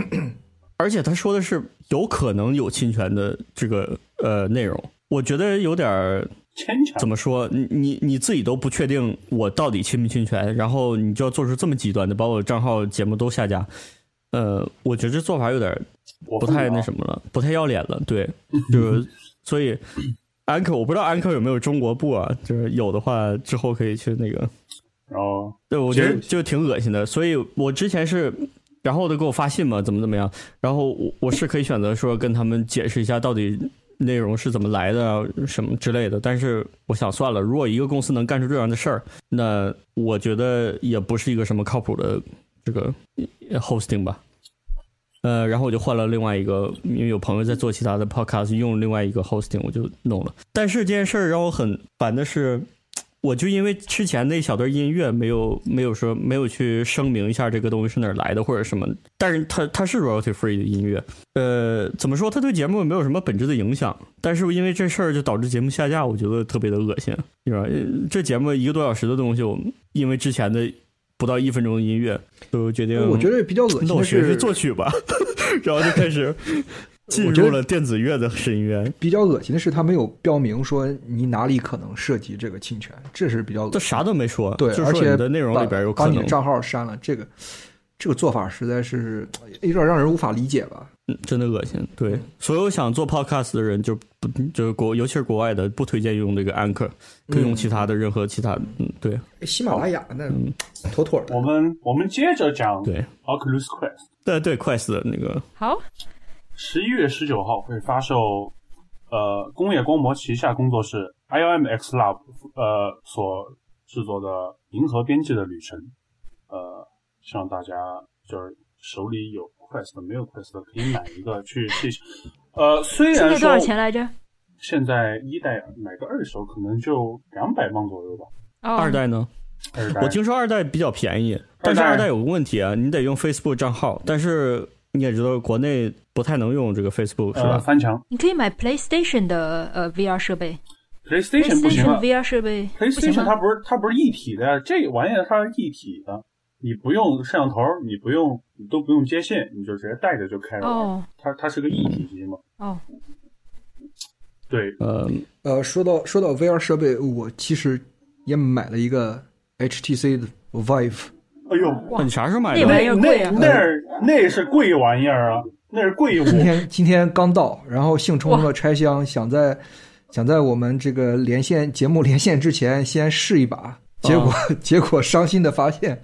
[SPEAKER 1] 而且他说的是有可能有侵权的这个呃内容，我觉得有点儿
[SPEAKER 2] 牵强
[SPEAKER 1] 怎么说？你你你自己都不确定我到底侵不侵权，然后你就要做出这么极端的，把我账号、节目都下架，呃，我觉得这做法有点
[SPEAKER 2] 我
[SPEAKER 1] 不太
[SPEAKER 2] 懂啊
[SPEAKER 1] 那什么了，不太要脸了。对，就是所以安可我不知道安可有没有中国部啊，就是有的话之后可以去那个。
[SPEAKER 2] 然后
[SPEAKER 1] 对，我觉得
[SPEAKER 2] 其实
[SPEAKER 1] 就挺恶心的。所以我之前是，然后他给我发信嘛，怎么怎么样，然后我我是可以选择说跟他们解释一下到底内容是怎么来的啊什么之类的。但是我想算了，如果一个公司能干出这样的事儿，那我觉得也不是一个什么靠谱的这个呃 hosting 吧。呃，然后我就换了另外一个，因为有朋友在做其他的 podcast，用另外一个 hosting，我就弄了。但是这件事儿让我很烦的是，我就因为之前那小段音乐没有没有说没有去声明一下这个东西是哪儿来的或者什么，但是它它是 royalty free 的音乐，呃，怎么说它对节目没有什么本质的影响，但是因为这事儿就导致节目下架，我觉得特别的恶心，你知道吧，呃这节目一个多小时的东西，我因为之前的不到一分钟的音乐，就决定
[SPEAKER 3] 我觉得比较恶
[SPEAKER 1] 那
[SPEAKER 3] 心
[SPEAKER 1] 我
[SPEAKER 3] 的
[SPEAKER 1] 学学
[SPEAKER 3] 是，
[SPEAKER 1] 作曲吧， (laughs) 然后就开始进入了电子乐的深渊。
[SPEAKER 3] 比较恶心的是他没有标明说你哪里可能涉及这个侵权，这是比较恶
[SPEAKER 1] 这
[SPEAKER 3] 心。
[SPEAKER 1] 啥都没说，
[SPEAKER 3] 对，
[SPEAKER 1] 就
[SPEAKER 3] 而
[SPEAKER 1] 说
[SPEAKER 3] 且
[SPEAKER 1] 你的内容里边有
[SPEAKER 3] 把
[SPEAKER 1] 可
[SPEAKER 3] 把你
[SPEAKER 1] 能
[SPEAKER 3] 的，账号删了，这个这个做法实在是哎有点让人无法理解吧。
[SPEAKER 1] 嗯真的恶心。对，
[SPEAKER 2] 嗯
[SPEAKER 1] 所有想做 podcast 的人就不就是国，尤其是国外的，不推荐用这个 Anchor，可以
[SPEAKER 2] 嗯
[SPEAKER 1] 用其他的任何其他，嗯，对
[SPEAKER 3] 喜马拉雅那妥妥的
[SPEAKER 2] 我，们我们接着讲
[SPEAKER 1] 对
[SPEAKER 2] Oculus Quest，
[SPEAKER 1] 对对，Quest 的那个
[SPEAKER 4] 好，
[SPEAKER 2] 十一月十九号会发售，呃，工业光魔旗下工作室 IOMX Lab 呃所制作的《银河边际的旅程》，呃，希望大家就是手里有 Quest 没有 Quest 的可以买一个去试一下。呃，虽
[SPEAKER 4] 现
[SPEAKER 2] 然
[SPEAKER 4] 在
[SPEAKER 2] 说
[SPEAKER 4] 多少钱来着？
[SPEAKER 2] 现在一代买个二手可能就两百磅左右吧，
[SPEAKER 4] 哦，
[SPEAKER 1] 二代呢，
[SPEAKER 2] 二代
[SPEAKER 1] 我听说二代比较便宜，但是
[SPEAKER 2] 二代
[SPEAKER 1] 二代有个问题啊，你得用 Facebook 账号，但是你也知道国内不太能用这个 Facebook 是
[SPEAKER 2] 呃
[SPEAKER 1] 吧？
[SPEAKER 2] 翻墙
[SPEAKER 4] 你可以买 PlayStation 的呃 VR 设备
[SPEAKER 2] PlayStation 不行了啊
[SPEAKER 4] VR 设备不行
[SPEAKER 2] PlayStation 它
[SPEAKER 4] 吗？
[SPEAKER 2] 不是它不是一体的，这玩意儿它是一体的，你不用摄像头，你不用你都不用接线，你就直接带着就开了。
[SPEAKER 4] 哦
[SPEAKER 2] 它它是个一体机嘛？
[SPEAKER 4] 哦，
[SPEAKER 2] 对，
[SPEAKER 1] 呃，
[SPEAKER 3] 呃，说到说到 VR 设备，我其实也买了一个 HTC 的 Vive，
[SPEAKER 2] 哎呦，
[SPEAKER 1] 那你啥时候买
[SPEAKER 4] 那玩
[SPEAKER 1] 的？
[SPEAKER 4] 意儿贵
[SPEAKER 2] 哎那
[SPEAKER 4] 啊
[SPEAKER 2] 那那是贵玩意儿啊，那是贵物。
[SPEAKER 3] 今天今天刚到，然后兴冲冲的拆箱，想在想在我们这个连线节目连线之前先试一把，结果、 (laughs) 结果伤心的发现，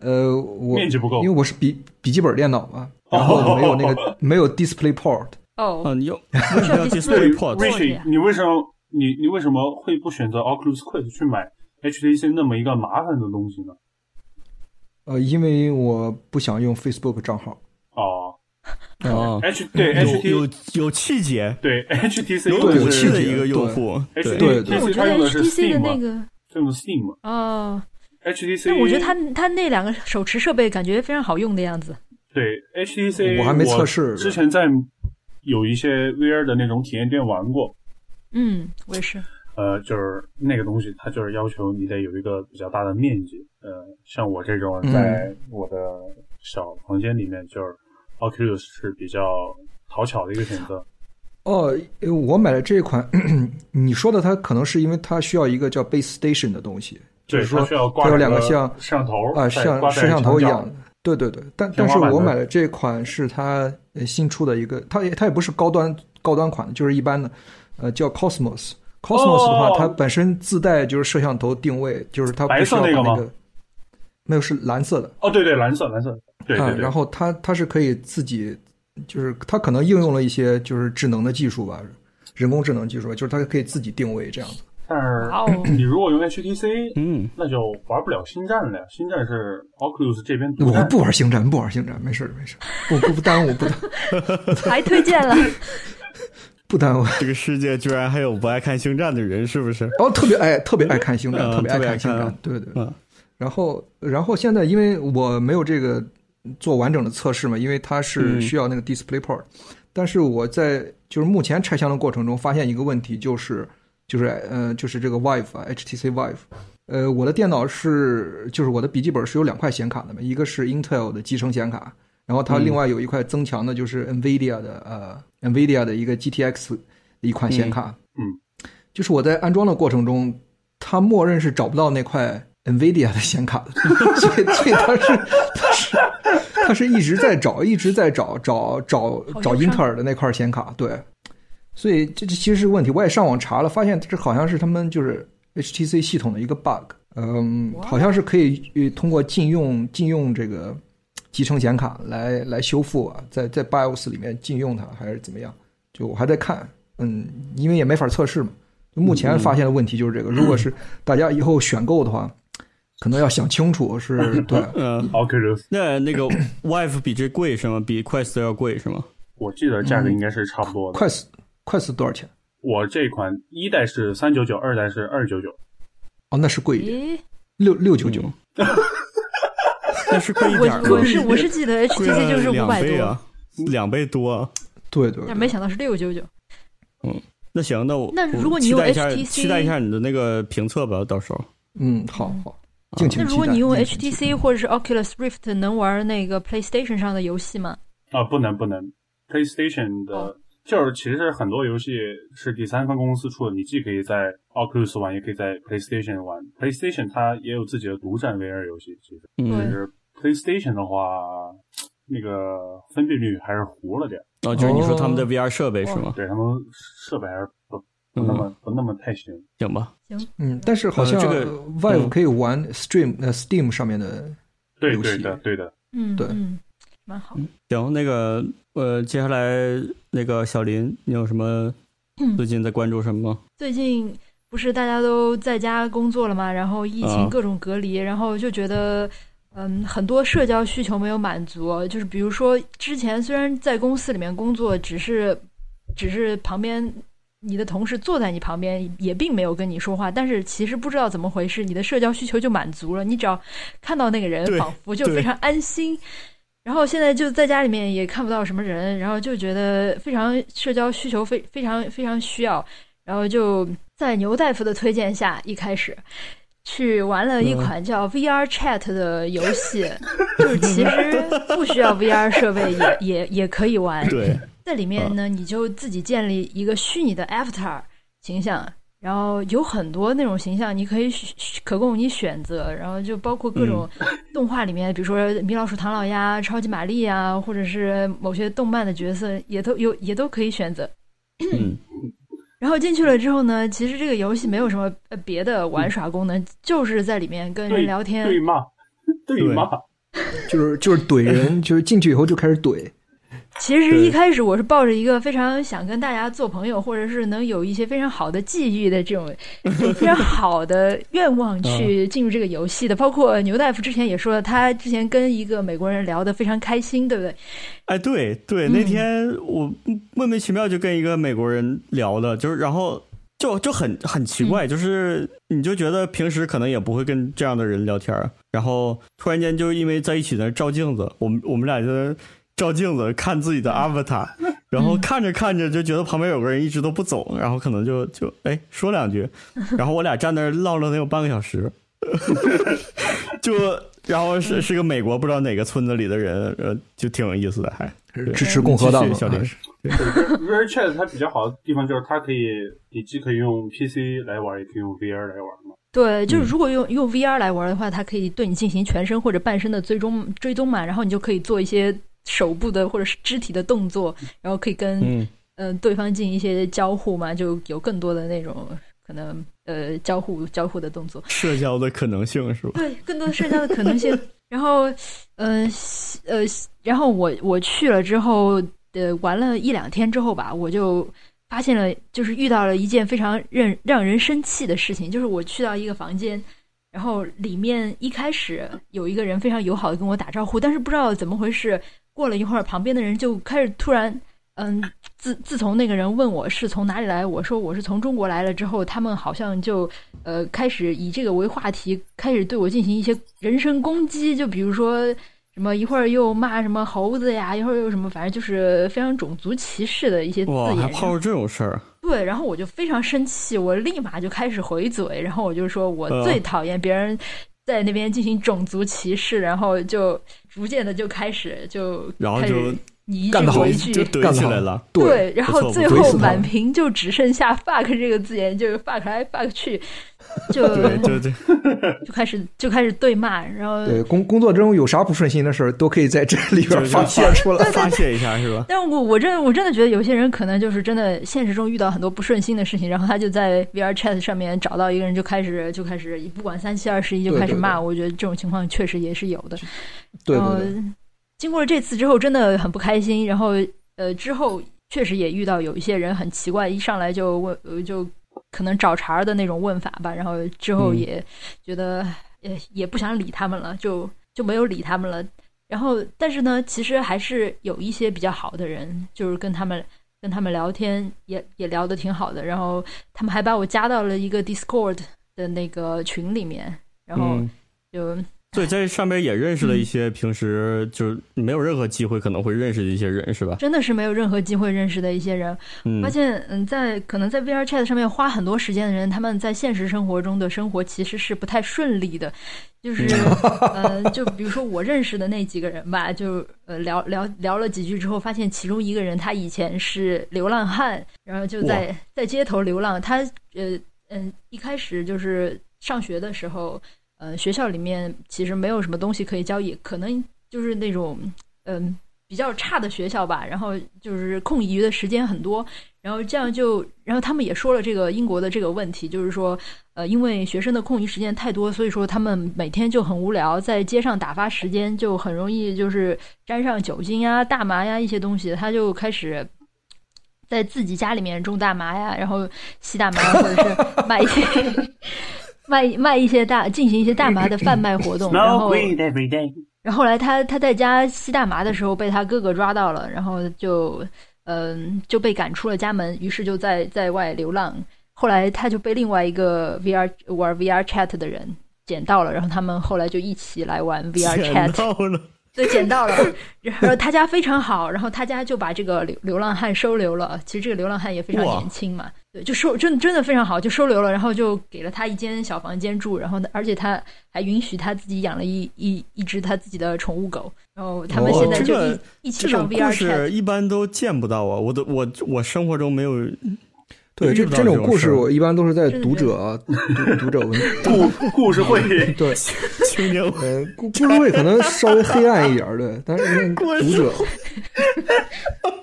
[SPEAKER 3] 呃，我
[SPEAKER 2] 面积不够
[SPEAKER 3] 因为我是笔笔记本电脑嘛，然后没有那个 (laughs) 没有 Display Port，
[SPEAKER 1] 啊，
[SPEAKER 2] 呃
[SPEAKER 4] 哦，
[SPEAKER 1] 你用为什么要
[SPEAKER 2] (laughs)
[SPEAKER 4] Display
[SPEAKER 1] Display Port？
[SPEAKER 4] Port
[SPEAKER 2] Richie，你为什么你你为什么会不选择 Oculus Quest 去买 HTC 那么一个麻烦的东西呢？
[SPEAKER 3] 呃，因为我不想用 Facebook 账号，
[SPEAKER 2] 哦
[SPEAKER 1] 啊，
[SPEAKER 2] ，H 对 HT
[SPEAKER 1] 有有有气节，
[SPEAKER 2] 对 HTC
[SPEAKER 1] 有
[SPEAKER 2] 用的
[SPEAKER 1] 勇
[SPEAKER 3] 有
[SPEAKER 1] 气
[SPEAKER 2] 是
[SPEAKER 1] 的一个用户，
[SPEAKER 2] 对
[SPEAKER 1] 对
[SPEAKER 3] 对
[SPEAKER 4] 那我
[SPEAKER 2] HTC
[SPEAKER 4] 觉
[SPEAKER 2] 它
[SPEAKER 4] 得
[SPEAKER 2] 用的是
[SPEAKER 4] HTC
[SPEAKER 2] Steam
[SPEAKER 4] 的那
[SPEAKER 2] 嘛，
[SPEAKER 4] 个
[SPEAKER 2] 它用的 Steam 啊嘛
[SPEAKER 4] 哦，
[SPEAKER 2] ，HTC
[SPEAKER 4] 但我觉得它它那两个手持设备感觉非常好用的样子。
[SPEAKER 2] 对 HTC，
[SPEAKER 3] 我还没测试
[SPEAKER 2] 之前在有一些 VR 的那种体验店玩过，
[SPEAKER 4] 嗯，我也是。
[SPEAKER 2] 呃，就是那个东西，它就是要求你得有一个比较大的面积。呃，像我这种
[SPEAKER 3] 嗯
[SPEAKER 2] 在我的小房间里面，就是 Oculus 是比较讨巧的一个选择。
[SPEAKER 3] 哦，呃我买的这款， (clears throat) 你说的它可能是因为它需要一个叫 Base Station 的东西， (laughs) 就
[SPEAKER 2] 对，
[SPEAKER 3] 是说
[SPEAKER 2] 它需要挂
[SPEAKER 3] 它有两
[SPEAKER 2] 个
[SPEAKER 3] 个像
[SPEAKER 2] 摄像头
[SPEAKER 3] 啊，
[SPEAKER 2] 再
[SPEAKER 3] 像
[SPEAKER 2] 挂在
[SPEAKER 3] 摄像头一
[SPEAKER 2] 墙
[SPEAKER 3] 样
[SPEAKER 2] 角
[SPEAKER 3] 的。对对对，但
[SPEAKER 2] 天
[SPEAKER 3] 但
[SPEAKER 2] 花
[SPEAKER 3] 是
[SPEAKER 2] 板
[SPEAKER 3] 我
[SPEAKER 2] 的
[SPEAKER 3] 买的这款是它呃新出的一个，它也它也不是高端高端款，就是一般的，呃，叫 Cosmos。Cosmos 的话
[SPEAKER 2] 哦，
[SPEAKER 3] 它本身自带就是摄像头定位，就是它
[SPEAKER 2] 白
[SPEAKER 3] 不需
[SPEAKER 2] 色
[SPEAKER 3] 要把
[SPEAKER 2] 那个吗
[SPEAKER 3] 那个，没有是蓝色的，
[SPEAKER 2] 哦，对对，蓝色蓝色，对对
[SPEAKER 3] 啊，
[SPEAKER 2] 对。
[SPEAKER 3] 然后它它是可以自己，就是它可能应用了一些就是智能的技术吧，人工智能技术吧，就是它可以自己定位这样子。
[SPEAKER 2] 但是
[SPEAKER 4] 哇哦，
[SPEAKER 2] 你如果用 HTC，
[SPEAKER 1] 嗯，
[SPEAKER 2] 那就玩不了星战了呀。星战是 Oculus 这边独
[SPEAKER 3] 我
[SPEAKER 2] 占。
[SPEAKER 3] 不玩星战，不玩星战，没事儿没事儿，不不不耽误不耽
[SPEAKER 4] 还推荐了，
[SPEAKER 3] 不耽误。
[SPEAKER 1] 这个世界居然还有不爱看星战的人，是不是？
[SPEAKER 3] 然后哦特别爱特别爱看星战，
[SPEAKER 1] 嗯
[SPEAKER 3] 特别爱
[SPEAKER 1] 特别爱
[SPEAKER 3] 看星
[SPEAKER 1] 看
[SPEAKER 3] 战
[SPEAKER 1] 啊，
[SPEAKER 3] 对对。
[SPEAKER 1] 嗯
[SPEAKER 3] 然后然后现在因为我没有这个做完整的测试嘛，因为它是
[SPEAKER 1] 嗯
[SPEAKER 3] 需要那个 Display Port，、但是我在就是目前拆箱的过程中发现一个问题，就是就是呃就是这个 Vive 啊，HTC Vive。呃，我的电脑是，就是我的笔记本是有两块显卡的嘛，一个是 Intel 的集成显卡，然后
[SPEAKER 1] 嗯
[SPEAKER 3] 它另外有一块增强的，就是 NVIDIA 的呃 NVIDIA 的一个 GTX 的一款显卡。
[SPEAKER 2] 嗯，
[SPEAKER 3] 就是我在安装的过程中，它默认是找不到那块 NVIDIA 的显卡的，所以所以它是它是它是一直在找，一直在找找找找英特尔的那块显卡。对，所以这这其实是问题。我也上网查了，发现这好像是他们就是 HTC 系统的一个 bug。嗯，好像是可以呃通过禁用禁用这个集成显卡来来修复啊，在在 BIOS 里面禁用它还是怎么样？就我还在看，嗯，因为也没法测试嘛。就目前发现的问题就是这个，如果是大家以后选购的话，可能要想清楚是对。
[SPEAKER 1] 嗯，
[SPEAKER 2] ，OK 人，
[SPEAKER 1] 那那个 Vive 比这贵是吗？比 Quest 要贵是吗？
[SPEAKER 2] 我记得
[SPEAKER 4] 嗯
[SPEAKER 2] 价格应该是差不多的。
[SPEAKER 3] 快死快死多少钱？
[SPEAKER 2] 我这款一代是三九九，二代是二九九，
[SPEAKER 3] 哦，那是贵一点，
[SPEAKER 4] 咦，
[SPEAKER 3] 六六九九。
[SPEAKER 1] 嗯 (laughs) 但是贵一点儿
[SPEAKER 4] (laughs) 我
[SPEAKER 1] 吗
[SPEAKER 4] 我？是我是记得
[SPEAKER 1] 贵了
[SPEAKER 4] HTC 就是五
[SPEAKER 1] 两
[SPEAKER 4] 百
[SPEAKER 1] 倍
[SPEAKER 4] 多，
[SPEAKER 1] 啊，两倍多啊。
[SPEAKER 3] 对对
[SPEAKER 4] 但是
[SPEAKER 3] 对
[SPEAKER 4] 没想到是六九九。
[SPEAKER 1] 那行，那我
[SPEAKER 4] 那如果你
[SPEAKER 1] 期
[SPEAKER 4] 用
[SPEAKER 1] 待一下
[SPEAKER 4] HTC
[SPEAKER 1] 期待一下你的那个评测吧，到时候。
[SPEAKER 3] 嗯，好好，
[SPEAKER 1] 啊
[SPEAKER 3] 敬请
[SPEAKER 4] 那
[SPEAKER 3] 期待。
[SPEAKER 4] 如果你用
[SPEAKER 3] 敬请期待
[SPEAKER 4] HTC 或者是 Oculus Rift 能玩那个 PlayStation 上的游戏吗？
[SPEAKER 2] 啊，不能不能，PlayStation 的、
[SPEAKER 4] 哦
[SPEAKER 2] 就是其实很多游戏是第三方公司出的，你既可以在 Oculus 玩，也可以在 PlayStation 玩。PlayStation 它也有自己的独占 VR 游戏，其实就
[SPEAKER 1] 嗯，
[SPEAKER 2] 是 PlayStation 的话，那个分辨率还是糊了点，
[SPEAKER 1] 哦，就是你说他们的 VR 设备
[SPEAKER 4] 哦
[SPEAKER 1] 是吗？
[SPEAKER 2] 对他们设备还是不不那么、
[SPEAKER 1] 嗯，
[SPEAKER 2] 不那么太行。
[SPEAKER 1] 行吧。
[SPEAKER 3] 嗯，但是好像
[SPEAKER 1] 呃这个
[SPEAKER 3] Vive
[SPEAKER 1] 嗯
[SPEAKER 3] 可以玩 Stream 呃 Steam 上面的
[SPEAKER 2] 对
[SPEAKER 3] 游戏
[SPEAKER 2] 对的对的，
[SPEAKER 4] 嗯，
[SPEAKER 3] 对
[SPEAKER 4] 嗯，蛮好。
[SPEAKER 1] 行，那个呃，接下来那个小林，你有什么
[SPEAKER 4] 嗯
[SPEAKER 1] 最近在关注什么吗？
[SPEAKER 4] 最近不是大家都在家工作了嘛，然后疫
[SPEAKER 1] 啊
[SPEAKER 4] 情各种隔离，然后就觉得。嗯，很多社交需求没有满足，就是比如说之前虽然在公司里面工作，只是只是旁边你的同事坐在你旁边，也并没有跟你说话，但是其实不知道怎么回事，你的社交需求就满足了，你只要看到那个人
[SPEAKER 1] 对，
[SPEAKER 4] 仿佛就
[SPEAKER 1] 对
[SPEAKER 4] 非常安心。然后现在就在家里面也看不到什么人，然后就觉得非常社交需求非非常非常需要，然后就在牛大夫的推荐下，一开始去玩了一款叫 VR Chat 的游戏，就是其实不需要 VR 设备也也也可以玩。
[SPEAKER 1] 对，
[SPEAKER 4] 在里
[SPEAKER 2] 啊
[SPEAKER 4] 面呢，你就自己建立一个虚拟的 avatar 形象，然后有很多那种形象，你可以选可供你选择，然后就包括各种
[SPEAKER 2] 嗯
[SPEAKER 4] 动画里面，比如说米老鼠、唐老鸭、超级玛丽啊，或者是某些动漫的角色，也都有也都可以选择。
[SPEAKER 1] 嗯，
[SPEAKER 4] (clears throat) 然后进去了之后呢，其实这个游戏没有什么呃别的玩耍功能，就是在里面跟人聊天。
[SPEAKER 2] 对骂 (laughs) 对骂，
[SPEAKER 3] 就是就是怼人，就是进去以后就开始怼。
[SPEAKER 4] 其实
[SPEAKER 1] 对
[SPEAKER 4] 一开始我是抱着一个非常想跟大家做朋友，或者是能有一些非常好的际遇的这
[SPEAKER 1] (laughs)
[SPEAKER 4] 种有非常好的愿
[SPEAKER 1] 嗯
[SPEAKER 4] 望去进入这个游戏的。包括牛大夫之前也说了，他之前跟一个美国人聊得非常开心，对不对？
[SPEAKER 1] 哎，对对，那天我莫名其妙就跟一个美国人聊的，就是然后就就很很奇怪，就是你就觉得平时可能也不会跟这样的人聊天儿，然后突然间就因为在一起在那照镜子，我们我们俩就在那照镜子看自己的 avatar，然后看着看着就觉得旁边有个人一直都不走，然后可能就就哎说两句，然后我俩站那儿唠了能有半个小时，就然后是是个美国不知道哪个村子里的人，呃，就挺有意思的，还。对
[SPEAKER 3] 支持共和党
[SPEAKER 1] 继
[SPEAKER 3] 嘛啊
[SPEAKER 1] 续小林，
[SPEAKER 2] VR Chat 它比较好的地方就是它可以，你既可以用 PC 来玩，也可以用 VR 来玩嘛。
[SPEAKER 4] 对，就是
[SPEAKER 1] 嗯
[SPEAKER 4] 如果用用 VR 来玩的话，它可以对你进行全身或者半身的追踪追踪嘛，然后你就可以做一些手部的或者是肢体的动作，然后可以跟
[SPEAKER 1] 嗯，
[SPEAKER 4] 呃，对方进行一些交互嘛，就有更多的那种可能呃交互交互的动作，
[SPEAKER 1] 社交的可能性是吧？
[SPEAKER 4] 对，更多社交的可能
[SPEAKER 1] (laughs)
[SPEAKER 4] 性。然后，呃西呃，西然后我我去了之后，呃，玩了一两天之后吧，我就发现了，就是遇到了一件非常让让人生气的事情，就是我去到一个房间。然后里面一开始有一个人非常友好的跟我打招呼，但是不知道怎么回事，过了一会儿，旁边的人就开始突然，嗯，自自从那个人问我是从哪里来，我说我是从中国来了之后，他们好像就呃开始以这个为话题，开始对我进行一些人身攻击，就比如说什么一会儿又骂什么猴子呀，一会儿又什么，反正就是非常种族歧视的一些字
[SPEAKER 1] 哇，还
[SPEAKER 4] 眼。
[SPEAKER 1] 泡出这种事儿，
[SPEAKER 4] 对，然后我就非常生气，我立马就开始回嘴，然后我就说我
[SPEAKER 1] 嗯
[SPEAKER 4] 最讨厌别人在那边进行种族歧视，然后就逐渐的就开始就
[SPEAKER 1] 然后
[SPEAKER 4] 开始
[SPEAKER 1] 就
[SPEAKER 4] 你一句
[SPEAKER 3] 干得好
[SPEAKER 4] 我一
[SPEAKER 1] 就
[SPEAKER 4] 句，
[SPEAKER 1] 怼起来了。
[SPEAKER 4] 对，然
[SPEAKER 1] 不
[SPEAKER 4] 后
[SPEAKER 1] 错
[SPEAKER 4] 最
[SPEAKER 1] 不错
[SPEAKER 4] 后
[SPEAKER 3] 怼死他
[SPEAKER 4] 满屏就只剩下 “fuck” 这个字眼，就 fuck 来
[SPEAKER 1] (laughs)
[SPEAKER 4] fuck 去，就
[SPEAKER 3] 嗯
[SPEAKER 1] 对，就这
[SPEAKER 4] 就开始就开始对骂，然后
[SPEAKER 3] 对工工作中有啥不顺心的事儿，都可以在这里边
[SPEAKER 1] 就是
[SPEAKER 3] 发泄出来。
[SPEAKER 1] 发泄一下是
[SPEAKER 3] (laughs)
[SPEAKER 1] 吧？
[SPEAKER 4] 但我我真我真的觉得有些人可能就是真的现实中遇到很多不顺心的事情，然后他就在 VR Chat 上面找到一个人，就开始就开始不管三七二十一就
[SPEAKER 3] 对
[SPEAKER 4] 开始
[SPEAKER 3] 对
[SPEAKER 4] 骂。
[SPEAKER 3] 对
[SPEAKER 4] 我觉得这种情况确实也是有的。
[SPEAKER 3] 对
[SPEAKER 4] 然
[SPEAKER 3] 对
[SPEAKER 4] 后
[SPEAKER 3] 对，
[SPEAKER 4] 经过了这次之后，真的很不开心。然后呃，之后确实也遇到有一些人很奇怪，一上来就问呃就可能找茬儿的那种问法吧。然后之后
[SPEAKER 3] 嗯
[SPEAKER 4] 也觉得也也不想理他们了，就就没有理他们了。然后，但是呢，其实还是有一些比较好的人，就是跟他们跟他们聊天也也聊得挺好的。然后他们还把我加到了一个 Discord 的那个群里面，然后
[SPEAKER 3] 嗯，
[SPEAKER 4] 就、
[SPEAKER 1] 对，在上面也认识了一些平时就是没有任何机会可能会认识的一些人是吧？
[SPEAKER 4] 真的是没有任何机会认识的一些人。
[SPEAKER 1] 嗯
[SPEAKER 4] 发，现，嗯，在可能在 VR Chat 上面花很多时间的人，他们在现实生活中的生活其实是不太顺利的。就是，呃，就比如说我认识的那几个人吧，就呃聊聊聊了几句之后，发现其中一个人他以前是流浪汉，然后就在在街头流浪。他呃嗯，一开始就是上学的时候，呃，学校里面其实没有什么东西可以教，也可能就是那种嗯、比较差的学校吧，然后就是空余的时间很多，然后这样就，然后他们也说了这个英国的这个问题，就是说，呃，因为学生的空余时间太多，所以说他们每天就很无聊，在街上打发时间，就很容易就是沾上酒精呀、大麻呀一些东西，他就开始。在自己家里面种大麻呀，然后吸大麻，或者是卖一些 (laughs) 卖卖一些大进行一些大麻的贩卖活动，然
[SPEAKER 2] No
[SPEAKER 4] 后
[SPEAKER 2] weed every day。
[SPEAKER 4] 然后后来他他在家吸大麻的时候被他哥哥抓到了，然后就嗯、就被赶出了家门，于是就在在外流浪。后来他就被另外一个 VR 玩 VR Chat 的人捡到了，然后他们后来就一起来玩 VR
[SPEAKER 1] 捡
[SPEAKER 4] Chat。
[SPEAKER 1] 到
[SPEAKER 3] (laughs)
[SPEAKER 1] 了，
[SPEAKER 4] 对，捡到了。 (laughs) 然后他家非常好，然后他家就把这个流流浪汉收留了。其实这个流浪汉也非常
[SPEAKER 1] 哇
[SPEAKER 4] 年轻嘛，对，就收真真的非常好，就收留了，然后就给了他一间小房间住，然后呢而且他还允许他自己养了一一一只他自己的宠物狗，然后他们
[SPEAKER 3] 哦
[SPEAKER 4] 现在
[SPEAKER 1] 这
[SPEAKER 4] 就一、
[SPEAKER 1] 个
[SPEAKER 4] 一起
[SPEAKER 1] 这
[SPEAKER 4] 上
[SPEAKER 1] 种
[SPEAKER 4] VR
[SPEAKER 1] 故
[SPEAKER 4] chat。
[SPEAKER 1] 事一般都见不到啊！我都我我生活中没有
[SPEAKER 3] 对这
[SPEAKER 1] 遇到
[SPEAKER 3] 这
[SPEAKER 1] 这
[SPEAKER 3] 种
[SPEAKER 1] 种
[SPEAKER 3] 故
[SPEAKER 1] 事
[SPEAKER 3] 事，
[SPEAKER 1] 儿
[SPEAKER 3] 我一般都是在
[SPEAKER 4] 真的
[SPEAKER 3] 读
[SPEAKER 4] 觉得
[SPEAKER 3] 者读读者文
[SPEAKER 2] 故故事会
[SPEAKER 3] 对，
[SPEAKER 1] (laughs) 青年
[SPEAKER 3] 呃，
[SPEAKER 4] (laughs)
[SPEAKER 3] 故故事会可能稍微黑暗一点儿，对，但是
[SPEAKER 1] 故事
[SPEAKER 3] 读者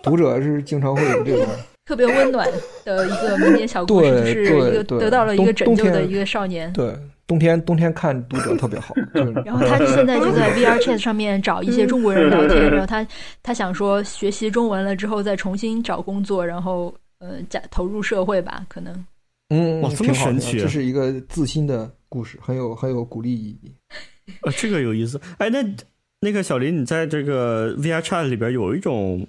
[SPEAKER 3] 读者是经常会有这种。
[SPEAKER 4] 特别温暖的一个民间小故事，
[SPEAKER 3] 对
[SPEAKER 4] 就是
[SPEAKER 3] 对
[SPEAKER 4] 一个
[SPEAKER 3] 对
[SPEAKER 4] 得到了一
[SPEAKER 3] 冬
[SPEAKER 4] 个拯
[SPEAKER 3] 冬
[SPEAKER 4] 救的
[SPEAKER 3] 天
[SPEAKER 4] 一个少年。
[SPEAKER 3] 对，冬天冬天看读者特别好，就是
[SPEAKER 1] (laughs)
[SPEAKER 4] 然后他现在就在 VR Chat 上面找一些中国人聊天，然后他他想说学习中文了之后再重新找工作，然后呃加投入社会吧，可能
[SPEAKER 3] 嗯，
[SPEAKER 1] 哇
[SPEAKER 3] 嗯
[SPEAKER 1] 这么
[SPEAKER 3] 挺好
[SPEAKER 1] 神
[SPEAKER 3] 的
[SPEAKER 1] 奇啊
[SPEAKER 3] 这是一个自新的故事，很有很有鼓励意义。
[SPEAKER 1] 啊，这个有意思。哎，那那个小林，你在这个 VR Chat 里边有一种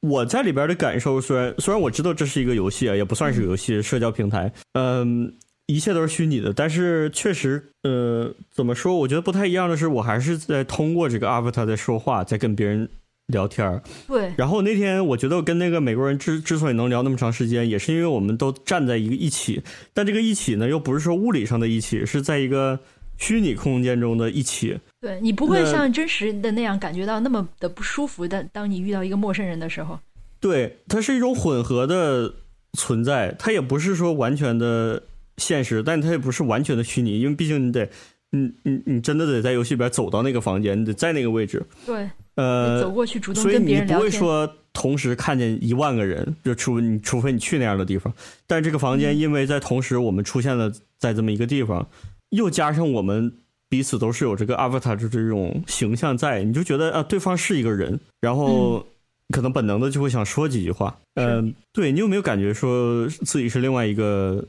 [SPEAKER 1] 我在里边的感受，虽然虽然我知道这是一个游戏啊，也不算是游戏，社交平台，嗯，一切都是虚拟的，但是确实，呃，怎么说？我觉得不太一样的是，我还是在通过这个 avatar 在说话，在跟别人聊天儿。
[SPEAKER 4] 对
[SPEAKER 1] 然后那天我觉得我跟那个美国人之之所以能聊那么长时间，也是因为我们都站在一个一起，但这个一起呢，又不是说物理上的一起，是在一个虚拟空间中的一起。
[SPEAKER 4] 对，你不会
[SPEAKER 1] 那
[SPEAKER 4] 像真实的那样感觉到那么的不舒服，但当你遇到一个陌生人的时候，
[SPEAKER 1] 对，它是一种混合的存在，它也不是说完全的现实，但它也不是完全的虚拟，因为毕竟你得，你你你真的得在游戏里边走到那个房间，你得在那个位置，
[SPEAKER 4] 对，走
[SPEAKER 1] 呃，
[SPEAKER 4] 过去主动
[SPEAKER 1] 所以
[SPEAKER 4] 跟别
[SPEAKER 1] 你
[SPEAKER 4] 人
[SPEAKER 1] 不
[SPEAKER 4] 聊
[SPEAKER 1] 会
[SPEAKER 4] 天，
[SPEAKER 1] 说同时看见一万个人，就除你除非你去那样的地方，但这个房
[SPEAKER 4] 嗯
[SPEAKER 1] 间因为在同时我们出现了在这么一个地方，又加上我们。彼此都是有这个 avatar 就这种形象在，你就觉得啊，对方是一个人，然
[SPEAKER 4] 嗯
[SPEAKER 1] 后可能本能的就会想说几句话。嗯、对你有没有感觉说自己是另外一个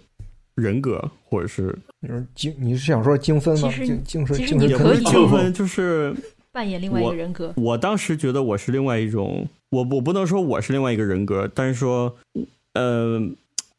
[SPEAKER 1] 人格，或者是
[SPEAKER 3] 你说精，你是想说精分吗？
[SPEAKER 4] 其实
[SPEAKER 3] 精精神
[SPEAKER 4] 其实
[SPEAKER 3] 精神
[SPEAKER 4] 你
[SPEAKER 1] 也
[SPEAKER 3] 分
[SPEAKER 1] 不
[SPEAKER 4] 可
[SPEAKER 1] 是
[SPEAKER 4] 以
[SPEAKER 1] 精分，就是
[SPEAKER 4] 扮演另外一
[SPEAKER 1] 我
[SPEAKER 4] 个人格，
[SPEAKER 1] 我当时觉得我是另外一种，我我不能说我是另外一个人格，但是说，呃，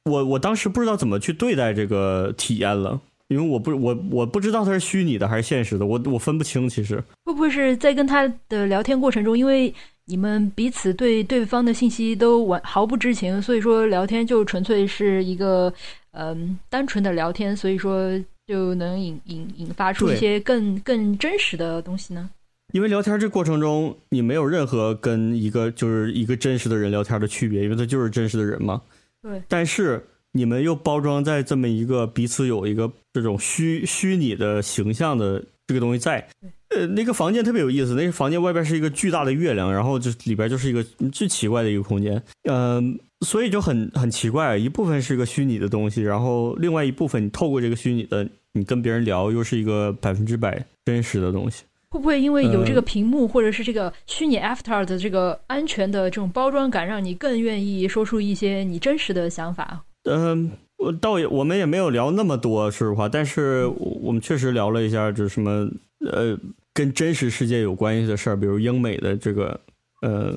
[SPEAKER 1] 我我当时不知道怎么去对待这个体验了。因为我不我我不知道它是虚拟的还是现实的，我我分不清。其实，
[SPEAKER 4] 会不会是在跟他的聊天过程中，因为你们彼此对对方的信息都完毫不知呃情，所以说聊天就纯粹是一个嗯、单纯的聊天，所以说就能引引引发出一些更更真实的东西呢？
[SPEAKER 1] 因为聊天这过程中，你没有任何跟一个就是一个真实的人聊天的区别，因为他就是真实的人嘛。
[SPEAKER 4] 对，
[SPEAKER 1] 但是你们又包装在这么一个彼此有一个这种虚虚拟的形象的这个东西在。呃，那个房间特别有意思，那个房间外边是一个巨大的月亮，然后就里边就是一个最奇怪的一个空间，嗯、所以就很很奇怪，一部分是个虚拟的东西，然后另外一部分你透过这个虚拟的，你跟别人聊又是一个百分之百真实的东西。
[SPEAKER 4] 会不会因为有这个屏幕或者是这个虚拟 After 的这个安全的这种包装感，让你更愿意说出一些你真实的想法？
[SPEAKER 1] 嗯，我倒也我们也没有聊那么多，说实话，但是我我们确实聊了一下，就是什么呃，跟真实世界有关系的事儿，比如英美的这个呃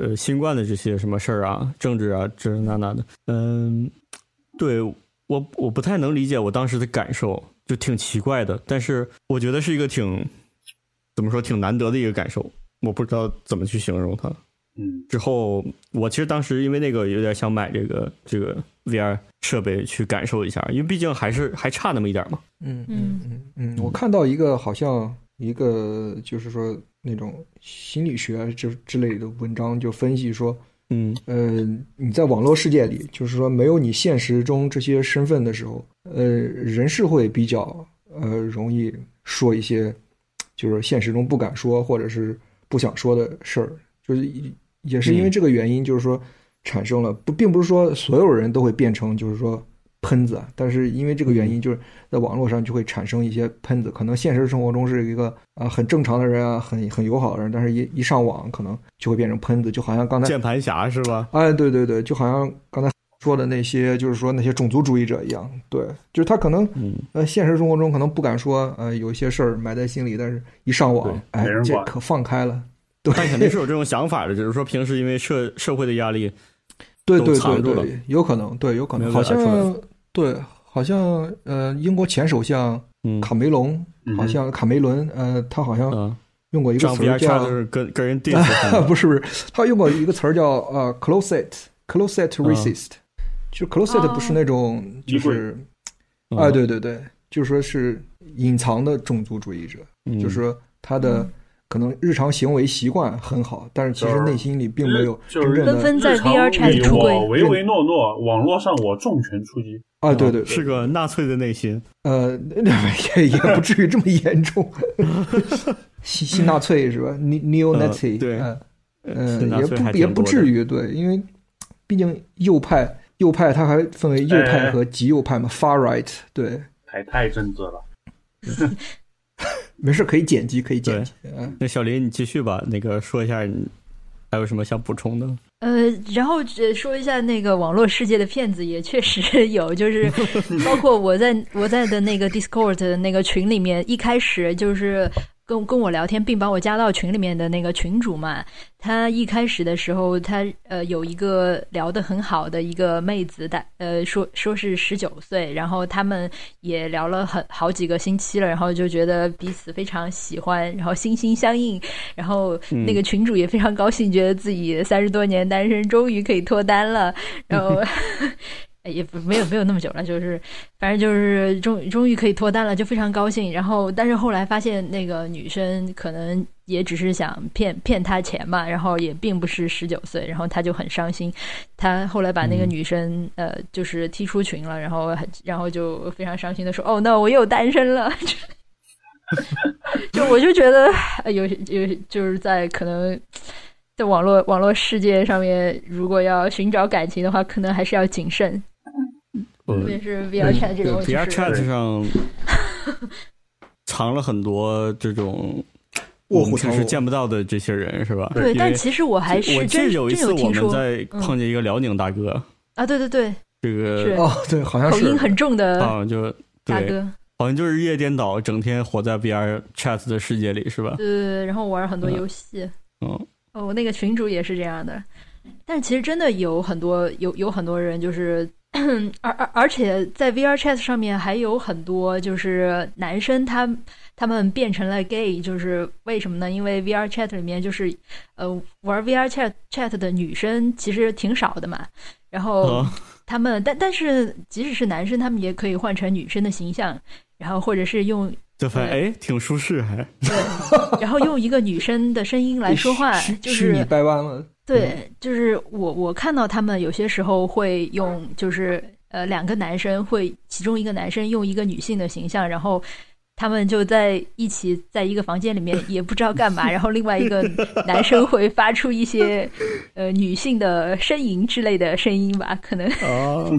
[SPEAKER 1] 呃新冠的这些什么事儿啊，政治啊，这那那的，嗯，对我我不太能理解我当时的感受，就挺奇怪的，但是我觉得是一个挺怎么说挺难得的一个感受，我不知道怎么去形容它。
[SPEAKER 2] 嗯，
[SPEAKER 1] 之后，我其实当时因为那个有点想买这个这个 VR 设备去感受一下，因为毕竟还是还差那么一点嘛。
[SPEAKER 3] 嗯嗯嗯嗯，我看到一个好像一个就是说那种心理学之之类的文章，就分析说，
[SPEAKER 1] 嗯
[SPEAKER 3] 呃，你在网络世界里，就是说没有你现实中这些身份的时候，呃，人是会比较呃容易说一些就是现实中不敢说或者是不想说的事儿，就是一也是因为这个原因，就是说产生了不，并不是说所有人都会变成就是说喷子啊，但是因为这个原因，就是在网络上就会产生一些喷子，可能现实生活中是一个啊很正常的人啊，很很友好的人，但是一一上网可能就会变成喷子，就好像刚才
[SPEAKER 1] 键盘侠是吧？
[SPEAKER 3] 哎，对对对，就好像刚才说的那些，就是说那些种族主义者一样，对，就是他可能
[SPEAKER 1] 嗯，
[SPEAKER 3] 呃现实生活中可能不敢说，呃有一些事儿埋在心里，但是一上网
[SPEAKER 2] 对，
[SPEAKER 3] 哎
[SPEAKER 2] 没人，
[SPEAKER 3] 这
[SPEAKER 2] 管
[SPEAKER 3] 可放开了，对，
[SPEAKER 1] 但肯定是有这种想法的，只是说平时因为社社会的压力，
[SPEAKER 3] 对
[SPEAKER 1] 都
[SPEAKER 3] 对
[SPEAKER 1] 藏
[SPEAKER 3] 对
[SPEAKER 1] 住
[SPEAKER 3] 对，有可能，对，有可能，
[SPEAKER 1] 没有
[SPEAKER 3] 好
[SPEAKER 1] 表达出来
[SPEAKER 3] 像对，好像呃，英国前首相
[SPEAKER 1] 嗯，
[SPEAKER 3] 卡梅隆，
[SPEAKER 2] 嗯
[SPEAKER 3] 好像卡梅伦，呃，他好像
[SPEAKER 1] 嗯，
[SPEAKER 3] 用过一个
[SPEAKER 1] 上
[SPEAKER 3] 词儿
[SPEAKER 1] VR
[SPEAKER 3] 叫
[SPEAKER 1] 差，就是跟跟人 diss，
[SPEAKER 3] (laughs) 不是不是，他用过一个词儿叫呃，closet，closet racist，就是 closet
[SPEAKER 4] 哦
[SPEAKER 3] 不是那种就
[SPEAKER 2] 衣柜
[SPEAKER 3] 是
[SPEAKER 1] 嗯
[SPEAKER 3] 啊，，对对对，就说是隐藏的种族主义者，
[SPEAKER 1] 嗯
[SPEAKER 3] 就是说他的
[SPEAKER 4] 嗯
[SPEAKER 3] 可能日常行为习惯很好，但是其实
[SPEAKER 2] 就是
[SPEAKER 3] 内心里并没有
[SPEAKER 2] 就
[SPEAKER 3] 真
[SPEAKER 2] 是
[SPEAKER 3] 正
[SPEAKER 4] 纷纷
[SPEAKER 3] 的
[SPEAKER 4] 在
[SPEAKER 2] 日常
[SPEAKER 4] VR
[SPEAKER 2] 里
[SPEAKER 4] chat 出
[SPEAKER 2] 我
[SPEAKER 4] 柜，
[SPEAKER 2] 唯唯诺诺，网络上我重拳出击。
[SPEAKER 3] 啊，对对对，
[SPEAKER 1] 嗯是个纳粹的内心。
[SPEAKER 3] 呃，也也不至于这么严
[SPEAKER 1] (laughs)
[SPEAKER 3] 重，新新纳粹是吧？neo nazi，
[SPEAKER 1] 呃对
[SPEAKER 3] 嗯
[SPEAKER 1] 是
[SPEAKER 3] 嗯，
[SPEAKER 1] 纳
[SPEAKER 3] 也
[SPEAKER 1] 粹还
[SPEAKER 3] 不也
[SPEAKER 1] 挺
[SPEAKER 3] 不
[SPEAKER 1] 多的
[SPEAKER 3] 至于，对，因为毕竟右派，右派它还分为右
[SPEAKER 2] 哎哎
[SPEAKER 3] 派
[SPEAKER 2] 哎
[SPEAKER 3] 和极右派嘛，far right，对，
[SPEAKER 2] 太太正直了，
[SPEAKER 3] 没事可以剪辑，可以剪
[SPEAKER 1] 对
[SPEAKER 3] 辑，嗯，
[SPEAKER 1] 那小林，你继续吧，那个说一下你还有什么想补充
[SPEAKER 3] 嗯
[SPEAKER 1] 的？
[SPEAKER 4] 呃，然后呃说一下那个网络世界的骗子也确实有，就是包括我在我在的那个 Discord 的那个群里面，一开始就是跟跟我聊天并把我加到群里面的那个群主嘛，他一开始的时候他呃有一个聊得很好的一个妹子，大呃说说是十九岁，然后他们也聊了很好几个星期了，然后就觉得彼此非常喜欢，然后心心相印，然后那个群主也非常高兴，觉得自己三十多年单身终于可以脱单了，然后哎也不没有没有那么久了，就是反正就是终终于可以脱单了，就非常高兴。然后但是后来发现那个女生可能也只是想骗骗他钱嘛，然后也并不是十九岁，然后他就很伤心。他后来把那个
[SPEAKER 1] 嗯
[SPEAKER 4] 女生、呃就是踢出群了，然后很然后就非常伤心的说：“哦，那我又单身了。” (laughs) 就我就觉得呃有有就是在可能在网络网络世界上面，如果要寻找感情的话，可能还是要谨慎，
[SPEAKER 1] 嗯
[SPEAKER 4] 特别是 VR Chat 这种，就
[SPEAKER 1] VR
[SPEAKER 4] 是
[SPEAKER 1] Chat 上藏了很多这种我
[SPEAKER 3] 卧
[SPEAKER 1] 们
[SPEAKER 3] 虎
[SPEAKER 1] 平
[SPEAKER 3] 藏
[SPEAKER 1] 时
[SPEAKER 3] 龙，
[SPEAKER 1] 见不到的这些人，是吧？
[SPEAKER 4] 对。
[SPEAKER 1] 因
[SPEAKER 4] 但
[SPEAKER 1] 为
[SPEAKER 4] 其实我还
[SPEAKER 1] 我
[SPEAKER 4] 是
[SPEAKER 1] 记得
[SPEAKER 4] 真
[SPEAKER 1] 有一
[SPEAKER 4] 真
[SPEAKER 1] 次
[SPEAKER 4] 有
[SPEAKER 1] 我
[SPEAKER 4] 听
[SPEAKER 1] 们
[SPEAKER 4] 说
[SPEAKER 1] 在碰见一个辽宁大哥，
[SPEAKER 4] 啊，对对对，
[SPEAKER 1] 这个
[SPEAKER 4] 是
[SPEAKER 3] 哦，对，好像
[SPEAKER 4] 口音
[SPEAKER 3] 是，
[SPEAKER 4] 很重
[SPEAKER 1] 好
[SPEAKER 4] 的
[SPEAKER 1] 像就
[SPEAKER 4] 大
[SPEAKER 1] 啊对，
[SPEAKER 4] 哥，
[SPEAKER 1] 好像就是日夜颠倒，整天活在 VR Chat 的世界里，是吧
[SPEAKER 4] 对？对对，然后玩很多
[SPEAKER 1] 嗯
[SPEAKER 4] 游戏，
[SPEAKER 1] 嗯，
[SPEAKER 4] 哦，那个群主也是这样的，但其实真的有很多有有很多人就是，而而而且在 VR Chat 上面还有很多就是男生他他们变成了 gay，就是为什么呢？因为 VR Chat 里面就是呃玩 VR Chat Chat 的女生其实挺少的嘛，然后
[SPEAKER 1] 嗯
[SPEAKER 4] 他们但但是即使是男生，他们也可以换成女生的形象，然后或者是用
[SPEAKER 1] 这番哎挺舒适还，
[SPEAKER 4] 对，然后用一个女生的声音来说话，
[SPEAKER 3] 哎虚
[SPEAKER 4] 就
[SPEAKER 3] 虚拟
[SPEAKER 4] 是
[SPEAKER 3] 掰弯了。
[SPEAKER 4] 对，就是我我看到他们有些时候会用，就是呃两个男生会其中一个男生用一个女性的形象，然后他们就在一起在一个房间里面也不知道干嘛，然后另外一个男生会发出一些呃女性的呻吟之类的声音吧，可能
[SPEAKER 1] (laughs) 啊，
[SPEAKER 3] 哦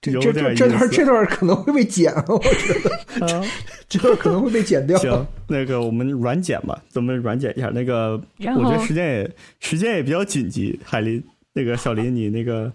[SPEAKER 3] 这
[SPEAKER 1] 有
[SPEAKER 3] 这
[SPEAKER 1] 点
[SPEAKER 3] 这
[SPEAKER 1] 意
[SPEAKER 3] 这段
[SPEAKER 1] 思
[SPEAKER 3] 这段可能会被剪了，我觉得
[SPEAKER 1] 啊
[SPEAKER 4] 嗯
[SPEAKER 3] 这段可能会被剪掉。
[SPEAKER 1] (laughs)
[SPEAKER 4] (laughs)
[SPEAKER 1] 行，那个我们软剪吧，咱们软剪一下。那个
[SPEAKER 4] 然
[SPEAKER 1] 我觉得
[SPEAKER 4] 后
[SPEAKER 1] 时间也时间也比较紧急，海林。那个小林，你那个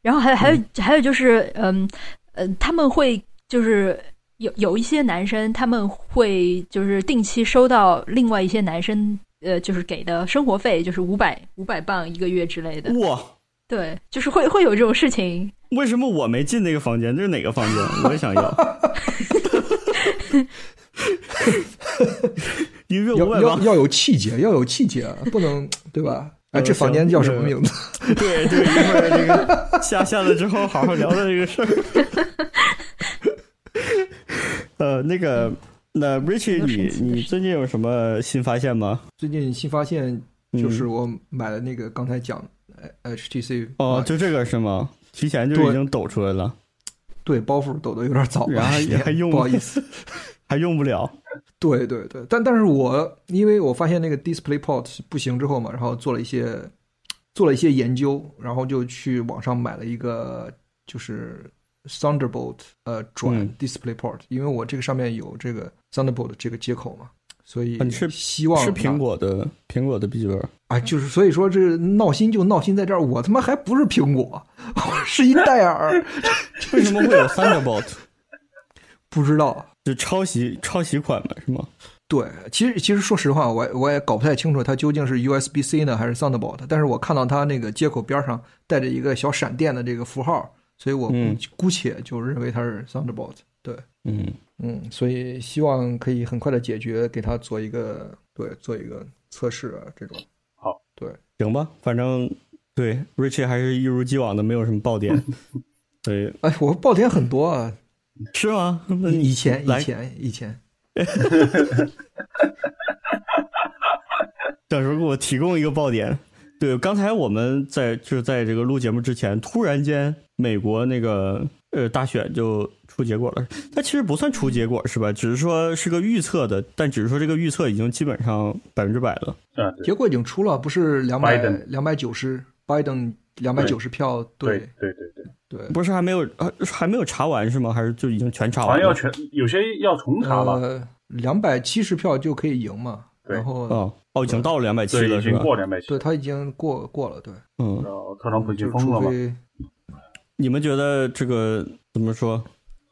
[SPEAKER 4] 然后
[SPEAKER 3] 嗯
[SPEAKER 4] 还还有还有就是，嗯呃，他们会就是有有一些男生，他们会就是定期收到另外一些男生，呃，就是给的生活费，就是五百五百磅一个月之类
[SPEAKER 3] 嗯
[SPEAKER 4] 的。
[SPEAKER 1] 哇，
[SPEAKER 4] 对，就是会会有这种事情。
[SPEAKER 1] 为什么我没进那个房间？这是哪个房间？我也想要，一个月五
[SPEAKER 3] 要
[SPEAKER 1] 百
[SPEAKER 3] 要
[SPEAKER 1] 磅，
[SPEAKER 3] 要有气节，要有气节，啊不能对吧？哎，
[SPEAKER 1] 嗯
[SPEAKER 3] 这房间
[SPEAKER 1] 行
[SPEAKER 3] 叫什么
[SPEAKER 1] 那个
[SPEAKER 3] 名字？ (laughs)
[SPEAKER 1] 对对，一会儿这个下下了之后好好聊聊这个事儿。 (laughs) 呃，那个，那 Richie，
[SPEAKER 4] 多神
[SPEAKER 1] 你
[SPEAKER 4] 奇的
[SPEAKER 1] 你
[SPEAKER 4] 事
[SPEAKER 1] 最近有什么新发现吗？
[SPEAKER 3] 最近新发现
[SPEAKER 1] 嗯
[SPEAKER 3] 就是我买了那个刚才讲呃 HTC
[SPEAKER 1] 哦，
[SPEAKER 3] Vive
[SPEAKER 1] 就这个是吗？提前就
[SPEAKER 3] 对
[SPEAKER 1] 已经抖出来了，
[SPEAKER 3] 对包袱抖得有点早了，
[SPEAKER 1] 然后
[SPEAKER 3] 也
[SPEAKER 1] 还用
[SPEAKER 3] 不好意思。
[SPEAKER 1] 还用不了。
[SPEAKER 3] 对对对，但但是我因为我发现那个 DisplayPort 不行之后嘛，然后做了一些做了一些研究，然后就去网上买了一个就是 Thunderbolt 呃转
[SPEAKER 1] 嗯
[SPEAKER 3] DisplayPort，、因为我这个上面有这个 Thunderbolt 这个接口嘛，所以
[SPEAKER 1] 啊你是
[SPEAKER 3] 希望
[SPEAKER 1] 是
[SPEAKER 3] 拿
[SPEAKER 1] 苹果的苹果的笔记本，
[SPEAKER 3] 啊，就是所以说这个闹心就闹心在这儿，我他妈还不是苹果， (laughs) 我是一戴尔，
[SPEAKER 1] 为什么会有 Thunderbolt？
[SPEAKER 3] 不知
[SPEAKER 1] (laughs)
[SPEAKER 3] 道。啊
[SPEAKER 1] 就抄袭抄袭款嘛，是吗？
[SPEAKER 3] 对，其实其实说实话，我也我也搞不太清楚它究竟是 USB C 呢还是 Thunderbolt，但是我看到它那个接口边上带着一个小闪电的这个符号，所以我姑
[SPEAKER 1] 嗯
[SPEAKER 3] 姑且就认为它是 Thunderbolt。对，
[SPEAKER 1] 嗯，
[SPEAKER 3] 嗯，所以希望可以很快的解决，给它做一个对做一个测试啊这种。
[SPEAKER 1] 行吧，反正对 Richie 还是一如既往的没有什么爆点，所以
[SPEAKER 3] 哎，我爆点很多啊，
[SPEAKER 1] 是吗？啊那你
[SPEAKER 3] 以前
[SPEAKER 1] 来
[SPEAKER 3] 以前以前，
[SPEAKER 1] 到时候给我提供一个爆点。对，刚才我们在就是在这个录节目之前，突然间美国那个呃大选就出结果了。它其实不算出结果是吧？只是说是个预测的，但只是说这个预测已经基本上百分之百了。
[SPEAKER 2] 啊，对
[SPEAKER 3] 结果已经出了，不是两百
[SPEAKER 2] Biden
[SPEAKER 3] 两百九十，Biden 两百九十票，
[SPEAKER 2] 对
[SPEAKER 3] 对
[SPEAKER 2] 对对对，
[SPEAKER 3] 对，
[SPEAKER 1] 不是还没有还还没有查完是吗？还是就已经全查
[SPEAKER 2] 好
[SPEAKER 1] 完了？
[SPEAKER 2] 像要全有些要重查吧，
[SPEAKER 3] 呃，两百七十票就可以赢嘛。
[SPEAKER 2] 对
[SPEAKER 3] 然后、
[SPEAKER 1] 哦哦，已经到了两百七
[SPEAKER 2] 对，
[SPEAKER 1] 了
[SPEAKER 2] 已
[SPEAKER 1] 是
[SPEAKER 2] 经
[SPEAKER 1] 吧？
[SPEAKER 2] 过两百七
[SPEAKER 3] 对，他已经过过了，对，
[SPEAKER 1] 嗯，
[SPEAKER 2] 然后特朗普已经
[SPEAKER 3] 就
[SPEAKER 2] 疯了
[SPEAKER 3] 除
[SPEAKER 2] 嘛，
[SPEAKER 3] 非
[SPEAKER 1] 你们觉得这个怎么说？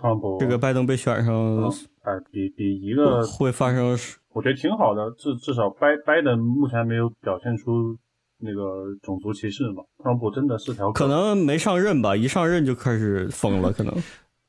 [SPEAKER 2] 特朗普
[SPEAKER 1] 这个拜登被选上
[SPEAKER 2] 哎，比比一个
[SPEAKER 1] 会发生
[SPEAKER 2] 我觉得挺好的，至至少拜拜登目前没有表现出那个种族歧视嘛。特朗普真的是条狗
[SPEAKER 1] 可能没上任吧？一上任就开始疯了，可能。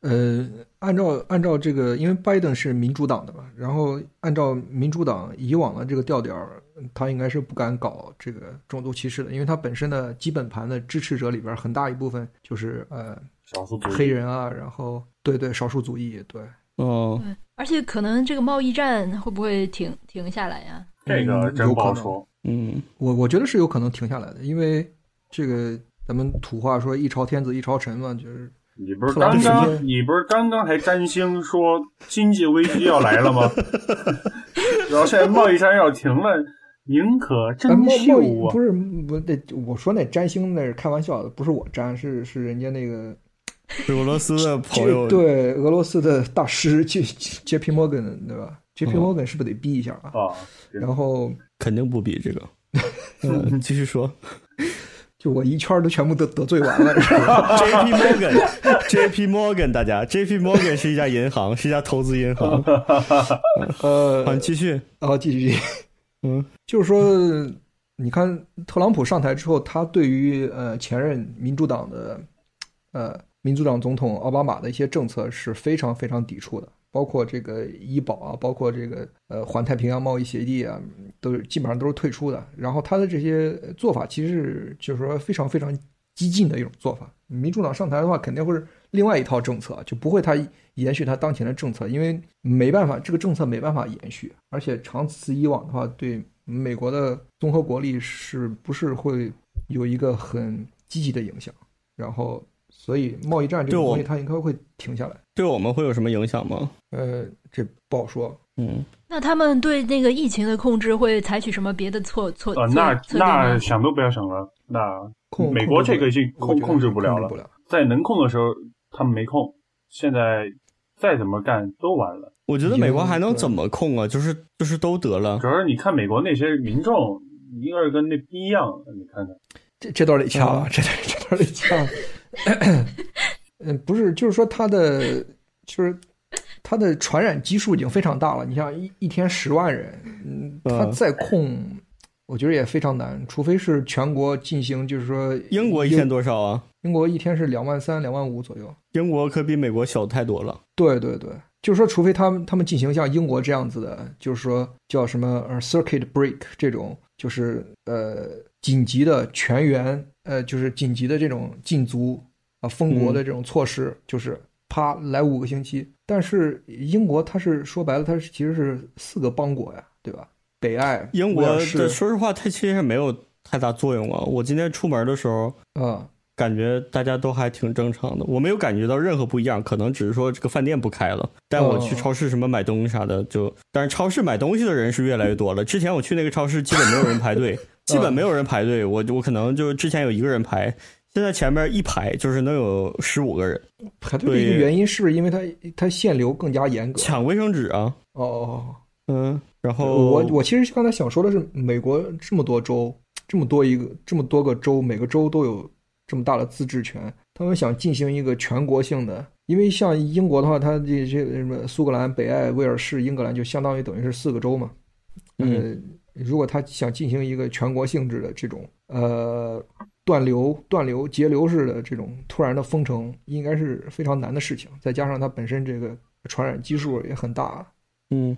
[SPEAKER 3] 呃，按照按照这个，因为拜登是民主党的嘛，然后按照民主党以往的这个调调儿，他应该是不敢搞这个种族歧视的，因为他本身的基本盘的支持者里边儿很大一部分就是呃
[SPEAKER 2] 少数族裔
[SPEAKER 3] 黑人啊，然后对对少数族裔，对，
[SPEAKER 1] 哦，
[SPEAKER 3] 嗯
[SPEAKER 4] 嗯而且可能这个贸易战会不会停停下来呀、
[SPEAKER 2] 这个
[SPEAKER 3] 嗯
[SPEAKER 2] 真
[SPEAKER 3] 有
[SPEAKER 2] 不
[SPEAKER 3] 可
[SPEAKER 2] 好
[SPEAKER 3] 能
[SPEAKER 2] 说。
[SPEAKER 1] 嗯，
[SPEAKER 3] 我我觉得是有可能停下来的，因为这个咱们土话说一朝天子一朝臣嘛，就是
[SPEAKER 2] 你不是
[SPEAKER 3] 特朗
[SPEAKER 2] 刚
[SPEAKER 3] 普
[SPEAKER 2] 刚
[SPEAKER 3] 直接
[SPEAKER 2] 你不是刚刚还占星说经济危机要来了
[SPEAKER 3] (laughs)
[SPEAKER 2] 吗？然后现在贸易战要停了，宁可真
[SPEAKER 3] 哎，贸贸
[SPEAKER 2] 秀
[SPEAKER 3] 易
[SPEAKER 2] 啊！
[SPEAKER 3] 不是不那我说那占星那是开玩笑的，不是我占，是是人家那个
[SPEAKER 1] 是俄罗斯的朋友
[SPEAKER 3] 这对俄罗斯的大师 J J P Morgan 对吧？J
[SPEAKER 2] 嗯
[SPEAKER 3] P Morgan 是不是得逼一下啊？
[SPEAKER 2] 啊，
[SPEAKER 3] 然后
[SPEAKER 1] 肯定不比这个。
[SPEAKER 3] (laughs)
[SPEAKER 1] 嗯，继续说。
[SPEAKER 3] 就我一圈儿都全部得得罪完了，是
[SPEAKER 2] (laughs)
[SPEAKER 3] 吧
[SPEAKER 1] J.P. Morgan，J.P. Morgan，大家，J.P. Morgan 是一家银行，是一家投资银行。
[SPEAKER 3] (laughs)
[SPEAKER 1] 好，
[SPEAKER 3] 呃
[SPEAKER 1] 你，继续。
[SPEAKER 3] 然啊后继续，
[SPEAKER 1] 嗯，
[SPEAKER 3] (laughs) 就是说，你看特朗普上台之后，他对于呃前任民主党的呃民主党总统奥巴马的一些政策是非常非常抵触的，包括这个医保啊，包括这个呃环太平洋贸易协议啊，都是基本上都是退出的。然后他的这些做法其实是就是说非常非常激进的一种做法。民主党上台的话，肯定会是另外一套政策，就不会他延续他当前的政策，因为没办法，这个政策没办法延续，而且长此以往的话，对美国的综合国力是不是会有一个很积极的影响？然后，所以贸易战这
[SPEAKER 1] 对
[SPEAKER 3] 个
[SPEAKER 1] 我
[SPEAKER 3] 东西它应该会停下来。
[SPEAKER 1] 对我们会有什么影响吗？
[SPEAKER 3] 呃，这不好说。
[SPEAKER 1] 嗯，
[SPEAKER 4] 那他们对那个疫情的控制会采取什么别的措措
[SPEAKER 1] 哦
[SPEAKER 2] 呃，
[SPEAKER 4] 措
[SPEAKER 2] 那
[SPEAKER 4] 策略
[SPEAKER 2] 那
[SPEAKER 4] 吗？
[SPEAKER 2] 想都不要想了，那
[SPEAKER 3] 控
[SPEAKER 2] 美国这个已经
[SPEAKER 3] 控
[SPEAKER 2] 控控制不了
[SPEAKER 3] 了，
[SPEAKER 2] 了
[SPEAKER 3] 控制不，了。
[SPEAKER 2] 在能控的时候他们没控，现在再怎么干都完了。
[SPEAKER 1] 我觉得美国还能
[SPEAKER 3] 对
[SPEAKER 1] 怎么控啊？就是就是都得了
[SPEAKER 2] 主。要是你看美国那些民众，一个跟那逼一样，你看看，
[SPEAKER 3] 这这段得掐了，这段这段得掐了。嗯，不是，就是说它的就是它的传染基数已经非常大了。你像一一天十万人，嗯，它
[SPEAKER 1] 嗯
[SPEAKER 3] 再控，我觉得也非常难，除非是全国进行，就是说
[SPEAKER 1] 英国一天多少啊？
[SPEAKER 3] 英国一天是两万三、两万五左右。
[SPEAKER 1] 英国可比美国小太多了。
[SPEAKER 3] 对对对，就是说，除非他们他们进行像英国这样子的，就是说叫什么呃 circuit break 这种，就是呃紧急的全员呃就是紧急的这种禁足啊封国的
[SPEAKER 1] 嗯
[SPEAKER 3] 这种措施，就是啪来五个星期。但是英国它是说白了，它是其实是四个邦国呀，对吧？北爱、
[SPEAKER 1] 英国
[SPEAKER 3] 威尔
[SPEAKER 1] 的
[SPEAKER 3] 士
[SPEAKER 1] 说实话，它其实没有太大作用啊。我今天出门的时候，
[SPEAKER 3] 啊、
[SPEAKER 1] 感觉大家都还挺正常的，我没有感觉到任何不一样，可能只是说这个饭店不开了。但我去
[SPEAKER 3] 哦
[SPEAKER 1] 超市什么买东西啥的，就但是超市买东西的人是越来越多了。之前我去那个超市，基本没有人排 (laughs) 队，基本没有人排队。我我可能就之前有一个人排，现在前面一排就是能有十五个人
[SPEAKER 3] 排队的一个
[SPEAKER 1] 对
[SPEAKER 3] 原因是不是因为它它限流更加严格？
[SPEAKER 1] 抢卫生纸啊，
[SPEAKER 3] 哦哦哦。
[SPEAKER 1] 嗯，然后
[SPEAKER 3] 我我其实刚才想说的是，美国这么多州，这么多一个这么多个州，每个州都有这么大的自治权，他们想进行一个全国性的，因为像英国的话，它这些什么苏格兰、北爱、威尔士、英格兰就相当于等于是四个州嘛，
[SPEAKER 1] 嗯
[SPEAKER 3] 呃，如果他想进行一个全国性质的这种呃断流、断流、截流式的这种突然的封城，应该是非常难的事情，再加上它本身这个传染基数也很大，
[SPEAKER 1] 嗯，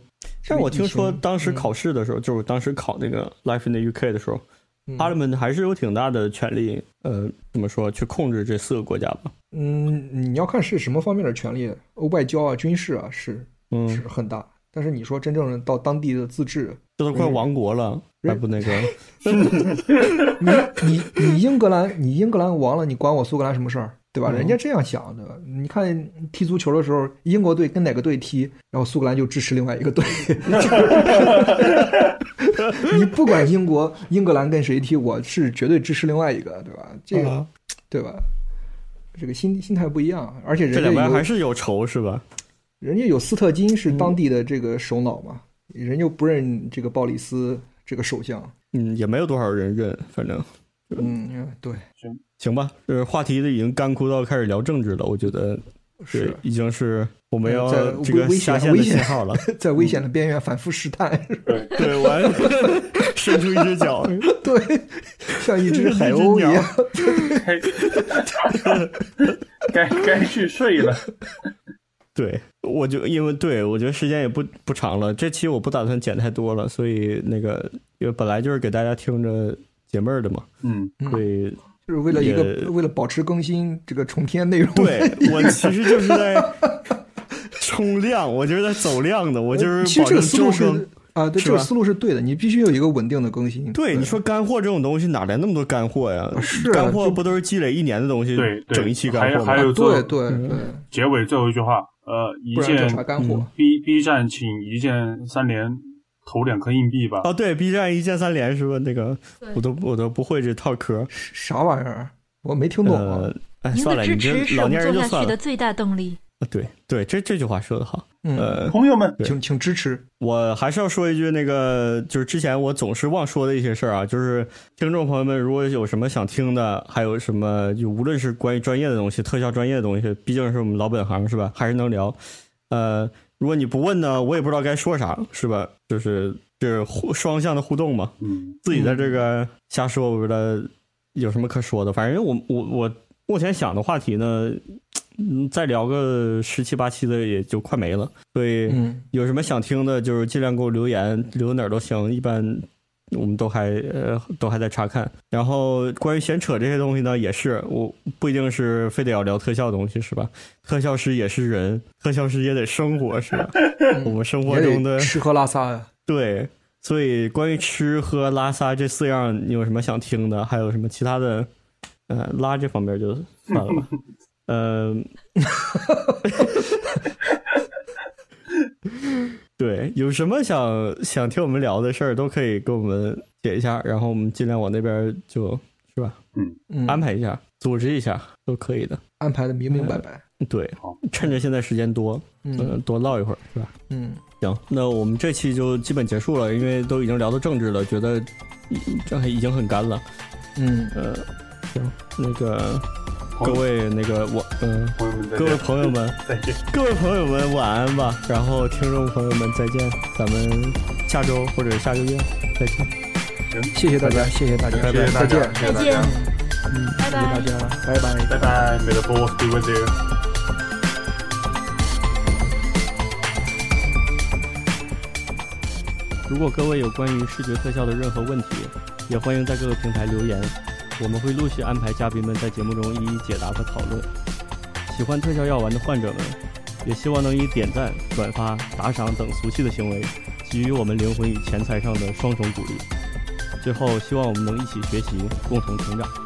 [SPEAKER 1] 但我听说当时
[SPEAKER 3] 嗯
[SPEAKER 1] 考试的时候，就是当时考那个 Life in the UK 的时候
[SPEAKER 3] 嗯
[SPEAKER 1] ，Parliament 还是有挺大的权力，呃，怎么说去控制这四个国家吧。
[SPEAKER 3] 嗯，你要看是什么方面的权利，欧外交啊、军事啊是
[SPEAKER 1] 嗯，
[SPEAKER 3] 是很大，但是你说真正的到当地的自治， (laughs)
[SPEAKER 1] 这都快亡国了，
[SPEAKER 3] 嗯
[SPEAKER 1] 还不那个？
[SPEAKER 3] 你你你英格兰，你英格兰亡了，你管我苏格兰什么事儿，对吧？
[SPEAKER 1] 嗯
[SPEAKER 3] 人家这样想，对吧？你看踢足球的时候，英国队跟哪个队踢，然后苏格兰就支持另外一个队。 (laughs) 你不管英国、英格兰跟谁踢，我是绝对支持另外一个，对吧？这个、
[SPEAKER 1] 啊
[SPEAKER 3] 对吧？这个心心态不一样，而且
[SPEAKER 1] 这
[SPEAKER 3] 人家
[SPEAKER 1] 两边
[SPEAKER 3] 有
[SPEAKER 1] 还是有仇是吧？
[SPEAKER 3] 人家有斯特金是
[SPEAKER 1] 嗯
[SPEAKER 3] 当地的这个首脑嘛，人家不认这个鲍里斯这个首相。
[SPEAKER 1] 嗯，也没有多少人认，反正
[SPEAKER 3] 嗯，对，
[SPEAKER 1] 行吧。呃，话题都已经干枯到开始聊政治了，我觉得
[SPEAKER 3] 是
[SPEAKER 1] 已经是我们要
[SPEAKER 3] 在
[SPEAKER 1] 这个
[SPEAKER 3] 危
[SPEAKER 1] 下
[SPEAKER 3] 险
[SPEAKER 1] 线的
[SPEAKER 3] 啊危险
[SPEAKER 1] 信号了。
[SPEAKER 3] (laughs) 在危险的边缘反复试探，
[SPEAKER 1] 对，我还 (laughs) 伸出一只脚，
[SPEAKER 3] (laughs) 对，像
[SPEAKER 1] (laughs)
[SPEAKER 3] 一只海鸥一
[SPEAKER 1] 一只
[SPEAKER 3] 样
[SPEAKER 1] 鸟。
[SPEAKER 2] 该该该去睡了。
[SPEAKER 1] 对，我就因为对我觉得时间也不不长了，这期我不打算剪太多了，所以那个因为本来就是给大家听着解闷儿的嘛，
[SPEAKER 2] 嗯，
[SPEAKER 3] 嗯
[SPEAKER 1] 所以
[SPEAKER 3] 就是为了一
[SPEAKER 1] 也
[SPEAKER 3] 个为了保持更新这个重添内容。
[SPEAKER 1] 对
[SPEAKER 3] (laughs)
[SPEAKER 1] 我其实就是在冲量，我就是在走量的，我就是
[SPEAKER 3] 呃其实
[SPEAKER 1] 保
[SPEAKER 3] 这
[SPEAKER 1] 证
[SPEAKER 3] 个思
[SPEAKER 1] 周
[SPEAKER 3] 路是
[SPEAKER 1] 更。
[SPEAKER 3] 啊，对，
[SPEAKER 1] 是
[SPEAKER 3] 这
[SPEAKER 1] 吧
[SPEAKER 3] 个思路是对的，你必须有一个稳定的更新。
[SPEAKER 1] 对，你说干货这种东西哪来那么多干货呀？
[SPEAKER 3] 是啊
[SPEAKER 1] 干货
[SPEAKER 3] 就
[SPEAKER 1] 不都是积累一年的东西，
[SPEAKER 2] 对对
[SPEAKER 1] 整一期干
[SPEAKER 2] 还
[SPEAKER 1] 货吗？
[SPEAKER 2] 还有
[SPEAKER 3] 对对
[SPEAKER 1] 嗯
[SPEAKER 3] 对，
[SPEAKER 2] 结尾最后一句话，呃，一嗯
[SPEAKER 3] 不然叫
[SPEAKER 2] 键
[SPEAKER 3] 啥干货？
[SPEAKER 2] B B 站请一键三连投两颗硬币吧。
[SPEAKER 1] 哦，对，B 站一键三连是吧？那个
[SPEAKER 4] 对
[SPEAKER 1] 我都我都不会这套嗑。
[SPEAKER 3] 啥玩意儿？我没听懂啊
[SPEAKER 1] 呃。，哎，
[SPEAKER 4] 您
[SPEAKER 1] 算了，
[SPEAKER 4] 的
[SPEAKER 1] 你
[SPEAKER 4] 支
[SPEAKER 1] 这
[SPEAKER 4] 持是
[SPEAKER 1] 老
[SPEAKER 4] 我
[SPEAKER 1] 年
[SPEAKER 4] 们
[SPEAKER 1] 人就
[SPEAKER 4] 做下
[SPEAKER 1] 算
[SPEAKER 4] 去的
[SPEAKER 1] 了。啊
[SPEAKER 4] 最大动力。
[SPEAKER 1] 对对，这这句话说的好。
[SPEAKER 3] 嗯，
[SPEAKER 1] 呃，
[SPEAKER 2] 朋友们，
[SPEAKER 1] 对
[SPEAKER 3] 请请支持。
[SPEAKER 1] 我还是要说一句，那个就是之前我总是忘说的一些事儿啊，就是听众朋友们如果有什么想听的，还有什么就无论是关于专业的东西、特效专业的东西，毕竟是我们老本行是吧，还是能聊。呃，如果你不问呢，我也不知道该说啥是吧？就是就是互双向的互动嘛，
[SPEAKER 2] 嗯，
[SPEAKER 1] 自己在这个瞎说，我不知道有什么可说的。反正我我我目前想的话题呢，嗯，再聊个十七八期的也就快没了，所以。
[SPEAKER 3] 嗯，
[SPEAKER 1] 有什么想听的，就是尽量给我留言，留哪儿都行。一般我们都还呃都还在查看。然后关于闲扯这些东西呢，也是我不一定是非得要聊特效东西是吧？特效师也是人，特效师也得生活是吧？我们生活中的
[SPEAKER 3] 吃喝拉撒呀，
[SPEAKER 1] 对。所以关于吃喝拉撒这四样，你有什么想听的？还有什么其他的？呃，拉这方面就算了吧。呃， (laughs) 对，有什么想想听我们聊的事儿，都可以跟我们解一下，然后我们尽量往那边就是吧，
[SPEAKER 2] 嗯，
[SPEAKER 3] 嗯
[SPEAKER 1] 安排一下，组织一下，都可以的。
[SPEAKER 3] 安排的明明白白。
[SPEAKER 1] 对
[SPEAKER 2] 好，
[SPEAKER 1] 趁着现在时间多，
[SPEAKER 3] 嗯
[SPEAKER 1] 嗯，多唠一会儿，是吧？
[SPEAKER 3] 嗯，
[SPEAKER 1] 行，那我们这期就基本结束了，因为都已经聊到政治了，觉得嗯这还已经很干了。
[SPEAKER 3] 嗯，
[SPEAKER 1] 呃，行，那个
[SPEAKER 2] 好
[SPEAKER 1] 各位那个我，嗯、
[SPEAKER 2] 朋友们再
[SPEAKER 1] 各位
[SPEAKER 2] 见，
[SPEAKER 1] 朋友们，
[SPEAKER 2] 再见，
[SPEAKER 1] 各位朋友们晚安吧，然后听众朋友们再见，咱们下周或者下个月再见。
[SPEAKER 3] 谢谢大家，谢谢大家，
[SPEAKER 1] 拜拜
[SPEAKER 2] 谢谢大
[SPEAKER 3] 再见
[SPEAKER 2] 家，，谢谢大家，
[SPEAKER 3] 嗯，谢谢大家，拜拜。
[SPEAKER 2] 拜拜，May the force be with you。
[SPEAKER 1] 如果各位有关于视觉特效的任何问题，也欢迎在各个平台留言，我们会陆续安排嘉宾们在节目中一一解答和讨论。喜欢特效药丸的患者们，也希望能以点赞、转发、打赏等俗气的行为，给予我们灵魂与钱财上的双重鼓励。最后，希望我们能一起学习，共同成长。